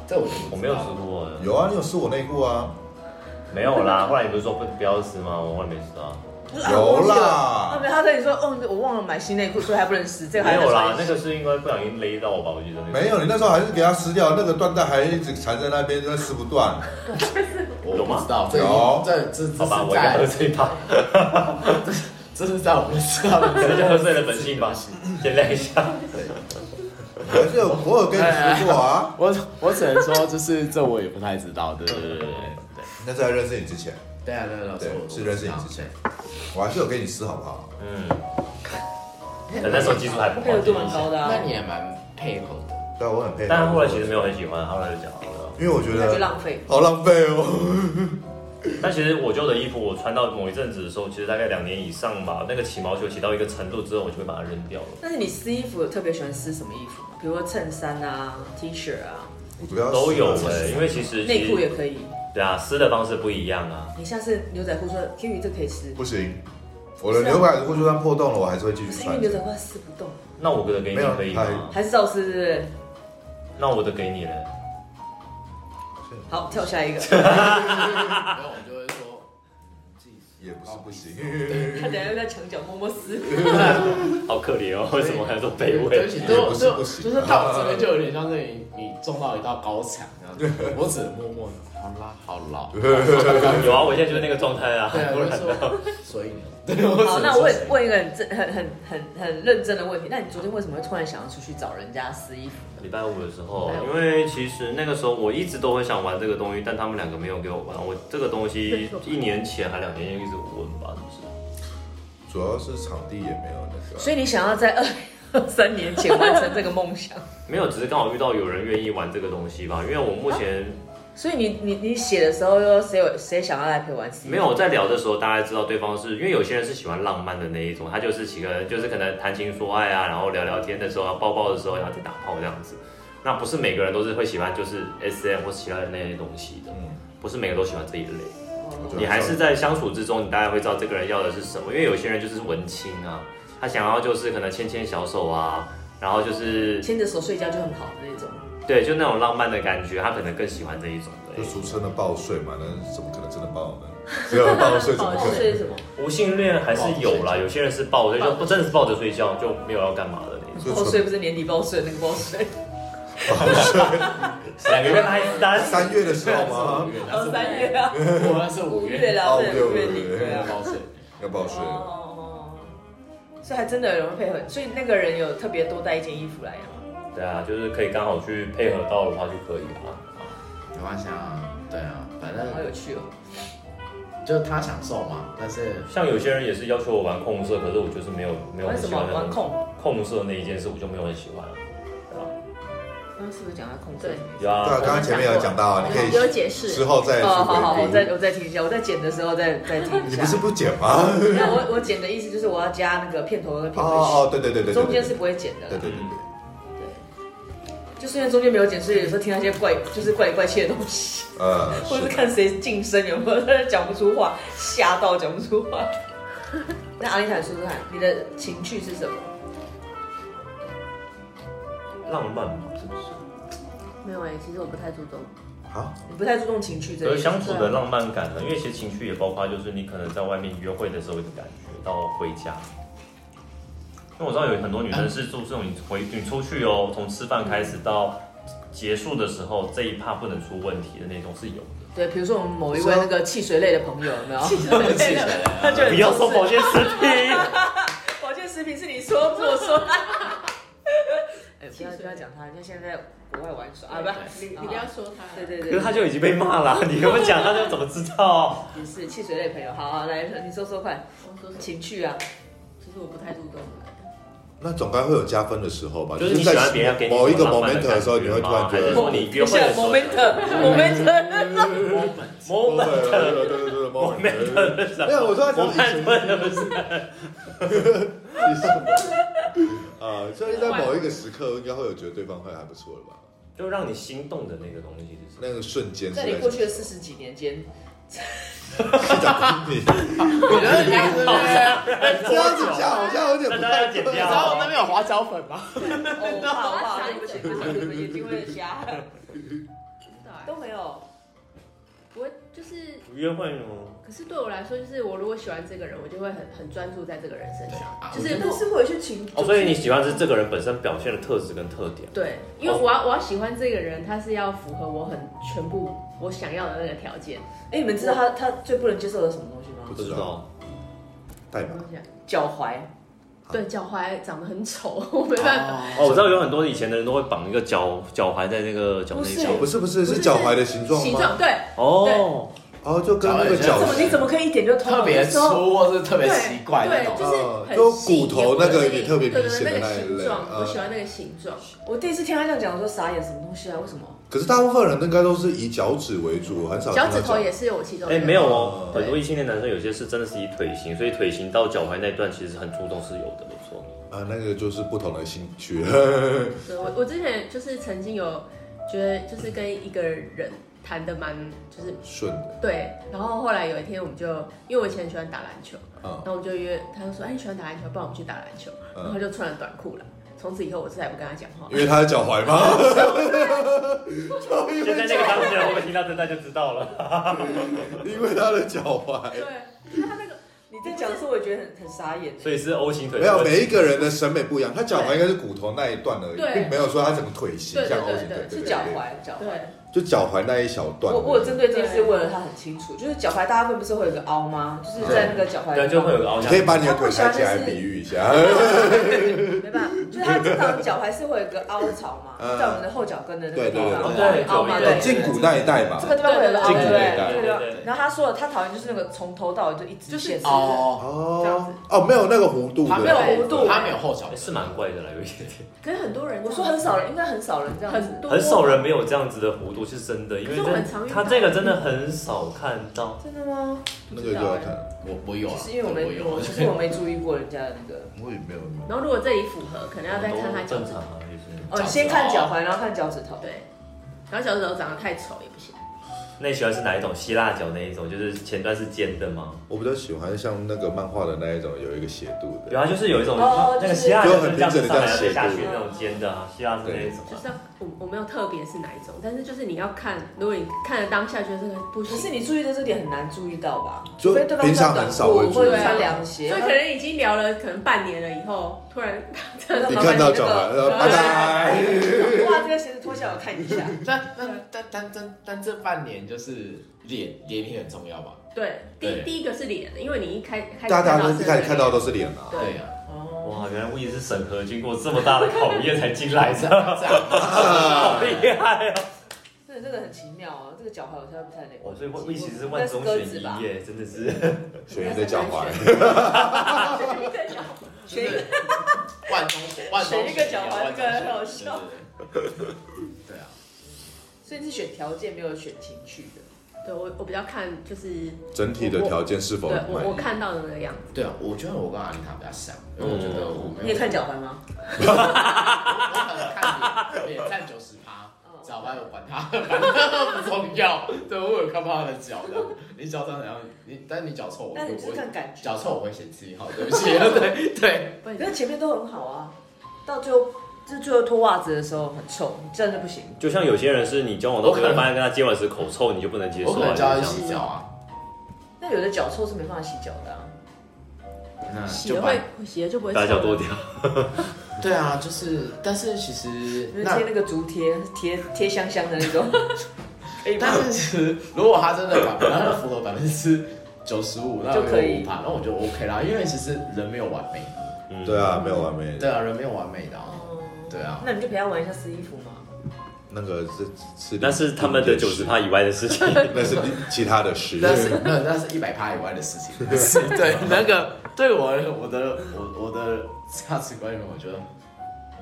[SPEAKER 2] 这我就
[SPEAKER 4] 我
[SPEAKER 2] 不
[SPEAKER 4] 没
[SPEAKER 2] 知
[SPEAKER 4] 有
[SPEAKER 2] 道
[SPEAKER 4] 吃过的，
[SPEAKER 5] 有啊，你有撕我内裤啊？
[SPEAKER 4] 没有啦。后来你不是说不不要吃吗？我后来没吃啊。
[SPEAKER 5] 有啦
[SPEAKER 3] 啊没有，他跟你说，哦，我忘了买新内裤，所以还不能撕。这个还
[SPEAKER 4] 没
[SPEAKER 3] 在
[SPEAKER 4] 有啦
[SPEAKER 3] 穿，
[SPEAKER 4] 那个是因为不小心勒到我吧，我记得那个
[SPEAKER 5] 没有，你那时候还是给他撕掉，那个缎带还一直缠在那边，那撕不 断。
[SPEAKER 2] 我
[SPEAKER 4] 有
[SPEAKER 2] 不
[SPEAKER 4] 吗
[SPEAKER 2] 知道，这
[SPEAKER 5] 有
[SPEAKER 2] 这这
[SPEAKER 4] 好
[SPEAKER 2] 这
[SPEAKER 4] 吧，
[SPEAKER 2] 是
[SPEAKER 4] 我应该喝
[SPEAKER 2] 在
[SPEAKER 4] 醉 吧，
[SPEAKER 2] 这是在我们知道的
[SPEAKER 4] 可能就 喝醉了本性吧， 原谅一下。
[SPEAKER 5] 可是有我有给你撕过
[SPEAKER 4] 哎
[SPEAKER 5] 啊？
[SPEAKER 2] 我我只能说，就是这我也不太知道，对对对对对对。
[SPEAKER 5] 那是在认识你之前，
[SPEAKER 2] 对啊，对啊，老师
[SPEAKER 5] 对，
[SPEAKER 2] 我
[SPEAKER 5] 是认识你之前，我还是有给你撕，好不好？
[SPEAKER 4] 嗯，可能那时候技术还不好，
[SPEAKER 3] 配合度蛮高的啊。
[SPEAKER 2] 那你也蛮配合的。
[SPEAKER 5] 对啊，我很佩服。
[SPEAKER 4] 但后来其实没有很喜欢，后来就讲好了。
[SPEAKER 5] 因为我觉
[SPEAKER 3] 那就
[SPEAKER 5] 得
[SPEAKER 3] 浪费。
[SPEAKER 5] 好浪费哦。
[SPEAKER 4] 但其实我旧的衣服，我穿到某一阵子的时候，其实大概两年以上吧，那个起毛球起到一个程度之后，我就会把它扔掉了。
[SPEAKER 3] 但是你撕衣服有特别喜欢撕什么衣服吗？比如说衬衫啊、T 恤啊、
[SPEAKER 5] 我主要
[SPEAKER 4] 都有
[SPEAKER 5] 哎、
[SPEAKER 4] 哎、因为其实
[SPEAKER 3] 内裤也可以。
[SPEAKER 4] 对啊，撕的方式不一样啊。
[SPEAKER 3] 你下次牛仔裤说 Q 鱼这可以撕，
[SPEAKER 5] 不行，我的牛排裤就算破洞了，我还是会继
[SPEAKER 3] 可
[SPEAKER 5] 续
[SPEAKER 3] 是因为
[SPEAKER 5] 穿
[SPEAKER 3] 牛。仔裤它撕不动，
[SPEAKER 4] 那我的给你
[SPEAKER 5] 没有
[SPEAKER 4] 可以
[SPEAKER 5] 太
[SPEAKER 4] 吗？
[SPEAKER 3] 还是照撕，是不是？
[SPEAKER 4] 那我的给你嘞，
[SPEAKER 3] 好，跳下 一个。他
[SPEAKER 2] 然后我就会说，
[SPEAKER 5] 也不是不行，
[SPEAKER 3] 等下又在墙角默默撕。
[SPEAKER 4] 好可怜哦，为什么还说
[SPEAKER 2] 对
[SPEAKER 4] 卑
[SPEAKER 2] 对
[SPEAKER 4] 微
[SPEAKER 2] 不？起，
[SPEAKER 5] 也
[SPEAKER 2] 就
[SPEAKER 5] 不是
[SPEAKER 2] 就
[SPEAKER 5] 不行
[SPEAKER 2] 就是到我这边就有点像是你你中到一道高墙这样子，我只能默默的，好啦好啦。
[SPEAKER 4] 有啊，我现在就是那个状态啊。
[SPEAKER 2] 对啊，我就说，所以呢，对，我只能
[SPEAKER 3] 好，那
[SPEAKER 2] 说
[SPEAKER 3] 问
[SPEAKER 2] 所以
[SPEAKER 3] 问一个很正、很很很很认真的问题，那你昨天为什么会突然想要出去找人家撕衣服？
[SPEAKER 4] 礼拜五的时候
[SPEAKER 3] 礼拜，五
[SPEAKER 4] 因为其实那个时候我一直都很想玩这个东西，但他们两个没有给我玩。我这个东西一年前还两年前一直问吧，是不是？
[SPEAKER 5] 主要是场地也没有那个。
[SPEAKER 3] 所以你想要在二二三年前完成这个梦想，
[SPEAKER 4] 没有，只是刚好遇到有人愿意玩这个东西吧。因为我目前
[SPEAKER 3] 所以你 你你写的时候又说谁有谁想要来陪我玩撕衣服？
[SPEAKER 4] 没有在聊的时候，大家知道对方是因为有些人是喜欢浪漫的那一种，他就是几个人就是可能谈情说爱啊，然后聊聊天的时候，啊抱抱的时候，然后去打炮这样子。那不是每个人都是会喜欢就是 S M 或其他的那些东西的，
[SPEAKER 5] 嗯，
[SPEAKER 4] 不是每个都喜欢这一类。
[SPEAKER 5] 我觉得
[SPEAKER 4] 你还是在相处之中，你大概会知道这个人要的是什么。因为有些人就是文青啊，他想要就是可能牵牵小手啊，然后就是
[SPEAKER 3] 牵着手睡觉就很好的那种。
[SPEAKER 4] 对，就那种浪漫的感觉，他可能更喜欢这一种
[SPEAKER 5] 就
[SPEAKER 4] 的。
[SPEAKER 5] 俗称的报税嘛，那怎么可能真的报呢？只有报税怎么可
[SPEAKER 3] 哦，所
[SPEAKER 5] 能？
[SPEAKER 3] 以什么？
[SPEAKER 4] 无性恋还是有啦，有些人是抱着就真的是抱着睡觉，就没有要干嘛的 那种。
[SPEAKER 3] 报税哦不是年底报税那个报 税，
[SPEAKER 4] 两个月还是单
[SPEAKER 5] 三月的时候吗？
[SPEAKER 3] 哦，三月，啊，
[SPEAKER 2] 我那是五
[SPEAKER 3] 五
[SPEAKER 2] 月，
[SPEAKER 3] 月啦，
[SPEAKER 5] 哦
[SPEAKER 3] 对，
[SPEAKER 5] 五
[SPEAKER 3] 五月
[SPEAKER 5] 月
[SPEAKER 3] 底
[SPEAKER 5] 五月
[SPEAKER 3] 对啊。
[SPEAKER 2] 高水。
[SPEAKER 5] 要报税，
[SPEAKER 3] 哦，所以还真的有人配合，所以那个人有特别多带一件衣服来吗？
[SPEAKER 4] 对啊，就是可以刚好去配合到的话就可以啊。
[SPEAKER 2] 没关系啊，对啊，反
[SPEAKER 3] 好有
[SPEAKER 2] 正
[SPEAKER 3] 趣哦。
[SPEAKER 2] 就是他享受嘛，但是
[SPEAKER 4] 像有些人也是要求我玩控色，可是我就是没有没有
[SPEAKER 3] 玩
[SPEAKER 4] 很
[SPEAKER 3] 什
[SPEAKER 4] 喜
[SPEAKER 3] 么
[SPEAKER 4] 欢那种
[SPEAKER 3] 玩控？
[SPEAKER 4] 控色那一件事，我就没有很喜欢。对啊
[SPEAKER 3] 刚刚是不是讲到控制？
[SPEAKER 1] 对
[SPEAKER 4] 有啊
[SPEAKER 5] 对啊，，刚刚前面有讲到啊，你可以
[SPEAKER 1] 有解释
[SPEAKER 5] 之后再去
[SPEAKER 3] 哦，好好，我
[SPEAKER 5] 回
[SPEAKER 3] 再
[SPEAKER 5] 顾。
[SPEAKER 3] 我再听一下，我在剪的时候再再听一下。
[SPEAKER 5] 你不是不剪吗？
[SPEAKER 3] 没有我我剪的意思就是我要加那个片头和片
[SPEAKER 5] 哦
[SPEAKER 3] 尾曲，
[SPEAKER 5] 哦，对对对对，对
[SPEAKER 3] 中间是不会剪的
[SPEAKER 5] 对
[SPEAKER 3] 啦。
[SPEAKER 5] 对对对。
[SPEAKER 3] 就是因为中间没有剪，所以有时候听到一些怪， 就是怪里怪气的东西，
[SPEAKER 5] 呃，
[SPEAKER 3] 或者
[SPEAKER 5] 的
[SPEAKER 3] 是看谁晋升有没有在那讲不出话，吓到讲不出话。那阿丽塔说说看，你的情趣是什么？
[SPEAKER 4] 浪漫嘛，是不是？
[SPEAKER 6] 没有哎、其实我不太注重。
[SPEAKER 5] 好，
[SPEAKER 3] 你不太注重情趣这
[SPEAKER 4] 所
[SPEAKER 3] 一
[SPEAKER 4] 以
[SPEAKER 3] 项
[SPEAKER 4] 相处的浪漫感呢，因为其实情绪也包括就是你可能在外面约会的时候的感觉到回家。因为我知道有很多女生是注重你回你出去哦，从吃饭开始到结束的时候这一趴不能出问题的那种是有的。
[SPEAKER 3] 对，比如说我们某一位那个汽水类的朋友，有 没有？
[SPEAKER 2] 气起来了
[SPEAKER 3] 他就很
[SPEAKER 4] 不要说保健食品，
[SPEAKER 3] 保健食品是你说，不是我说。哎，不要不要讲他，人家现在在国外玩耍啊，不
[SPEAKER 1] 你
[SPEAKER 3] 是，
[SPEAKER 1] 你不要说他，
[SPEAKER 3] 对对
[SPEAKER 4] 可
[SPEAKER 3] 对，
[SPEAKER 4] 是他就已经被骂 了，你跟我讲他就怎么知道？
[SPEAKER 3] 也是汽水类朋友。好好，来，你说说看，
[SPEAKER 6] 我说什么？
[SPEAKER 3] 情趣啊，
[SPEAKER 6] 其实我不太注重的。
[SPEAKER 5] 那总该会有加分的时候吧？
[SPEAKER 4] 就是你喜欢别人给你
[SPEAKER 5] 某一个
[SPEAKER 4] 什么浪漫
[SPEAKER 5] moment
[SPEAKER 4] 的
[SPEAKER 5] 的时候，你会突然
[SPEAKER 4] 感觉吗
[SPEAKER 5] 觉
[SPEAKER 4] 还是
[SPEAKER 5] 得
[SPEAKER 4] 说你约会的时候
[SPEAKER 3] moment，moment，
[SPEAKER 5] 对
[SPEAKER 4] moment
[SPEAKER 5] 对对对 moment。
[SPEAKER 4] moment，
[SPEAKER 5] 没有，我突然觉 得以前
[SPEAKER 4] moment 不是
[SPEAKER 5] 以前啊，所以在某一个时刻，应该会有觉得对方会还不错了吧？
[SPEAKER 4] 就让你心动的那个东西就是。
[SPEAKER 5] 那个瞬间是
[SPEAKER 3] 在
[SPEAKER 5] 在
[SPEAKER 3] 你过去的四十几年间，
[SPEAKER 5] 是的，你我觉得你你这样子讲好像有点不太对
[SPEAKER 4] 大家要剪掉
[SPEAKER 2] 你知道我们那边有花椒粉吗？
[SPEAKER 3] 哦，
[SPEAKER 6] 好
[SPEAKER 3] 好
[SPEAKER 6] 好
[SPEAKER 3] 好，
[SPEAKER 6] 对
[SPEAKER 3] 对
[SPEAKER 6] 不
[SPEAKER 3] 不起，对
[SPEAKER 6] 起对
[SPEAKER 3] 不起，
[SPEAKER 6] 不起
[SPEAKER 3] 你们眼睛会瞎，
[SPEAKER 6] 不知道
[SPEAKER 3] 都没有。
[SPEAKER 6] 不会，就是，
[SPEAKER 4] 约会吗？
[SPEAKER 6] 可是对我来说，就是我如果喜欢这个人，我就会很很专注在这个人身上，
[SPEAKER 2] 对啊
[SPEAKER 6] 就是
[SPEAKER 3] 但
[SPEAKER 6] 不
[SPEAKER 3] 是我有去情，
[SPEAKER 4] 哦，所以你喜欢是这个人本身表现的特质跟特点。
[SPEAKER 6] 对，因为我要我要喜欢这个人，他是要符合我很全部我想要的那个条件。
[SPEAKER 3] 哎，你们知道他他最不能接受的是什么东西吗？
[SPEAKER 5] 不知道， 代码
[SPEAKER 6] 我想
[SPEAKER 3] 脚踝。
[SPEAKER 6] 对，脚踝长得很丑， 我没办法。
[SPEAKER 4] 哦，我知道有很多以前的人都会绑一个脚脚踝在那个脚
[SPEAKER 3] 不
[SPEAKER 4] 内
[SPEAKER 3] 是
[SPEAKER 4] 角。
[SPEAKER 5] 不是不是是脚踝的形状
[SPEAKER 6] 形
[SPEAKER 5] 吗？
[SPEAKER 6] 状对，
[SPEAKER 4] 哦，
[SPEAKER 5] 哦，就跟那个
[SPEAKER 2] 脚
[SPEAKER 5] 脚
[SPEAKER 3] 怎么你怎么可以一点就通了？
[SPEAKER 2] 特别
[SPEAKER 3] 那时候
[SPEAKER 2] 粗或是特别奇怪那
[SPEAKER 6] 对
[SPEAKER 2] 种
[SPEAKER 6] 对，就是很
[SPEAKER 5] 呃就
[SPEAKER 6] 细
[SPEAKER 5] 骨头那个也特别
[SPEAKER 6] 对
[SPEAKER 5] 明
[SPEAKER 6] 对
[SPEAKER 5] 显的
[SPEAKER 6] 对
[SPEAKER 5] 那一
[SPEAKER 6] 个
[SPEAKER 5] 类
[SPEAKER 6] 形状，我喜
[SPEAKER 5] 呃，
[SPEAKER 6] 欢那个形状。
[SPEAKER 3] 我第一次听他这样讲，我说傻眼，什么东西啊？为什么？
[SPEAKER 5] 可是大部分人应该都是以脚趾为主，很少
[SPEAKER 6] 脚
[SPEAKER 5] 听到
[SPEAKER 6] 趾头也是有其中一
[SPEAKER 4] 哎，
[SPEAKER 6] 个
[SPEAKER 4] 没有哦，
[SPEAKER 5] 对
[SPEAKER 4] 很多异性恋男生有些是真的是以腿型，所以腿型到脚踝那段其实很注重是有的，没错。
[SPEAKER 5] 啊，那个就是不同的兴趣。
[SPEAKER 6] 对我我之前就是曾经有觉得就是跟一个人谈的蛮就是
[SPEAKER 5] 顺的，
[SPEAKER 6] 对，然后后来有一天我们就因为我以前很喜欢打篮球，
[SPEAKER 5] 嗯
[SPEAKER 6] 然，后我们就约，他就说哎你喜欢打篮球，不然我们去打篮球，然后他就穿了短裤了。从此以后我再也不跟他讲话
[SPEAKER 5] 嗯因。为他的脚踝吗？
[SPEAKER 4] 现在那个当事人会不会听到这段就知道了。
[SPEAKER 5] 因为他的脚踝。
[SPEAKER 6] 对，
[SPEAKER 3] 他那个你在讲的时候，我也觉得很很傻眼。
[SPEAKER 4] 所以是 O 型腿。
[SPEAKER 5] 没有，每一个人的审美不一样，他脚踝应该是骨头那一段而已，
[SPEAKER 6] 对
[SPEAKER 5] 并没有说他整个腿型
[SPEAKER 6] 对对
[SPEAKER 5] 像
[SPEAKER 6] 对
[SPEAKER 5] O 型腿，
[SPEAKER 6] 对
[SPEAKER 5] 对
[SPEAKER 3] 是脚，踝，脚踝。
[SPEAKER 6] 对，
[SPEAKER 5] 对对就脚踝那一小段而
[SPEAKER 3] 我
[SPEAKER 5] 已。
[SPEAKER 3] 我有针对这件事问了他很清楚，就是脚踝大部分不是会有个凹吗？就是在那个脚踝，
[SPEAKER 4] 对，就会有个凹
[SPEAKER 5] 你
[SPEAKER 4] 下
[SPEAKER 5] 可以把你的腿抬起来比喻一下，
[SPEAKER 3] 没办法，就是它正常脚踝是会有 个凹槽嘛，
[SPEAKER 5] 嗯
[SPEAKER 3] 在我们的后脚跟的那个地
[SPEAKER 5] 对
[SPEAKER 3] 方，
[SPEAKER 5] 对
[SPEAKER 4] 对
[SPEAKER 3] 凹嘛，
[SPEAKER 4] 对对
[SPEAKER 3] 对，
[SPEAKER 4] 对
[SPEAKER 5] 胫骨那一带吧
[SPEAKER 3] 这。个地方会有个凹，
[SPEAKER 5] 胫骨
[SPEAKER 3] 对
[SPEAKER 5] 那一带
[SPEAKER 3] 对
[SPEAKER 4] 对对对
[SPEAKER 3] 然后他说了，他讨厌就是那个从头到尾就一直线，
[SPEAKER 2] 哦，
[SPEAKER 6] 这样
[SPEAKER 5] 哦哦，没有那个弧度，
[SPEAKER 2] 它没
[SPEAKER 5] 对
[SPEAKER 2] 有
[SPEAKER 5] 不对
[SPEAKER 2] 弧度，它没有后脚
[SPEAKER 4] 哎，是蛮怪的啦，有一点点。
[SPEAKER 6] 可是很多人
[SPEAKER 3] 我说很少人，应该很少人这样子
[SPEAKER 6] 很，多
[SPEAKER 4] 很少人没有这样子的弧度，是真的，因为
[SPEAKER 6] 可是我很常
[SPEAKER 4] 真
[SPEAKER 6] 遇到
[SPEAKER 4] 他这个真的很少看到。
[SPEAKER 3] 真的吗？
[SPEAKER 5] 那个就要看，
[SPEAKER 2] 我我有啊，
[SPEAKER 3] 是因为我没
[SPEAKER 2] 有
[SPEAKER 3] 我，就是我没注意过人家的 那个。
[SPEAKER 5] 我也没有。
[SPEAKER 6] 然后如果这里符合，可能要再看他脚
[SPEAKER 4] 正
[SPEAKER 6] 趾
[SPEAKER 4] 常啊，
[SPEAKER 6] 头。
[SPEAKER 4] 就是。
[SPEAKER 3] 哦，你先看脚踝，然后看脚趾头。
[SPEAKER 6] 对，然后脚趾头长得太丑也不行。
[SPEAKER 4] 那你喜欢是哪一种？希腊脚那一种，就是前端是尖的吗？
[SPEAKER 5] 我比较喜欢像那个漫画的那一种，有一个斜度的。
[SPEAKER 4] 有啊，就是有一种、
[SPEAKER 3] 哦
[SPEAKER 4] 那
[SPEAKER 3] 就
[SPEAKER 4] 个
[SPEAKER 3] 是
[SPEAKER 4] 希腊
[SPEAKER 5] 就
[SPEAKER 4] 人
[SPEAKER 5] 很
[SPEAKER 4] 是这样
[SPEAKER 5] 平整的
[SPEAKER 4] 子上来要
[SPEAKER 5] 这样
[SPEAKER 4] 跌下去
[SPEAKER 5] 斜
[SPEAKER 4] 那种尖的啊，希腊是那一种
[SPEAKER 6] 就
[SPEAKER 4] 啊
[SPEAKER 6] 是。要我我没有特别是哪一种，但是就是你要看，如果你看了当下觉得这个不
[SPEAKER 3] 可是
[SPEAKER 6] 行，
[SPEAKER 3] 你注意的这点很难注意到吧？
[SPEAKER 5] 就
[SPEAKER 3] 除非对方
[SPEAKER 5] 平
[SPEAKER 3] 穿
[SPEAKER 5] 常
[SPEAKER 3] 短
[SPEAKER 5] 很少
[SPEAKER 3] 裤
[SPEAKER 5] 会注
[SPEAKER 3] 或
[SPEAKER 5] 意
[SPEAKER 3] 者穿凉鞋，
[SPEAKER 4] 啊
[SPEAKER 6] 所以可能已经聊了可能半年了以后，突然这
[SPEAKER 5] 你看到脚踝，
[SPEAKER 3] 麻烦你
[SPEAKER 5] 呃拜拜。
[SPEAKER 3] 哇，这个鞋子脱下来我看一 下。
[SPEAKER 2] 但但但但但但这半年就是脸脸也很重要吧？
[SPEAKER 6] 对第
[SPEAKER 2] 对
[SPEAKER 6] 第一个是脸，因为你一开开始
[SPEAKER 5] 大家
[SPEAKER 6] 看到
[SPEAKER 5] 都
[SPEAKER 6] 是
[SPEAKER 5] 一开始看到都是脸啊，
[SPEAKER 6] 对
[SPEAKER 2] 对呀，
[SPEAKER 3] 哦，
[SPEAKER 4] 哇，原来 w i 是审核经过这么大的考验才进来的，
[SPEAKER 2] 这样
[SPEAKER 4] 好厉 害啊！
[SPEAKER 3] 这个真的很奇妙哦，这个脚踝我才不太那个。
[SPEAKER 4] 我哦所以 w i 其实是万中选一啊耶，真的是。
[SPEAKER 5] 选一个脚踝。
[SPEAKER 6] 对
[SPEAKER 2] 就是万中万乱
[SPEAKER 1] 选一个讲
[SPEAKER 2] 话，
[SPEAKER 1] 完这个很好笑。
[SPEAKER 2] 对对对对啊，
[SPEAKER 3] 所以你是选条件，没有选情趣的。
[SPEAKER 6] 对我我比较看就是
[SPEAKER 5] 整体的条件是否
[SPEAKER 6] 对
[SPEAKER 5] 满
[SPEAKER 6] 我我
[SPEAKER 5] 意？
[SPEAKER 6] 看到的那个样子。
[SPEAKER 2] 对啊，我觉得我跟安塔比较像，因为我觉得我没有。
[SPEAKER 3] 你也看脚踝吗？
[SPEAKER 2] 我可能看脸脸占九十趴，
[SPEAKER 3] 嗯
[SPEAKER 2] 早班我管他，反正不重要。对，我有看到他的脚的，你脚长怎样？你但你脚臭，我
[SPEAKER 3] 但你
[SPEAKER 2] 会
[SPEAKER 3] 是
[SPEAKER 2] 我会
[SPEAKER 3] 看感觉
[SPEAKER 2] 脚臭我会嫌弃，好，对不起， 对对。
[SPEAKER 6] 不
[SPEAKER 3] 可是前面都很好啊，到最后就是最后脱袜子的时候很臭，你真的不行。
[SPEAKER 4] 就像有些人是你交往到最
[SPEAKER 2] 我可
[SPEAKER 4] 后
[SPEAKER 2] 能
[SPEAKER 4] 发现跟他接吻时口臭，你就不能接受
[SPEAKER 2] 我可
[SPEAKER 4] 啊，
[SPEAKER 2] 能
[SPEAKER 4] 就
[SPEAKER 2] 教
[SPEAKER 4] 这
[SPEAKER 2] 他
[SPEAKER 4] 样
[SPEAKER 2] 洗
[SPEAKER 4] 子。
[SPEAKER 2] 脚啊，
[SPEAKER 3] 那有的脚臭是没办法洗脚的啊。
[SPEAKER 2] 那
[SPEAKER 6] 洗
[SPEAKER 2] 就
[SPEAKER 6] 了
[SPEAKER 2] 把
[SPEAKER 6] 会洗了就不会
[SPEAKER 4] 大
[SPEAKER 6] 臭
[SPEAKER 4] 小
[SPEAKER 6] 了
[SPEAKER 4] 多点，
[SPEAKER 2] 对啊，就是，但是其实
[SPEAKER 3] 就是
[SPEAKER 2] 那
[SPEAKER 3] 贴那个竹贴，贴贴香香的那种，可以吗？
[SPEAKER 2] 但是其实如果他真的把然后符合百分之九十五，那
[SPEAKER 3] 就可
[SPEAKER 2] 我
[SPEAKER 3] 以
[SPEAKER 2] 五趴，那我就 OK 啦，因为其实人没有完美，
[SPEAKER 4] 嗯
[SPEAKER 5] 对，啊，没有完美。
[SPEAKER 2] 对啊，人没有完美的啊，
[SPEAKER 3] 嗯
[SPEAKER 2] 对啊。
[SPEAKER 3] 那你就陪他玩一下撕衣服嘛。
[SPEAKER 5] 那个是是，
[SPEAKER 4] 那是他们的九十趴，以外的事情。
[SPEAKER 5] 那是其他的事。
[SPEAKER 2] 那是那那是一百趴以外的事情，是对那个对我我的我我的价值观里面，我觉得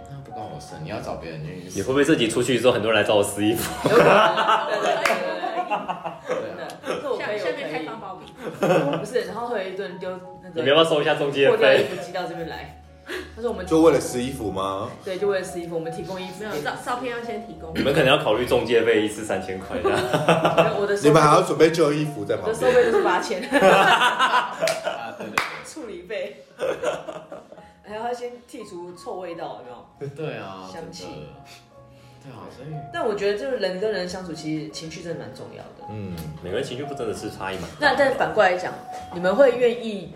[SPEAKER 2] 那不关我事，你要找别人去
[SPEAKER 4] 你会不会自己出去之后，很多人来找我撕衣服？
[SPEAKER 3] 有可能，对对对对
[SPEAKER 2] 对
[SPEAKER 3] 对
[SPEAKER 2] 啊，
[SPEAKER 3] 对，这我可以，
[SPEAKER 6] 下面开
[SPEAKER 3] 我
[SPEAKER 6] 放包饼，
[SPEAKER 3] 可以不是，然后会有一顿丢那
[SPEAKER 4] 你们要
[SPEAKER 3] 个
[SPEAKER 4] 不要收一下中介
[SPEAKER 3] 破掉衣
[SPEAKER 4] 费？
[SPEAKER 3] 服寄到这边来。他说我们
[SPEAKER 5] 就为了撕衣服吗？
[SPEAKER 3] 对，就为了撕衣服，我们提供衣服
[SPEAKER 6] 没
[SPEAKER 3] 给
[SPEAKER 6] 有
[SPEAKER 3] 你。
[SPEAKER 6] 照照片要先提供
[SPEAKER 4] 你。们可能要考虑中介费一次三千块这样。
[SPEAKER 3] 没有我的收
[SPEAKER 5] 你们还要
[SPEAKER 3] 我
[SPEAKER 5] 准备旧衣服在旁
[SPEAKER 3] 的收
[SPEAKER 5] 边。
[SPEAKER 3] 费就是八千，
[SPEAKER 2] 啊对对
[SPEAKER 3] 处理费。 还要先剔除臭味道，有没有？
[SPEAKER 2] 对对啊，
[SPEAKER 3] 香气
[SPEAKER 2] 真的对啊，所以
[SPEAKER 3] 但我觉得就是人跟人相处，其实情绪真的蛮重要的。
[SPEAKER 5] 嗯，
[SPEAKER 4] 每个人情绪不真的是差异嘛？
[SPEAKER 3] 那但反过来讲，你们会愿意，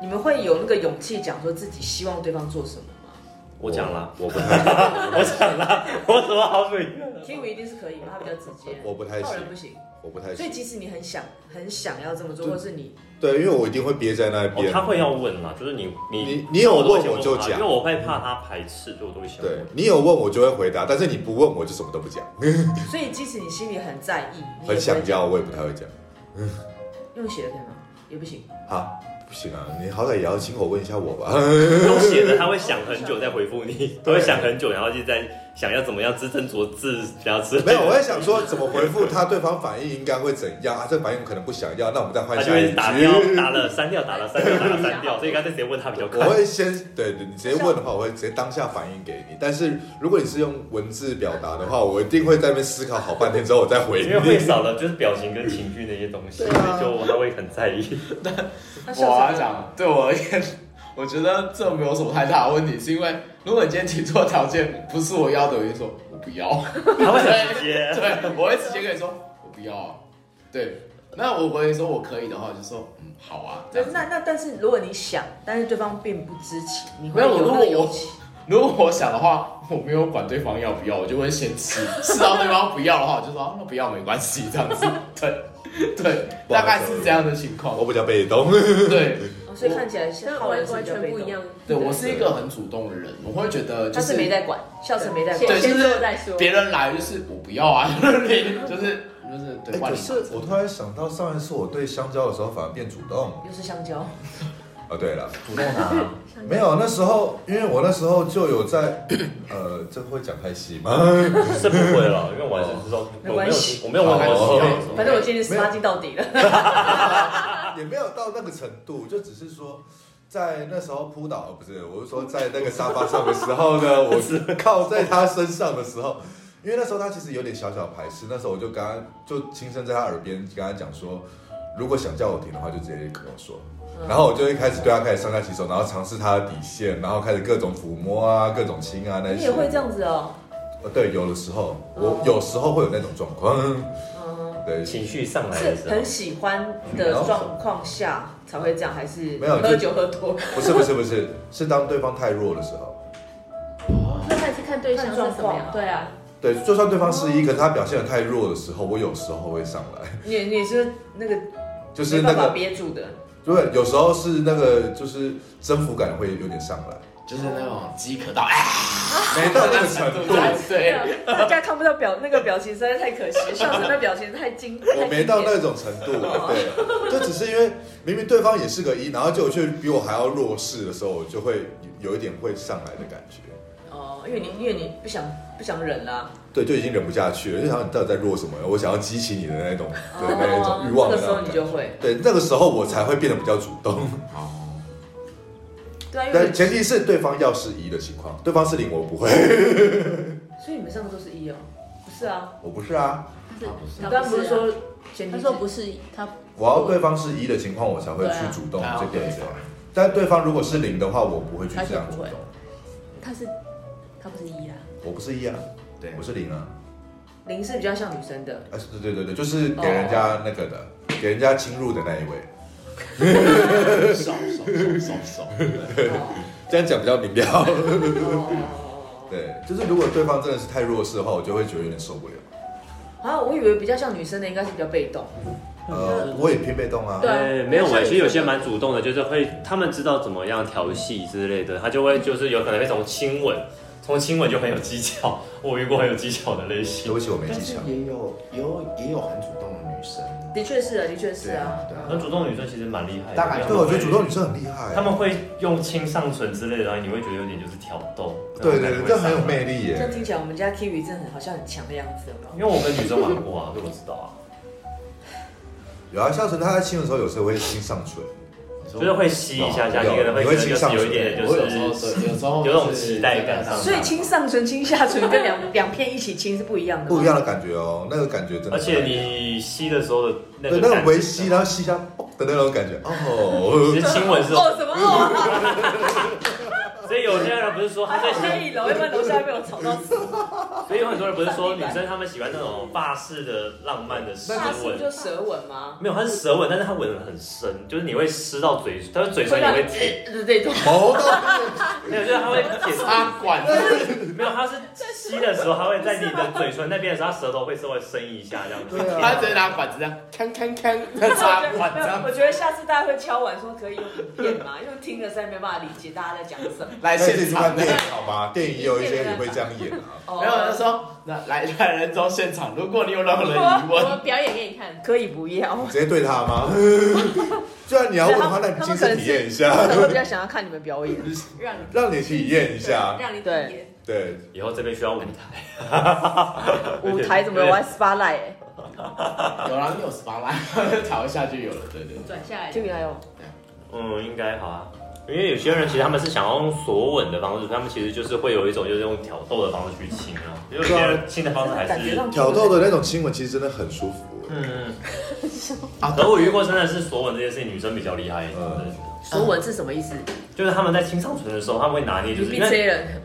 [SPEAKER 3] 你们会有那个勇气讲说自己希望对方做什么吗
[SPEAKER 4] 我讲啦，我不太，我讲啦，我怎么好美？
[SPEAKER 3] ？Kiwi 一定是可以嘛，他比较直接，
[SPEAKER 5] 我不太
[SPEAKER 3] 靠
[SPEAKER 5] 行
[SPEAKER 3] 人不行。
[SPEAKER 5] 我不太
[SPEAKER 3] 所以
[SPEAKER 5] 行。
[SPEAKER 3] 即使你很想很想要这么做，
[SPEAKER 5] 就
[SPEAKER 3] 或是你
[SPEAKER 5] 对，因为我一定会憋在那
[SPEAKER 4] 哦
[SPEAKER 5] 边。，
[SPEAKER 4] 他会要问啦，就是你你
[SPEAKER 5] 你你有问
[SPEAKER 4] 都会先
[SPEAKER 5] 我就
[SPEAKER 4] 他
[SPEAKER 5] 讲
[SPEAKER 4] 啊因为我会怕他排斥，所以我都会先
[SPEAKER 5] 对
[SPEAKER 4] 问。
[SPEAKER 5] 你有问我就会回答，但是你不问我就什么都不讲。
[SPEAKER 3] 所以即使你心里很在意，你也不会
[SPEAKER 5] 很想
[SPEAKER 3] 讲
[SPEAKER 5] 要我也不太会讲。
[SPEAKER 4] 嗯
[SPEAKER 3] 用写的可以吗？也不行。
[SPEAKER 5] 好，不行啊，你好歹也要亲口问一下我吧。
[SPEAKER 4] 用写的他会想很久再回复你，都会想很久，然后就在想要怎么样字斟酌字，然后之类的
[SPEAKER 5] 没有，我在想说怎么回复他，对方反应应该会怎样啊？这反应可能不想要，那我们再换
[SPEAKER 4] 他就
[SPEAKER 5] 下一
[SPEAKER 4] 会
[SPEAKER 5] 句。
[SPEAKER 4] 打掉，打了删掉，打了删掉，打了删掉，所以干脆直接问他比较
[SPEAKER 5] 我
[SPEAKER 4] 快。
[SPEAKER 5] 会先对你直接问的话，我会直接当下反应给你。但是如果你是用文字表达的话，我一定会在那边思考好半天之后我再回
[SPEAKER 4] 因为啊会
[SPEAKER 5] 你。
[SPEAKER 4] 少了就是表情跟情绪那些东西，所以就我还会很在 意。
[SPEAKER 3] 那像
[SPEAKER 2] 我要
[SPEAKER 3] 什么
[SPEAKER 2] 讲，对我而言，我觉得这没有什么太大的问题，是因为如果你今天提出的条件不是我要的，我就说我不 要，
[SPEAKER 4] 他会很直接，
[SPEAKER 2] 对，我会直接跟你说我不要啊，对。那我跟你说我可以的话，我就说嗯好啊，
[SPEAKER 3] 对
[SPEAKER 2] 这样子
[SPEAKER 3] 那那但是如果你想，但是对方并不知情，你会
[SPEAKER 2] 没有
[SPEAKER 3] 有那
[SPEAKER 2] 如
[SPEAKER 3] 个
[SPEAKER 2] 果
[SPEAKER 3] 勇气。
[SPEAKER 2] 如果我想的话，我没有管对方要不要，我就会先 吃，吃到对方不要的话，我就说、啊那不要没关系，这样子。 对对，
[SPEAKER 5] 不好意思
[SPEAKER 2] 大概是这样的情况
[SPEAKER 5] 我。比较 被动，
[SPEAKER 2] 对
[SPEAKER 3] 哦所以看起来是
[SPEAKER 6] 跟
[SPEAKER 3] 好人
[SPEAKER 6] 完
[SPEAKER 3] 是
[SPEAKER 6] 完
[SPEAKER 3] 比较
[SPEAKER 6] 全
[SPEAKER 3] 被
[SPEAKER 6] 不
[SPEAKER 3] 动
[SPEAKER 6] 一样。。
[SPEAKER 2] 对，我是一个很主动的人，我会觉得就
[SPEAKER 3] 他是没在管，笑是没在
[SPEAKER 6] 对
[SPEAKER 3] 管
[SPEAKER 2] 对，。就
[SPEAKER 6] 先做
[SPEAKER 2] 是
[SPEAKER 6] 再说
[SPEAKER 2] 别人来就是我不要啊， 就是就是就是对，
[SPEAKER 5] 哎
[SPEAKER 2] 管
[SPEAKER 5] 可
[SPEAKER 2] 你
[SPEAKER 5] 是我突然想到，上一次我对香蕉的时候反而变主动。
[SPEAKER 3] 又是香蕉，
[SPEAKER 5] 哦，对了，
[SPEAKER 2] 主动拿，
[SPEAKER 5] 没有那时候，因为我那时候就有在， 呃，这会讲太细吗？
[SPEAKER 4] 是不会了，因为我还是知道，我
[SPEAKER 3] 没
[SPEAKER 4] 没
[SPEAKER 3] 关
[SPEAKER 4] 有
[SPEAKER 3] 系
[SPEAKER 4] 我没有问
[SPEAKER 2] 好
[SPEAKER 4] 过
[SPEAKER 2] 好
[SPEAKER 4] 你
[SPEAKER 3] 反正我今天十八斤到底了。
[SPEAKER 5] 也没有到那个程度，就只是说。在那时候扑倒，呃不是，我是说在那个沙发上的时候呢，我是靠在他身上的时候，因为那时候他其实有点小小排斥，那时候我就跟他就轻声在他耳边跟他讲说，如果想叫我停的话，就直接跟我说。然后我就一开始对他开始上下其手，然后尝试他的底线，然后开始各种抚摸啊，各种亲啊那些。
[SPEAKER 3] 你也会这样子哦。
[SPEAKER 5] 呃？对，有的时候我有时候会有那种状况，
[SPEAKER 3] 嗯，
[SPEAKER 5] 对，
[SPEAKER 4] 情绪上来的时
[SPEAKER 3] 是
[SPEAKER 4] 候
[SPEAKER 3] 很，喜欢的状况下才会这样，还是
[SPEAKER 5] 没有就
[SPEAKER 3] 喝酒喝多？
[SPEAKER 5] 不是不是不是，是当对方太弱的时候。
[SPEAKER 6] 那还是看对象是什么样。
[SPEAKER 3] 对啊，
[SPEAKER 5] 对，就算对方失
[SPEAKER 3] 哦
[SPEAKER 5] 忆，可是他表现的太弱的时候，我有时候会上 来，
[SPEAKER 3] 你你是那个
[SPEAKER 5] 就是
[SPEAKER 3] 没
[SPEAKER 5] 那
[SPEAKER 3] 办法
[SPEAKER 5] 个，
[SPEAKER 3] 憋住的，
[SPEAKER 5] 对，有时候是那个，就是征服感会有 点上来，
[SPEAKER 2] 就是那种饥渴到哎，
[SPEAKER 5] 没到那个程
[SPEAKER 2] 对
[SPEAKER 5] 度，
[SPEAKER 2] 对，
[SPEAKER 3] 大家看不到 表那个表情实在太可惜，笑成那表情太惊，
[SPEAKER 5] 我没到那种程度， 对，就只是因为明明对方也是个一，然后结果却比我还要弱势的时候，我就会有有一点会上来的感觉，
[SPEAKER 3] 哦，因为你因为你不想不想忍啦、
[SPEAKER 5] 对，就已经忍不下去了，就想你到底在弱什么？我想要激起你的那种对那一种欲望
[SPEAKER 3] 这个
[SPEAKER 5] 的
[SPEAKER 3] 哦时
[SPEAKER 5] 那
[SPEAKER 3] 候
[SPEAKER 5] 种
[SPEAKER 3] 你
[SPEAKER 5] 感
[SPEAKER 3] 就
[SPEAKER 5] 觉。
[SPEAKER 3] 会
[SPEAKER 5] 对，那个时候我才会变得比较主动，
[SPEAKER 2] 哦，
[SPEAKER 3] 对啊，因为
[SPEAKER 5] 但前提是对方要是一的情况，对方是零我不会，
[SPEAKER 3] 所以你们上次都是一哦，不是啊？
[SPEAKER 5] 我不是啊，
[SPEAKER 6] 他是
[SPEAKER 2] 啊不是
[SPEAKER 3] 你
[SPEAKER 6] 他
[SPEAKER 3] 刚刚不
[SPEAKER 6] 不
[SPEAKER 3] 是
[SPEAKER 6] 是说
[SPEAKER 3] 说前提
[SPEAKER 6] 他说不是他
[SPEAKER 5] 我要对方是一的情况，我才会去
[SPEAKER 6] 对啊
[SPEAKER 5] 主动
[SPEAKER 2] 啊
[SPEAKER 5] 这个
[SPEAKER 2] 对
[SPEAKER 5] 人。但对方如果是零的话，我不会去
[SPEAKER 6] 他就
[SPEAKER 5] 这样主
[SPEAKER 6] 不会
[SPEAKER 5] 动，
[SPEAKER 6] 他是他不是一啊，
[SPEAKER 5] 我不是一啊，
[SPEAKER 2] 对
[SPEAKER 5] 我，是零啊。
[SPEAKER 3] 零是比较像女生的，
[SPEAKER 5] 啊，对对对对，就是给人家那个的，给人家侵入的那一位。
[SPEAKER 2] 少少少少少，对
[SPEAKER 3] 哦
[SPEAKER 5] 这样讲比较明了。
[SPEAKER 3] 哦，
[SPEAKER 5] 对，就是如果对方真的是太弱势的话，我就会觉得有点受不了。
[SPEAKER 3] 啊，我以为比较像女生的应该是比较被动，
[SPEAKER 5] 呃，我也偏被动啊。
[SPEAKER 6] 对啊
[SPEAKER 4] 对，没有哎、
[SPEAKER 6] 像你
[SPEAKER 4] 其实有
[SPEAKER 6] 说
[SPEAKER 4] 些
[SPEAKER 6] 的
[SPEAKER 4] 蛮主动的，就是会他们知道怎么样调戏之类的，他就会就是有可能会从亲吻，从亲吻就很有技巧。我遇过很有技巧的类
[SPEAKER 5] 对
[SPEAKER 4] 型，
[SPEAKER 5] 不起，我没
[SPEAKER 2] 但
[SPEAKER 5] 技
[SPEAKER 2] 是
[SPEAKER 5] 巧。
[SPEAKER 2] 也有也有也有很主动的女生，
[SPEAKER 3] 的确是啊，的确是啊，
[SPEAKER 2] 对
[SPEAKER 4] 很主动的女生其实蛮厉害的。
[SPEAKER 2] 大概
[SPEAKER 5] 对，我觉得主动女生很厉害。啊
[SPEAKER 4] 他们会用亲上唇之类的，然后你会觉得有点就是挑逗。
[SPEAKER 5] 对对对，这很有
[SPEAKER 4] 力。
[SPEAKER 5] 魅力
[SPEAKER 3] 这样
[SPEAKER 5] 耶。
[SPEAKER 3] 听起来我们家 Kiwi 真的很好像很强的样子，有没有
[SPEAKER 4] 因为我跟女生玩过啊，所以我知道啊，
[SPEAKER 5] 有啊，笑成他在亲的时候，有时候会亲上唇。
[SPEAKER 2] 就
[SPEAKER 4] 就是会吸一下下，
[SPEAKER 5] 有
[SPEAKER 4] 你可能会
[SPEAKER 5] 你
[SPEAKER 4] 觉
[SPEAKER 5] 会
[SPEAKER 4] 得
[SPEAKER 5] 亲
[SPEAKER 4] 就是
[SPEAKER 5] 上
[SPEAKER 4] 有
[SPEAKER 5] 唇
[SPEAKER 4] 一点就
[SPEAKER 2] 我有时候
[SPEAKER 4] 是。
[SPEAKER 2] 是有时候
[SPEAKER 4] 有种
[SPEAKER 2] 就是
[SPEAKER 4] 期待感上
[SPEAKER 3] 所以亲上唇、亲下唇跟两两片一起亲是不一样的，
[SPEAKER 5] 不一样。的感觉哦，那个感觉真的。
[SPEAKER 4] 而且你吸的时候的那
[SPEAKER 5] 对
[SPEAKER 4] 个
[SPEAKER 5] 那
[SPEAKER 4] 感
[SPEAKER 5] 种
[SPEAKER 4] 觉
[SPEAKER 5] 微吸，然后吸一下哦的那种感觉哦
[SPEAKER 4] 其。实亲吻是
[SPEAKER 3] 哦，什么哦？
[SPEAKER 4] 所以有些人不是说他
[SPEAKER 3] 还
[SPEAKER 4] 在
[SPEAKER 3] 好在一楼，要不然楼下被我吵到死。
[SPEAKER 4] 所以有很多人不是说女生她们喜欢那种法式的浪漫的舌
[SPEAKER 3] 那是不是
[SPEAKER 4] 吻，
[SPEAKER 3] 就舌吻吗？
[SPEAKER 4] 没有，它是舌吻，但是它吻得很深，就是你会吃到嘴，它的嘴唇你会舔，
[SPEAKER 3] 对对对，
[SPEAKER 5] 毛到
[SPEAKER 4] 没有，就是它会舔，
[SPEAKER 2] 插管，
[SPEAKER 4] 没有，它是吸的时候，它会在你的嘴唇那边的时候，它舌头会稍微伸一下这样
[SPEAKER 5] 对
[SPEAKER 4] 子。
[SPEAKER 2] 他
[SPEAKER 5] 啊，
[SPEAKER 2] 直接拿管子这样，看看看，那插管这样
[SPEAKER 3] 我觉得下次大家会敲碗说可以用影片吗？因为听了实在没办法理解大家在讲什么。
[SPEAKER 2] 来
[SPEAKER 5] 那自己
[SPEAKER 2] 现
[SPEAKER 5] 去
[SPEAKER 2] 场
[SPEAKER 5] 看
[SPEAKER 2] 的
[SPEAKER 5] 电。影好吗？电影也有一些也会这样演啊。
[SPEAKER 3] 哦
[SPEAKER 2] 没有，他说那来来人中现场，如果你有任何的疑
[SPEAKER 6] 我
[SPEAKER 2] 问，
[SPEAKER 6] 们表演给你看，
[SPEAKER 3] 可以不要
[SPEAKER 5] 你。直接对他吗？既然你要问的话，那你亲身体验一下，
[SPEAKER 3] 可能会比较想要看你们表演。
[SPEAKER 6] 让你
[SPEAKER 5] 让你体验一下
[SPEAKER 6] 对。让你体
[SPEAKER 3] 对
[SPEAKER 6] 验。
[SPEAKER 5] 对，
[SPEAKER 4] 以后这边需要舞台，
[SPEAKER 3] 舞台怎么有
[SPEAKER 4] 对
[SPEAKER 3] SPA 赖？哎，
[SPEAKER 2] 有啦，你有十八啦， 调一下就有了，对对对。
[SPEAKER 6] 转下来，
[SPEAKER 3] 这个还有
[SPEAKER 4] 嗯，应该好啊。因为有些人其实他们是想要用索吻的方式，他们其实就是会有一种就是用挑逗的方式去亲啊，因为有些人亲的方式还
[SPEAKER 3] 感觉
[SPEAKER 4] 是
[SPEAKER 3] 上
[SPEAKER 5] 挑逗的那种亲吻其实真的很舒 服。
[SPEAKER 4] 嗯，
[SPEAKER 2] 啊
[SPEAKER 4] 可我遇过真的是索吻这件事情，女生比较厉害一点。
[SPEAKER 5] 嗯
[SPEAKER 3] 舌吻是什么意思？
[SPEAKER 4] 就是他们在亲上唇的时候，他们会拿捏，就
[SPEAKER 3] 你
[SPEAKER 4] 是
[SPEAKER 3] 闭
[SPEAKER 4] 因为
[SPEAKER 3] 嘴人。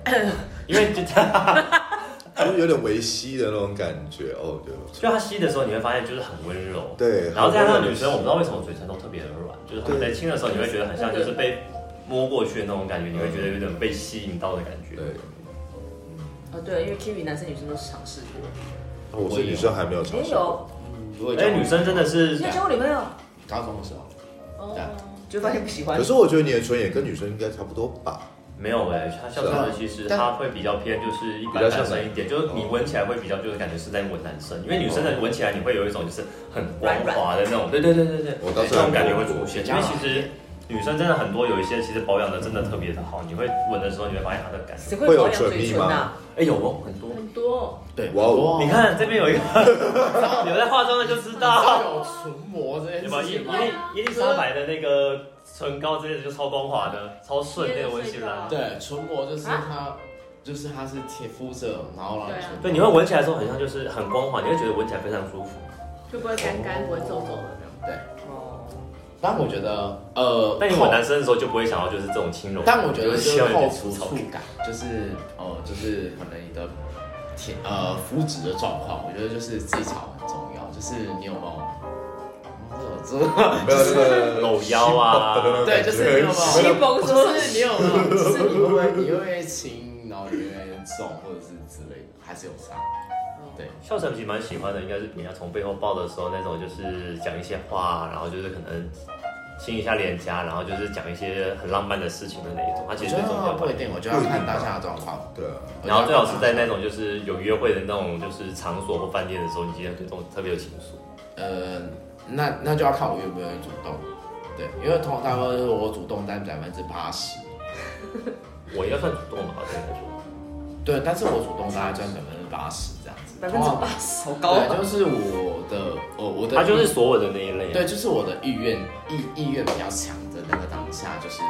[SPEAKER 4] 因为就
[SPEAKER 5] 就是有点微吸的那种感觉哦，对不
[SPEAKER 4] 就他吸的时候，你会发现就是很温柔。
[SPEAKER 5] 对
[SPEAKER 4] 然后再加上女生，我不知道为什么嘴唇都特别的软，就是他们在亲的时候，你会觉得很像就是被摸过去的那种感觉，你会觉得有点被吸引到的感觉。
[SPEAKER 5] 对，
[SPEAKER 3] 哦，对，因为 Kiwi 男生女生都尝试过。
[SPEAKER 5] 我是女生还没有尝
[SPEAKER 3] 也
[SPEAKER 5] 试。
[SPEAKER 3] 有，
[SPEAKER 2] 如果
[SPEAKER 4] 而哎且女生真的是
[SPEAKER 3] 你有交过女朋友，
[SPEAKER 2] 高中的时候，
[SPEAKER 6] 哦
[SPEAKER 2] 这样
[SPEAKER 3] 就发现不喜欢
[SPEAKER 5] 可。是我觉得你的唇也跟女生应该差不多 吧？
[SPEAKER 4] 没有哎、她像
[SPEAKER 5] 是
[SPEAKER 4] 这
[SPEAKER 5] 啊
[SPEAKER 4] 样其实她会比较偏就是一般
[SPEAKER 5] 比较像哦
[SPEAKER 4] 男生一点，就是你闻起来会比较就是感觉是在闻男生，因为女生的闻起来你会有一种就是很光滑的那种，对对对对对，
[SPEAKER 5] 我倒是
[SPEAKER 4] 这种感觉会出现，
[SPEAKER 2] 我
[SPEAKER 4] 因为其实女生真的很多有一些其实保养的真的特别的好，你会闻的时候你会发现她的感觉，
[SPEAKER 3] 谁会保养嘴唇
[SPEAKER 5] 会有唇蜜
[SPEAKER 3] 呐
[SPEAKER 5] 吗？
[SPEAKER 4] 哎、有哦很多，
[SPEAKER 6] 很多哦，
[SPEAKER 2] 对，
[SPEAKER 5] 哇哦
[SPEAKER 4] 你看这边 有一个有在化妆的就知道，
[SPEAKER 2] 有唇膜这件
[SPEAKER 4] 有没有
[SPEAKER 2] 事
[SPEAKER 4] 伊
[SPEAKER 2] 情吗？
[SPEAKER 4] 伊伊丽莎白的那个唇膏之类的就超光滑的，超顺那个闻起来。
[SPEAKER 2] 对，唇膜就是它，就是它是贴肤色，然后让
[SPEAKER 6] 对啊
[SPEAKER 2] 唇
[SPEAKER 4] 对，你会闻起来的时候很像，就是很光滑，你会觉得闻起来非常舒服。
[SPEAKER 6] 就不会干干，不会皱皱的那种。
[SPEAKER 3] 哦，
[SPEAKER 2] 但我觉得，呃，
[SPEAKER 4] 但你闻
[SPEAKER 2] 后
[SPEAKER 4] 男生的时候就不会想要就是这种轻柔，
[SPEAKER 2] 但我觉得
[SPEAKER 4] 需
[SPEAKER 2] 是
[SPEAKER 4] 要有
[SPEAKER 2] 后
[SPEAKER 4] 点
[SPEAKER 2] 肤
[SPEAKER 4] 粗糙
[SPEAKER 2] 触
[SPEAKER 4] 感。
[SPEAKER 2] 感，就是呃，就是可能你的体呃肤质的状况，我觉得就是技巧很重要，就是你有没有。
[SPEAKER 5] 没有那个
[SPEAKER 4] 搂腰啊
[SPEAKER 2] 对，就是你有没
[SPEAKER 3] 西
[SPEAKER 2] 有？
[SPEAKER 3] 风说
[SPEAKER 2] 不是
[SPEAKER 5] 哦
[SPEAKER 2] 你有没有？就是你会不会，你会不会轻，然后你会不会重，或者是之类的，还是有差？对，
[SPEAKER 4] 笑成其实蛮喜欢的，应该是人家从背后抱的时候那种，就是讲一些话，然后就是可能亲一下脸颊，然后就是讲一些很浪漫的事情的那一种。他其
[SPEAKER 2] 我
[SPEAKER 4] 实
[SPEAKER 2] 觉
[SPEAKER 4] 最重要
[SPEAKER 2] 得不
[SPEAKER 4] 吧
[SPEAKER 2] 一。定，我觉得要看当下的状况。
[SPEAKER 5] 对啊，
[SPEAKER 4] 然后最好是在那种就是有约会的那种就是场所或饭店的时候，你今天对这种特别有情愫。
[SPEAKER 2] 呃，那那就要看我愿不愿意主动。对，因为通常大部分都是我主动占百分之八十，
[SPEAKER 4] 我应该算主动吧，对你来说。
[SPEAKER 2] 对，但是我主动大概占百分之八十这样子，
[SPEAKER 3] 百分之八
[SPEAKER 2] 十，
[SPEAKER 3] 十，好高
[SPEAKER 2] 对，
[SPEAKER 3] 啊！
[SPEAKER 2] 就是我的，呃，我的，
[SPEAKER 4] 他就是所有的那一类、啊。
[SPEAKER 2] 对，就是我的意愿意意愿比较强的那个当下，就是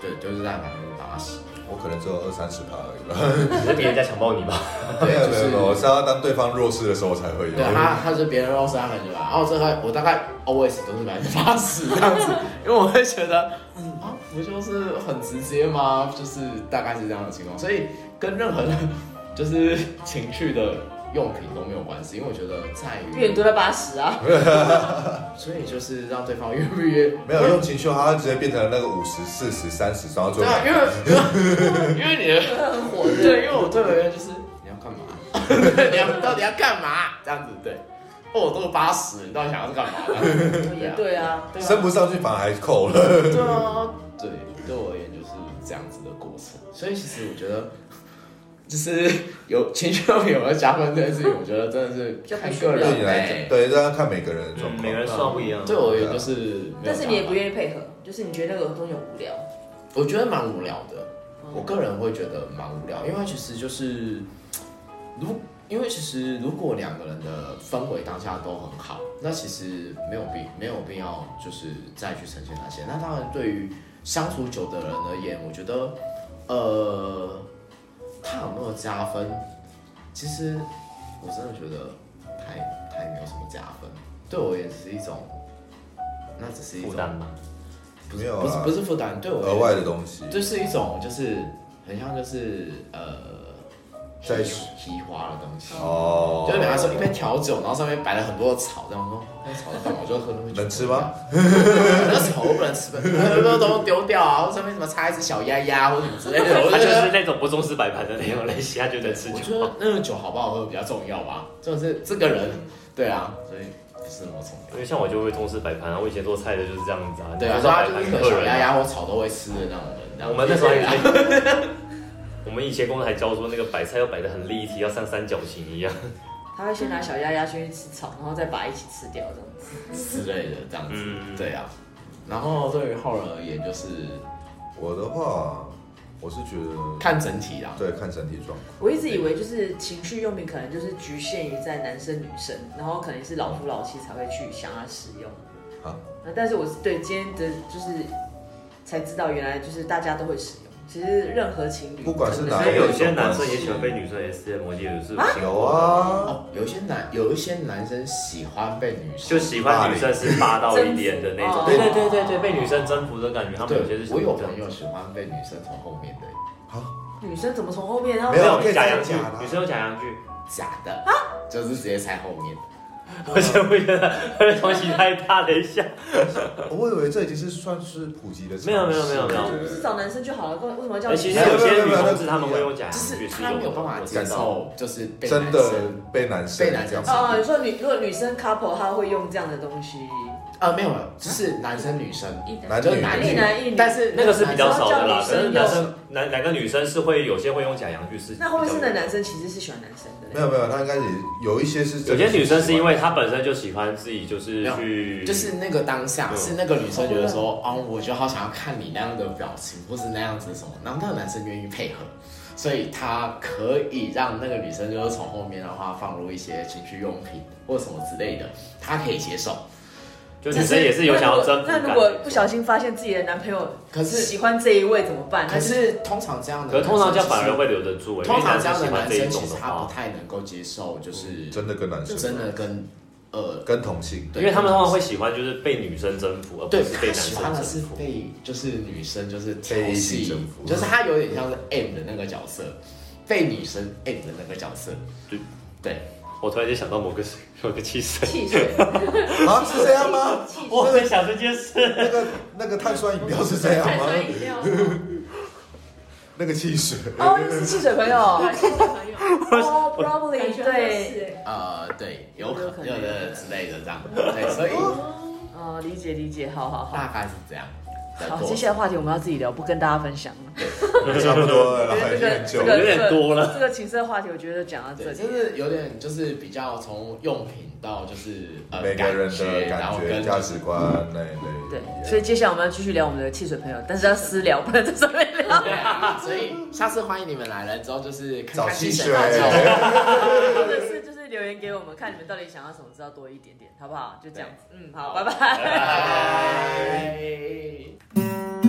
[SPEAKER 2] 对，就是在百分之 八十，
[SPEAKER 5] 我可能只有二三十趴而已吧。
[SPEAKER 4] 只是别人家强暴你吧？
[SPEAKER 2] 对， 就
[SPEAKER 5] 没有
[SPEAKER 2] 是
[SPEAKER 5] 没有，我是啊要当对方弱势的时候才会有。
[SPEAKER 2] 对他，他是别人肉三很久吧，然后这个我大概 always 都是百分之八十这样子，因为我会觉得，嗯啊，不就是很直接吗？就是大概是这样的情况，所以跟任何的，就是情趣的用品都没有关系，因为我觉得在
[SPEAKER 3] 因为你
[SPEAKER 2] 于，
[SPEAKER 3] 都在八十啊，
[SPEAKER 2] 所以就是让对方愿不愿。
[SPEAKER 5] 没有用情绪，他直接变成那个五十、四十、三十，然后最
[SPEAKER 2] 对
[SPEAKER 5] 后
[SPEAKER 2] 啊，因为 因为你的火热，对，因为我对我而言就是 你要干嘛？你要到底要干嘛？这样子对。哦，我都八十，你到底想要干嘛？这样子对啊
[SPEAKER 3] 对啊，对
[SPEAKER 5] 升
[SPEAKER 3] 啊，
[SPEAKER 5] 不上去反而还扣了。
[SPEAKER 2] 对啊，对，对我而言就是这样子的过程。所以其实我觉得，就是 有情绪用品有没有加分这件事情，我觉得真的是看个
[SPEAKER 5] 对啊你
[SPEAKER 2] 人
[SPEAKER 5] 来
[SPEAKER 2] 哎
[SPEAKER 5] 讲，。对，这要看每个人的状
[SPEAKER 4] 嗯，
[SPEAKER 5] 况。
[SPEAKER 4] 每个人状况不一样。
[SPEAKER 2] 对我而言就是没有加分，
[SPEAKER 3] 但是你也不愿意配合，就是你觉得那个东西很无聊。
[SPEAKER 2] 我觉得蛮无聊的，我个人会觉得蛮无聊，因为其实就是，如因为其实如果两个人的氛围当下都很好，那其实没有必没有必要就是再去呈现那些。那当然，对于相处久的人而言，我觉得，呃，他有没有加分，其实我真的觉得太太没有什么加分，对我也只是一种，那只是一种
[SPEAKER 4] 负担吧。
[SPEAKER 2] 不
[SPEAKER 5] 没
[SPEAKER 2] 是
[SPEAKER 5] 有
[SPEAKER 2] 不是
[SPEAKER 5] 啊
[SPEAKER 2] 不是负担，对我而言
[SPEAKER 5] 额外的东西，
[SPEAKER 2] 就是一种就是很像就是呃，
[SPEAKER 5] 在
[SPEAKER 2] 提提花的东西。
[SPEAKER 5] 哦
[SPEAKER 2] 就是比方说一杯调酒，然后上面摆了很多的草，这样我说那草的饭我就喝那么久。
[SPEAKER 5] 能吃吗？
[SPEAKER 2] 那草我不能吃，很多东西丢掉啊，或上面什么插一只小鸭鸭或者什么之类的。我
[SPEAKER 4] 他
[SPEAKER 2] 就
[SPEAKER 4] 就
[SPEAKER 2] 觉
[SPEAKER 4] 是
[SPEAKER 2] 得，
[SPEAKER 4] 那种不重视摆盘的那种类型，他就在吃
[SPEAKER 2] 我觉
[SPEAKER 4] 酒
[SPEAKER 2] 得。那个酒好不好喝比较重要吧，就是这个人，对啊，所以不是那么重
[SPEAKER 4] 因为像我就会重视摆盘啊，我以前做菜的就是这样子啊
[SPEAKER 2] 要。，对啊，
[SPEAKER 4] 你
[SPEAKER 2] 所以他
[SPEAKER 4] 摆
[SPEAKER 2] 就
[SPEAKER 4] 盘给
[SPEAKER 2] 是一个
[SPEAKER 4] 客
[SPEAKER 2] 小
[SPEAKER 4] 人
[SPEAKER 2] 鸭
[SPEAKER 4] 啊。
[SPEAKER 2] 鸭或草都会吃的那种人这样。
[SPEAKER 4] 我们那时候还
[SPEAKER 2] 对啊
[SPEAKER 4] 以前，我们以前公司还教说那个摆菜要摆的很立体，要像三角形一样。
[SPEAKER 3] 他会先拿小鸭鸭先去吃草，然后再把一起吃掉这样子。
[SPEAKER 2] 之类的这样子，
[SPEAKER 4] 嗯
[SPEAKER 2] 对啊。然后对于后人而言，就是
[SPEAKER 5] 我的话，我是觉得
[SPEAKER 2] 看整体啊啦。
[SPEAKER 5] 对看身体状况，
[SPEAKER 3] 我一直以为就是情趣用品可能就是局限于在男生女生，然后可能是老夫老妻才会去想要使用。
[SPEAKER 5] 啊
[SPEAKER 3] 那但是我是对今天的就是才知道，原来就是大家都会使用。其实任何情侣，
[SPEAKER 5] 不管是哪
[SPEAKER 4] 所以啊
[SPEAKER 5] 一
[SPEAKER 4] 有
[SPEAKER 5] 种
[SPEAKER 4] 些男生也喜欢被女生 S M，我记得是
[SPEAKER 5] 有，啊，
[SPEAKER 2] 哦，有一些男有一些男生喜欢被女生
[SPEAKER 4] 就喜欢女生是霸道一点的那
[SPEAKER 3] 征服哦
[SPEAKER 4] 种。对对对对对，被女生征服的感觉，他们
[SPEAKER 2] 对
[SPEAKER 4] 有些是喜，
[SPEAKER 2] 我
[SPEAKER 4] 欢
[SPEAKER 2] 有
[SPEAKER 4] 这样
[SPEAKER 2] 朋友喜欢被女生从后面的
[SPEAKER 3] 女生怎么从后面然后
[SPEAKER 5] 没有可
[SPEAKER 4] 没有
[SPEAKER 5] 以
[SPEAKER 4] 假
[SPEAKER 5] 这
[SPEAKER 4] 洋
[SPEAKER 5] 样
[SPEAKER 4] 剧
[SPEAKER 5] 讲啊，
[SPEAKER 4] 女生有假洋剧，
[SPEAKER 2] 假的
[SPEAKER 3] 啊
[SPEAKER 2] 就是直接踩后面。
[SPEAKER 4] 啊而且我觉得他的东西太大了一下。
[SPEAKER 5] 我以为这已经是算是普及的常识，
[SPEAKER 4] 没有没有没有没有
[SPEAKER 3] 就不是找男生就好了，为什么要叫
[SPEAKER 4] 哎其
[SPEAKER 3] 女
[SPEAKER 4] 实
[SPEAKER 3] 生？
[SPEAKER 4] 有些女同志他们会用假洋
[SPEAKER 2] 就
[SPEAKER 4] 剧，
[SPEAKER 2] 是
[SPEAKER 4] 是
[SPEAKER 2] 他没有办法接
[SPEAKER 4] 感到。
[SPEAKER 2] 受，就是被
[SPEAKER 5] 真
[SPEAKER 2] 男
[SPEAKER 5] 的
[SPEAKER 2] 生
[SPEAKER 5] 被男生
[SPEAKER 2] 被男生
[SPEAKER 5] 这样
[SPEAKER 3] 哦，你说女如果女生 couple 她会用这样的东西，
[SPEAKER 2] 呃没有，没有就是男生女生，
[SPEAKER 6] 一男
[SPEAKER 5] 男
[SPEAKER 2] 就
[SPEAKER 5] 女
[SPEAKER 2] 是男
[SPEAKER 3] 一男一女
[SPEAKER 2] 但是
[SPEAKER 4] 那个是比较少的啦，
[SPEAKER 3] 然后叫女生
[SPEAKER 4] 可是男生男两个女生是会有些会用假洋剧是。
[SPEAKER 3] 那会不会是那男？生其实是喜欢男生的嘞？
[SPEAKER 5] 没有没有，他应该也有一些是
[SPEAKER 4] 有
[SPEAKER 5] 真的
[SPEAKER 4] 些
[SPEAKER 5] 喜欢
[SPEAKER 4] 女生是因为她本身就喜欢自己，就是去
[SPEAKER 2] 就是那个当下
[SPEAKER 4] 嗯
[SPEAKER 2] 是那个女生觉得说，啊，我就好想要看你那样的表情，或是那样子什么，然后那个男生愿意配合，所以他可以让那个女生就是从后面的话放入一些情趣用品或什么之类的，他可以接受。
[SPEAKER 4] 就女生也是有想要征服
[SPEAKER 3] 那
[SPEAKER 4] 感
[SPEAKER 3] 如
[SPEAKER 4] 的。
[SPEAKER 3] 果那如果不小心发现自己的男朋友
[SPEAKER 2] 可是
[SPEAKER 3] 喜欢这一位怎么办？
[SPEAKER 2] 可是通常这样
[SPEAKER 4] 可
[SPEAKER 2] 的男生其实，
[SPEAKER 4] 是通常这样反而会留得住、欸，因
[SPEAKER 2] 通
[SPEAKER 4] 为
[SPEAKER 2] 常
[SPEAKER 4] 男
[SPEAKER 2] 这
[SPEAKER 4] 生
[SPEAKER 2] 样
[SPEAKER 4] 喜
[SPEAKER 2] 的
[SPEAKER 4] 欢
[SPEAKER 2] 男
[SPEAKER 4] 这一
[SPEAKER 2] 生其
[SPEAKER 4] 种
[SPEAKER 2] 实
[SPEAKER 4] 的
[SPEAKER 2] 他不
[SPEAKER 4] 话，
[SPEAKER 2] 太能够接受，就是
[SPEAKER 5] 真的跟男生
[SPEAKER 2] 真的跟呃，
[SPEAKER 5] 跟同性
[SPEAKER 2] 对
[SPEAKER 4] 因为他们通常会喜欢就是被女生征服，而不
[SPEAKER 2] 对，
[SPEAKER 4] 是被男
[SPEAKER 2] 他喜
[SPEAKER 4] 生
[SPEAKER 2] 欢的
[SPEAKER 4] 征
[SPEAKER 2] 是
[SPEAKER 4] 服。
[SPEAKER 2] 被就是女生就是调
[SPEAKER 5] 被异性
[SPEAKER 2] 戏
[SPEAKER 5] 征服，
[SPEAKER 2] 就是他有点像是 M 的那个角色，被女生 M 的那个角色。
[SPEAKER 4] 对
[SPEAKER 2] 对，
[SPEAKER 4] 我突然间想到某个 某个汽水，
[SPEAKER 6] 汽水，
[SPEAKER 5] 啊是这样吗？
[SPEAKER 6] 汽水，
[SPEAKER 4] 我在想这件事。
[SPEAKER 5] 那个那个碳酸饮料是这样
[SPEAKER 6] 碳
[SPEAKER 5] 吗？
[SPEAKER 6] 酸饮料，
[SPEAKER 5] 那个汽水
[SPEAKER 3] 哦，又是汽水 朋友，哦
[SPEAKER 6] 汽水朋友，
[SPEAKER 3] ，probably 对，，
[SPEAKER 6] 欸
[SPEAKER 2] 呃，对，有可
[SPEAKER 3] 有
[SPEAKER 2] 能
[SPEAKER 3] 可能
[SPEAKER 2] 有的之类的这样。对，所以
[SPEAKER 3] 哦，理解理解，好好好。
[SPEAKER 2] 大概是这样。
[SPEAKER 3] 好，接下来话题我们要自己聊，不跟大家分享了。
[SPEAKER 5] 差不多了，
[SPEAKER 3] 这
[SPEAKER 5] 还有
[SPEAKER 3] 个
[SPEAKER 5] 点久
[SPEAKER 3] 这。个
[SPEAKER 4] 啊有点多了
[SPEAKER 3] 这个情色话题，我觉得讲到这
[SPEAKER 2] 对，
[SPEAKER 3] 里，
[SPEAKER 2] 就是有点就是比较从用品到就是呃
[SPEAKER 5] 每个人的
[SPEAKER 2] 然
[SPEAKER 5] 感
[SPEAKER 2] 后
[SPEAKER 5] 觉、
[SPEAKER 2] 跟
[SPEAKER 5] 价值观那一类。
[SPEAKER 3] 对，所以接下来我们要继续聊我们的汽水朋友，但是要私聊，不能在上面聊。
[SPEAKER 2] 对啊，所以下次欢迎你们来了之后，就是看
[SPEAKER 5] 找
[SPEAKER 2] 看
[SPEAKER 5] 薪
[SPEAKER 2] 是
[SPEAKER 5] 水
[SPEAKER 2] 谁， 找
[SPEAKER 3] 或者是就是留言给我们，看你们到底想要什么，知道多一点点，好不好？就这样子，嗯，好，拜拜。
[SPEAKER 2] 拜。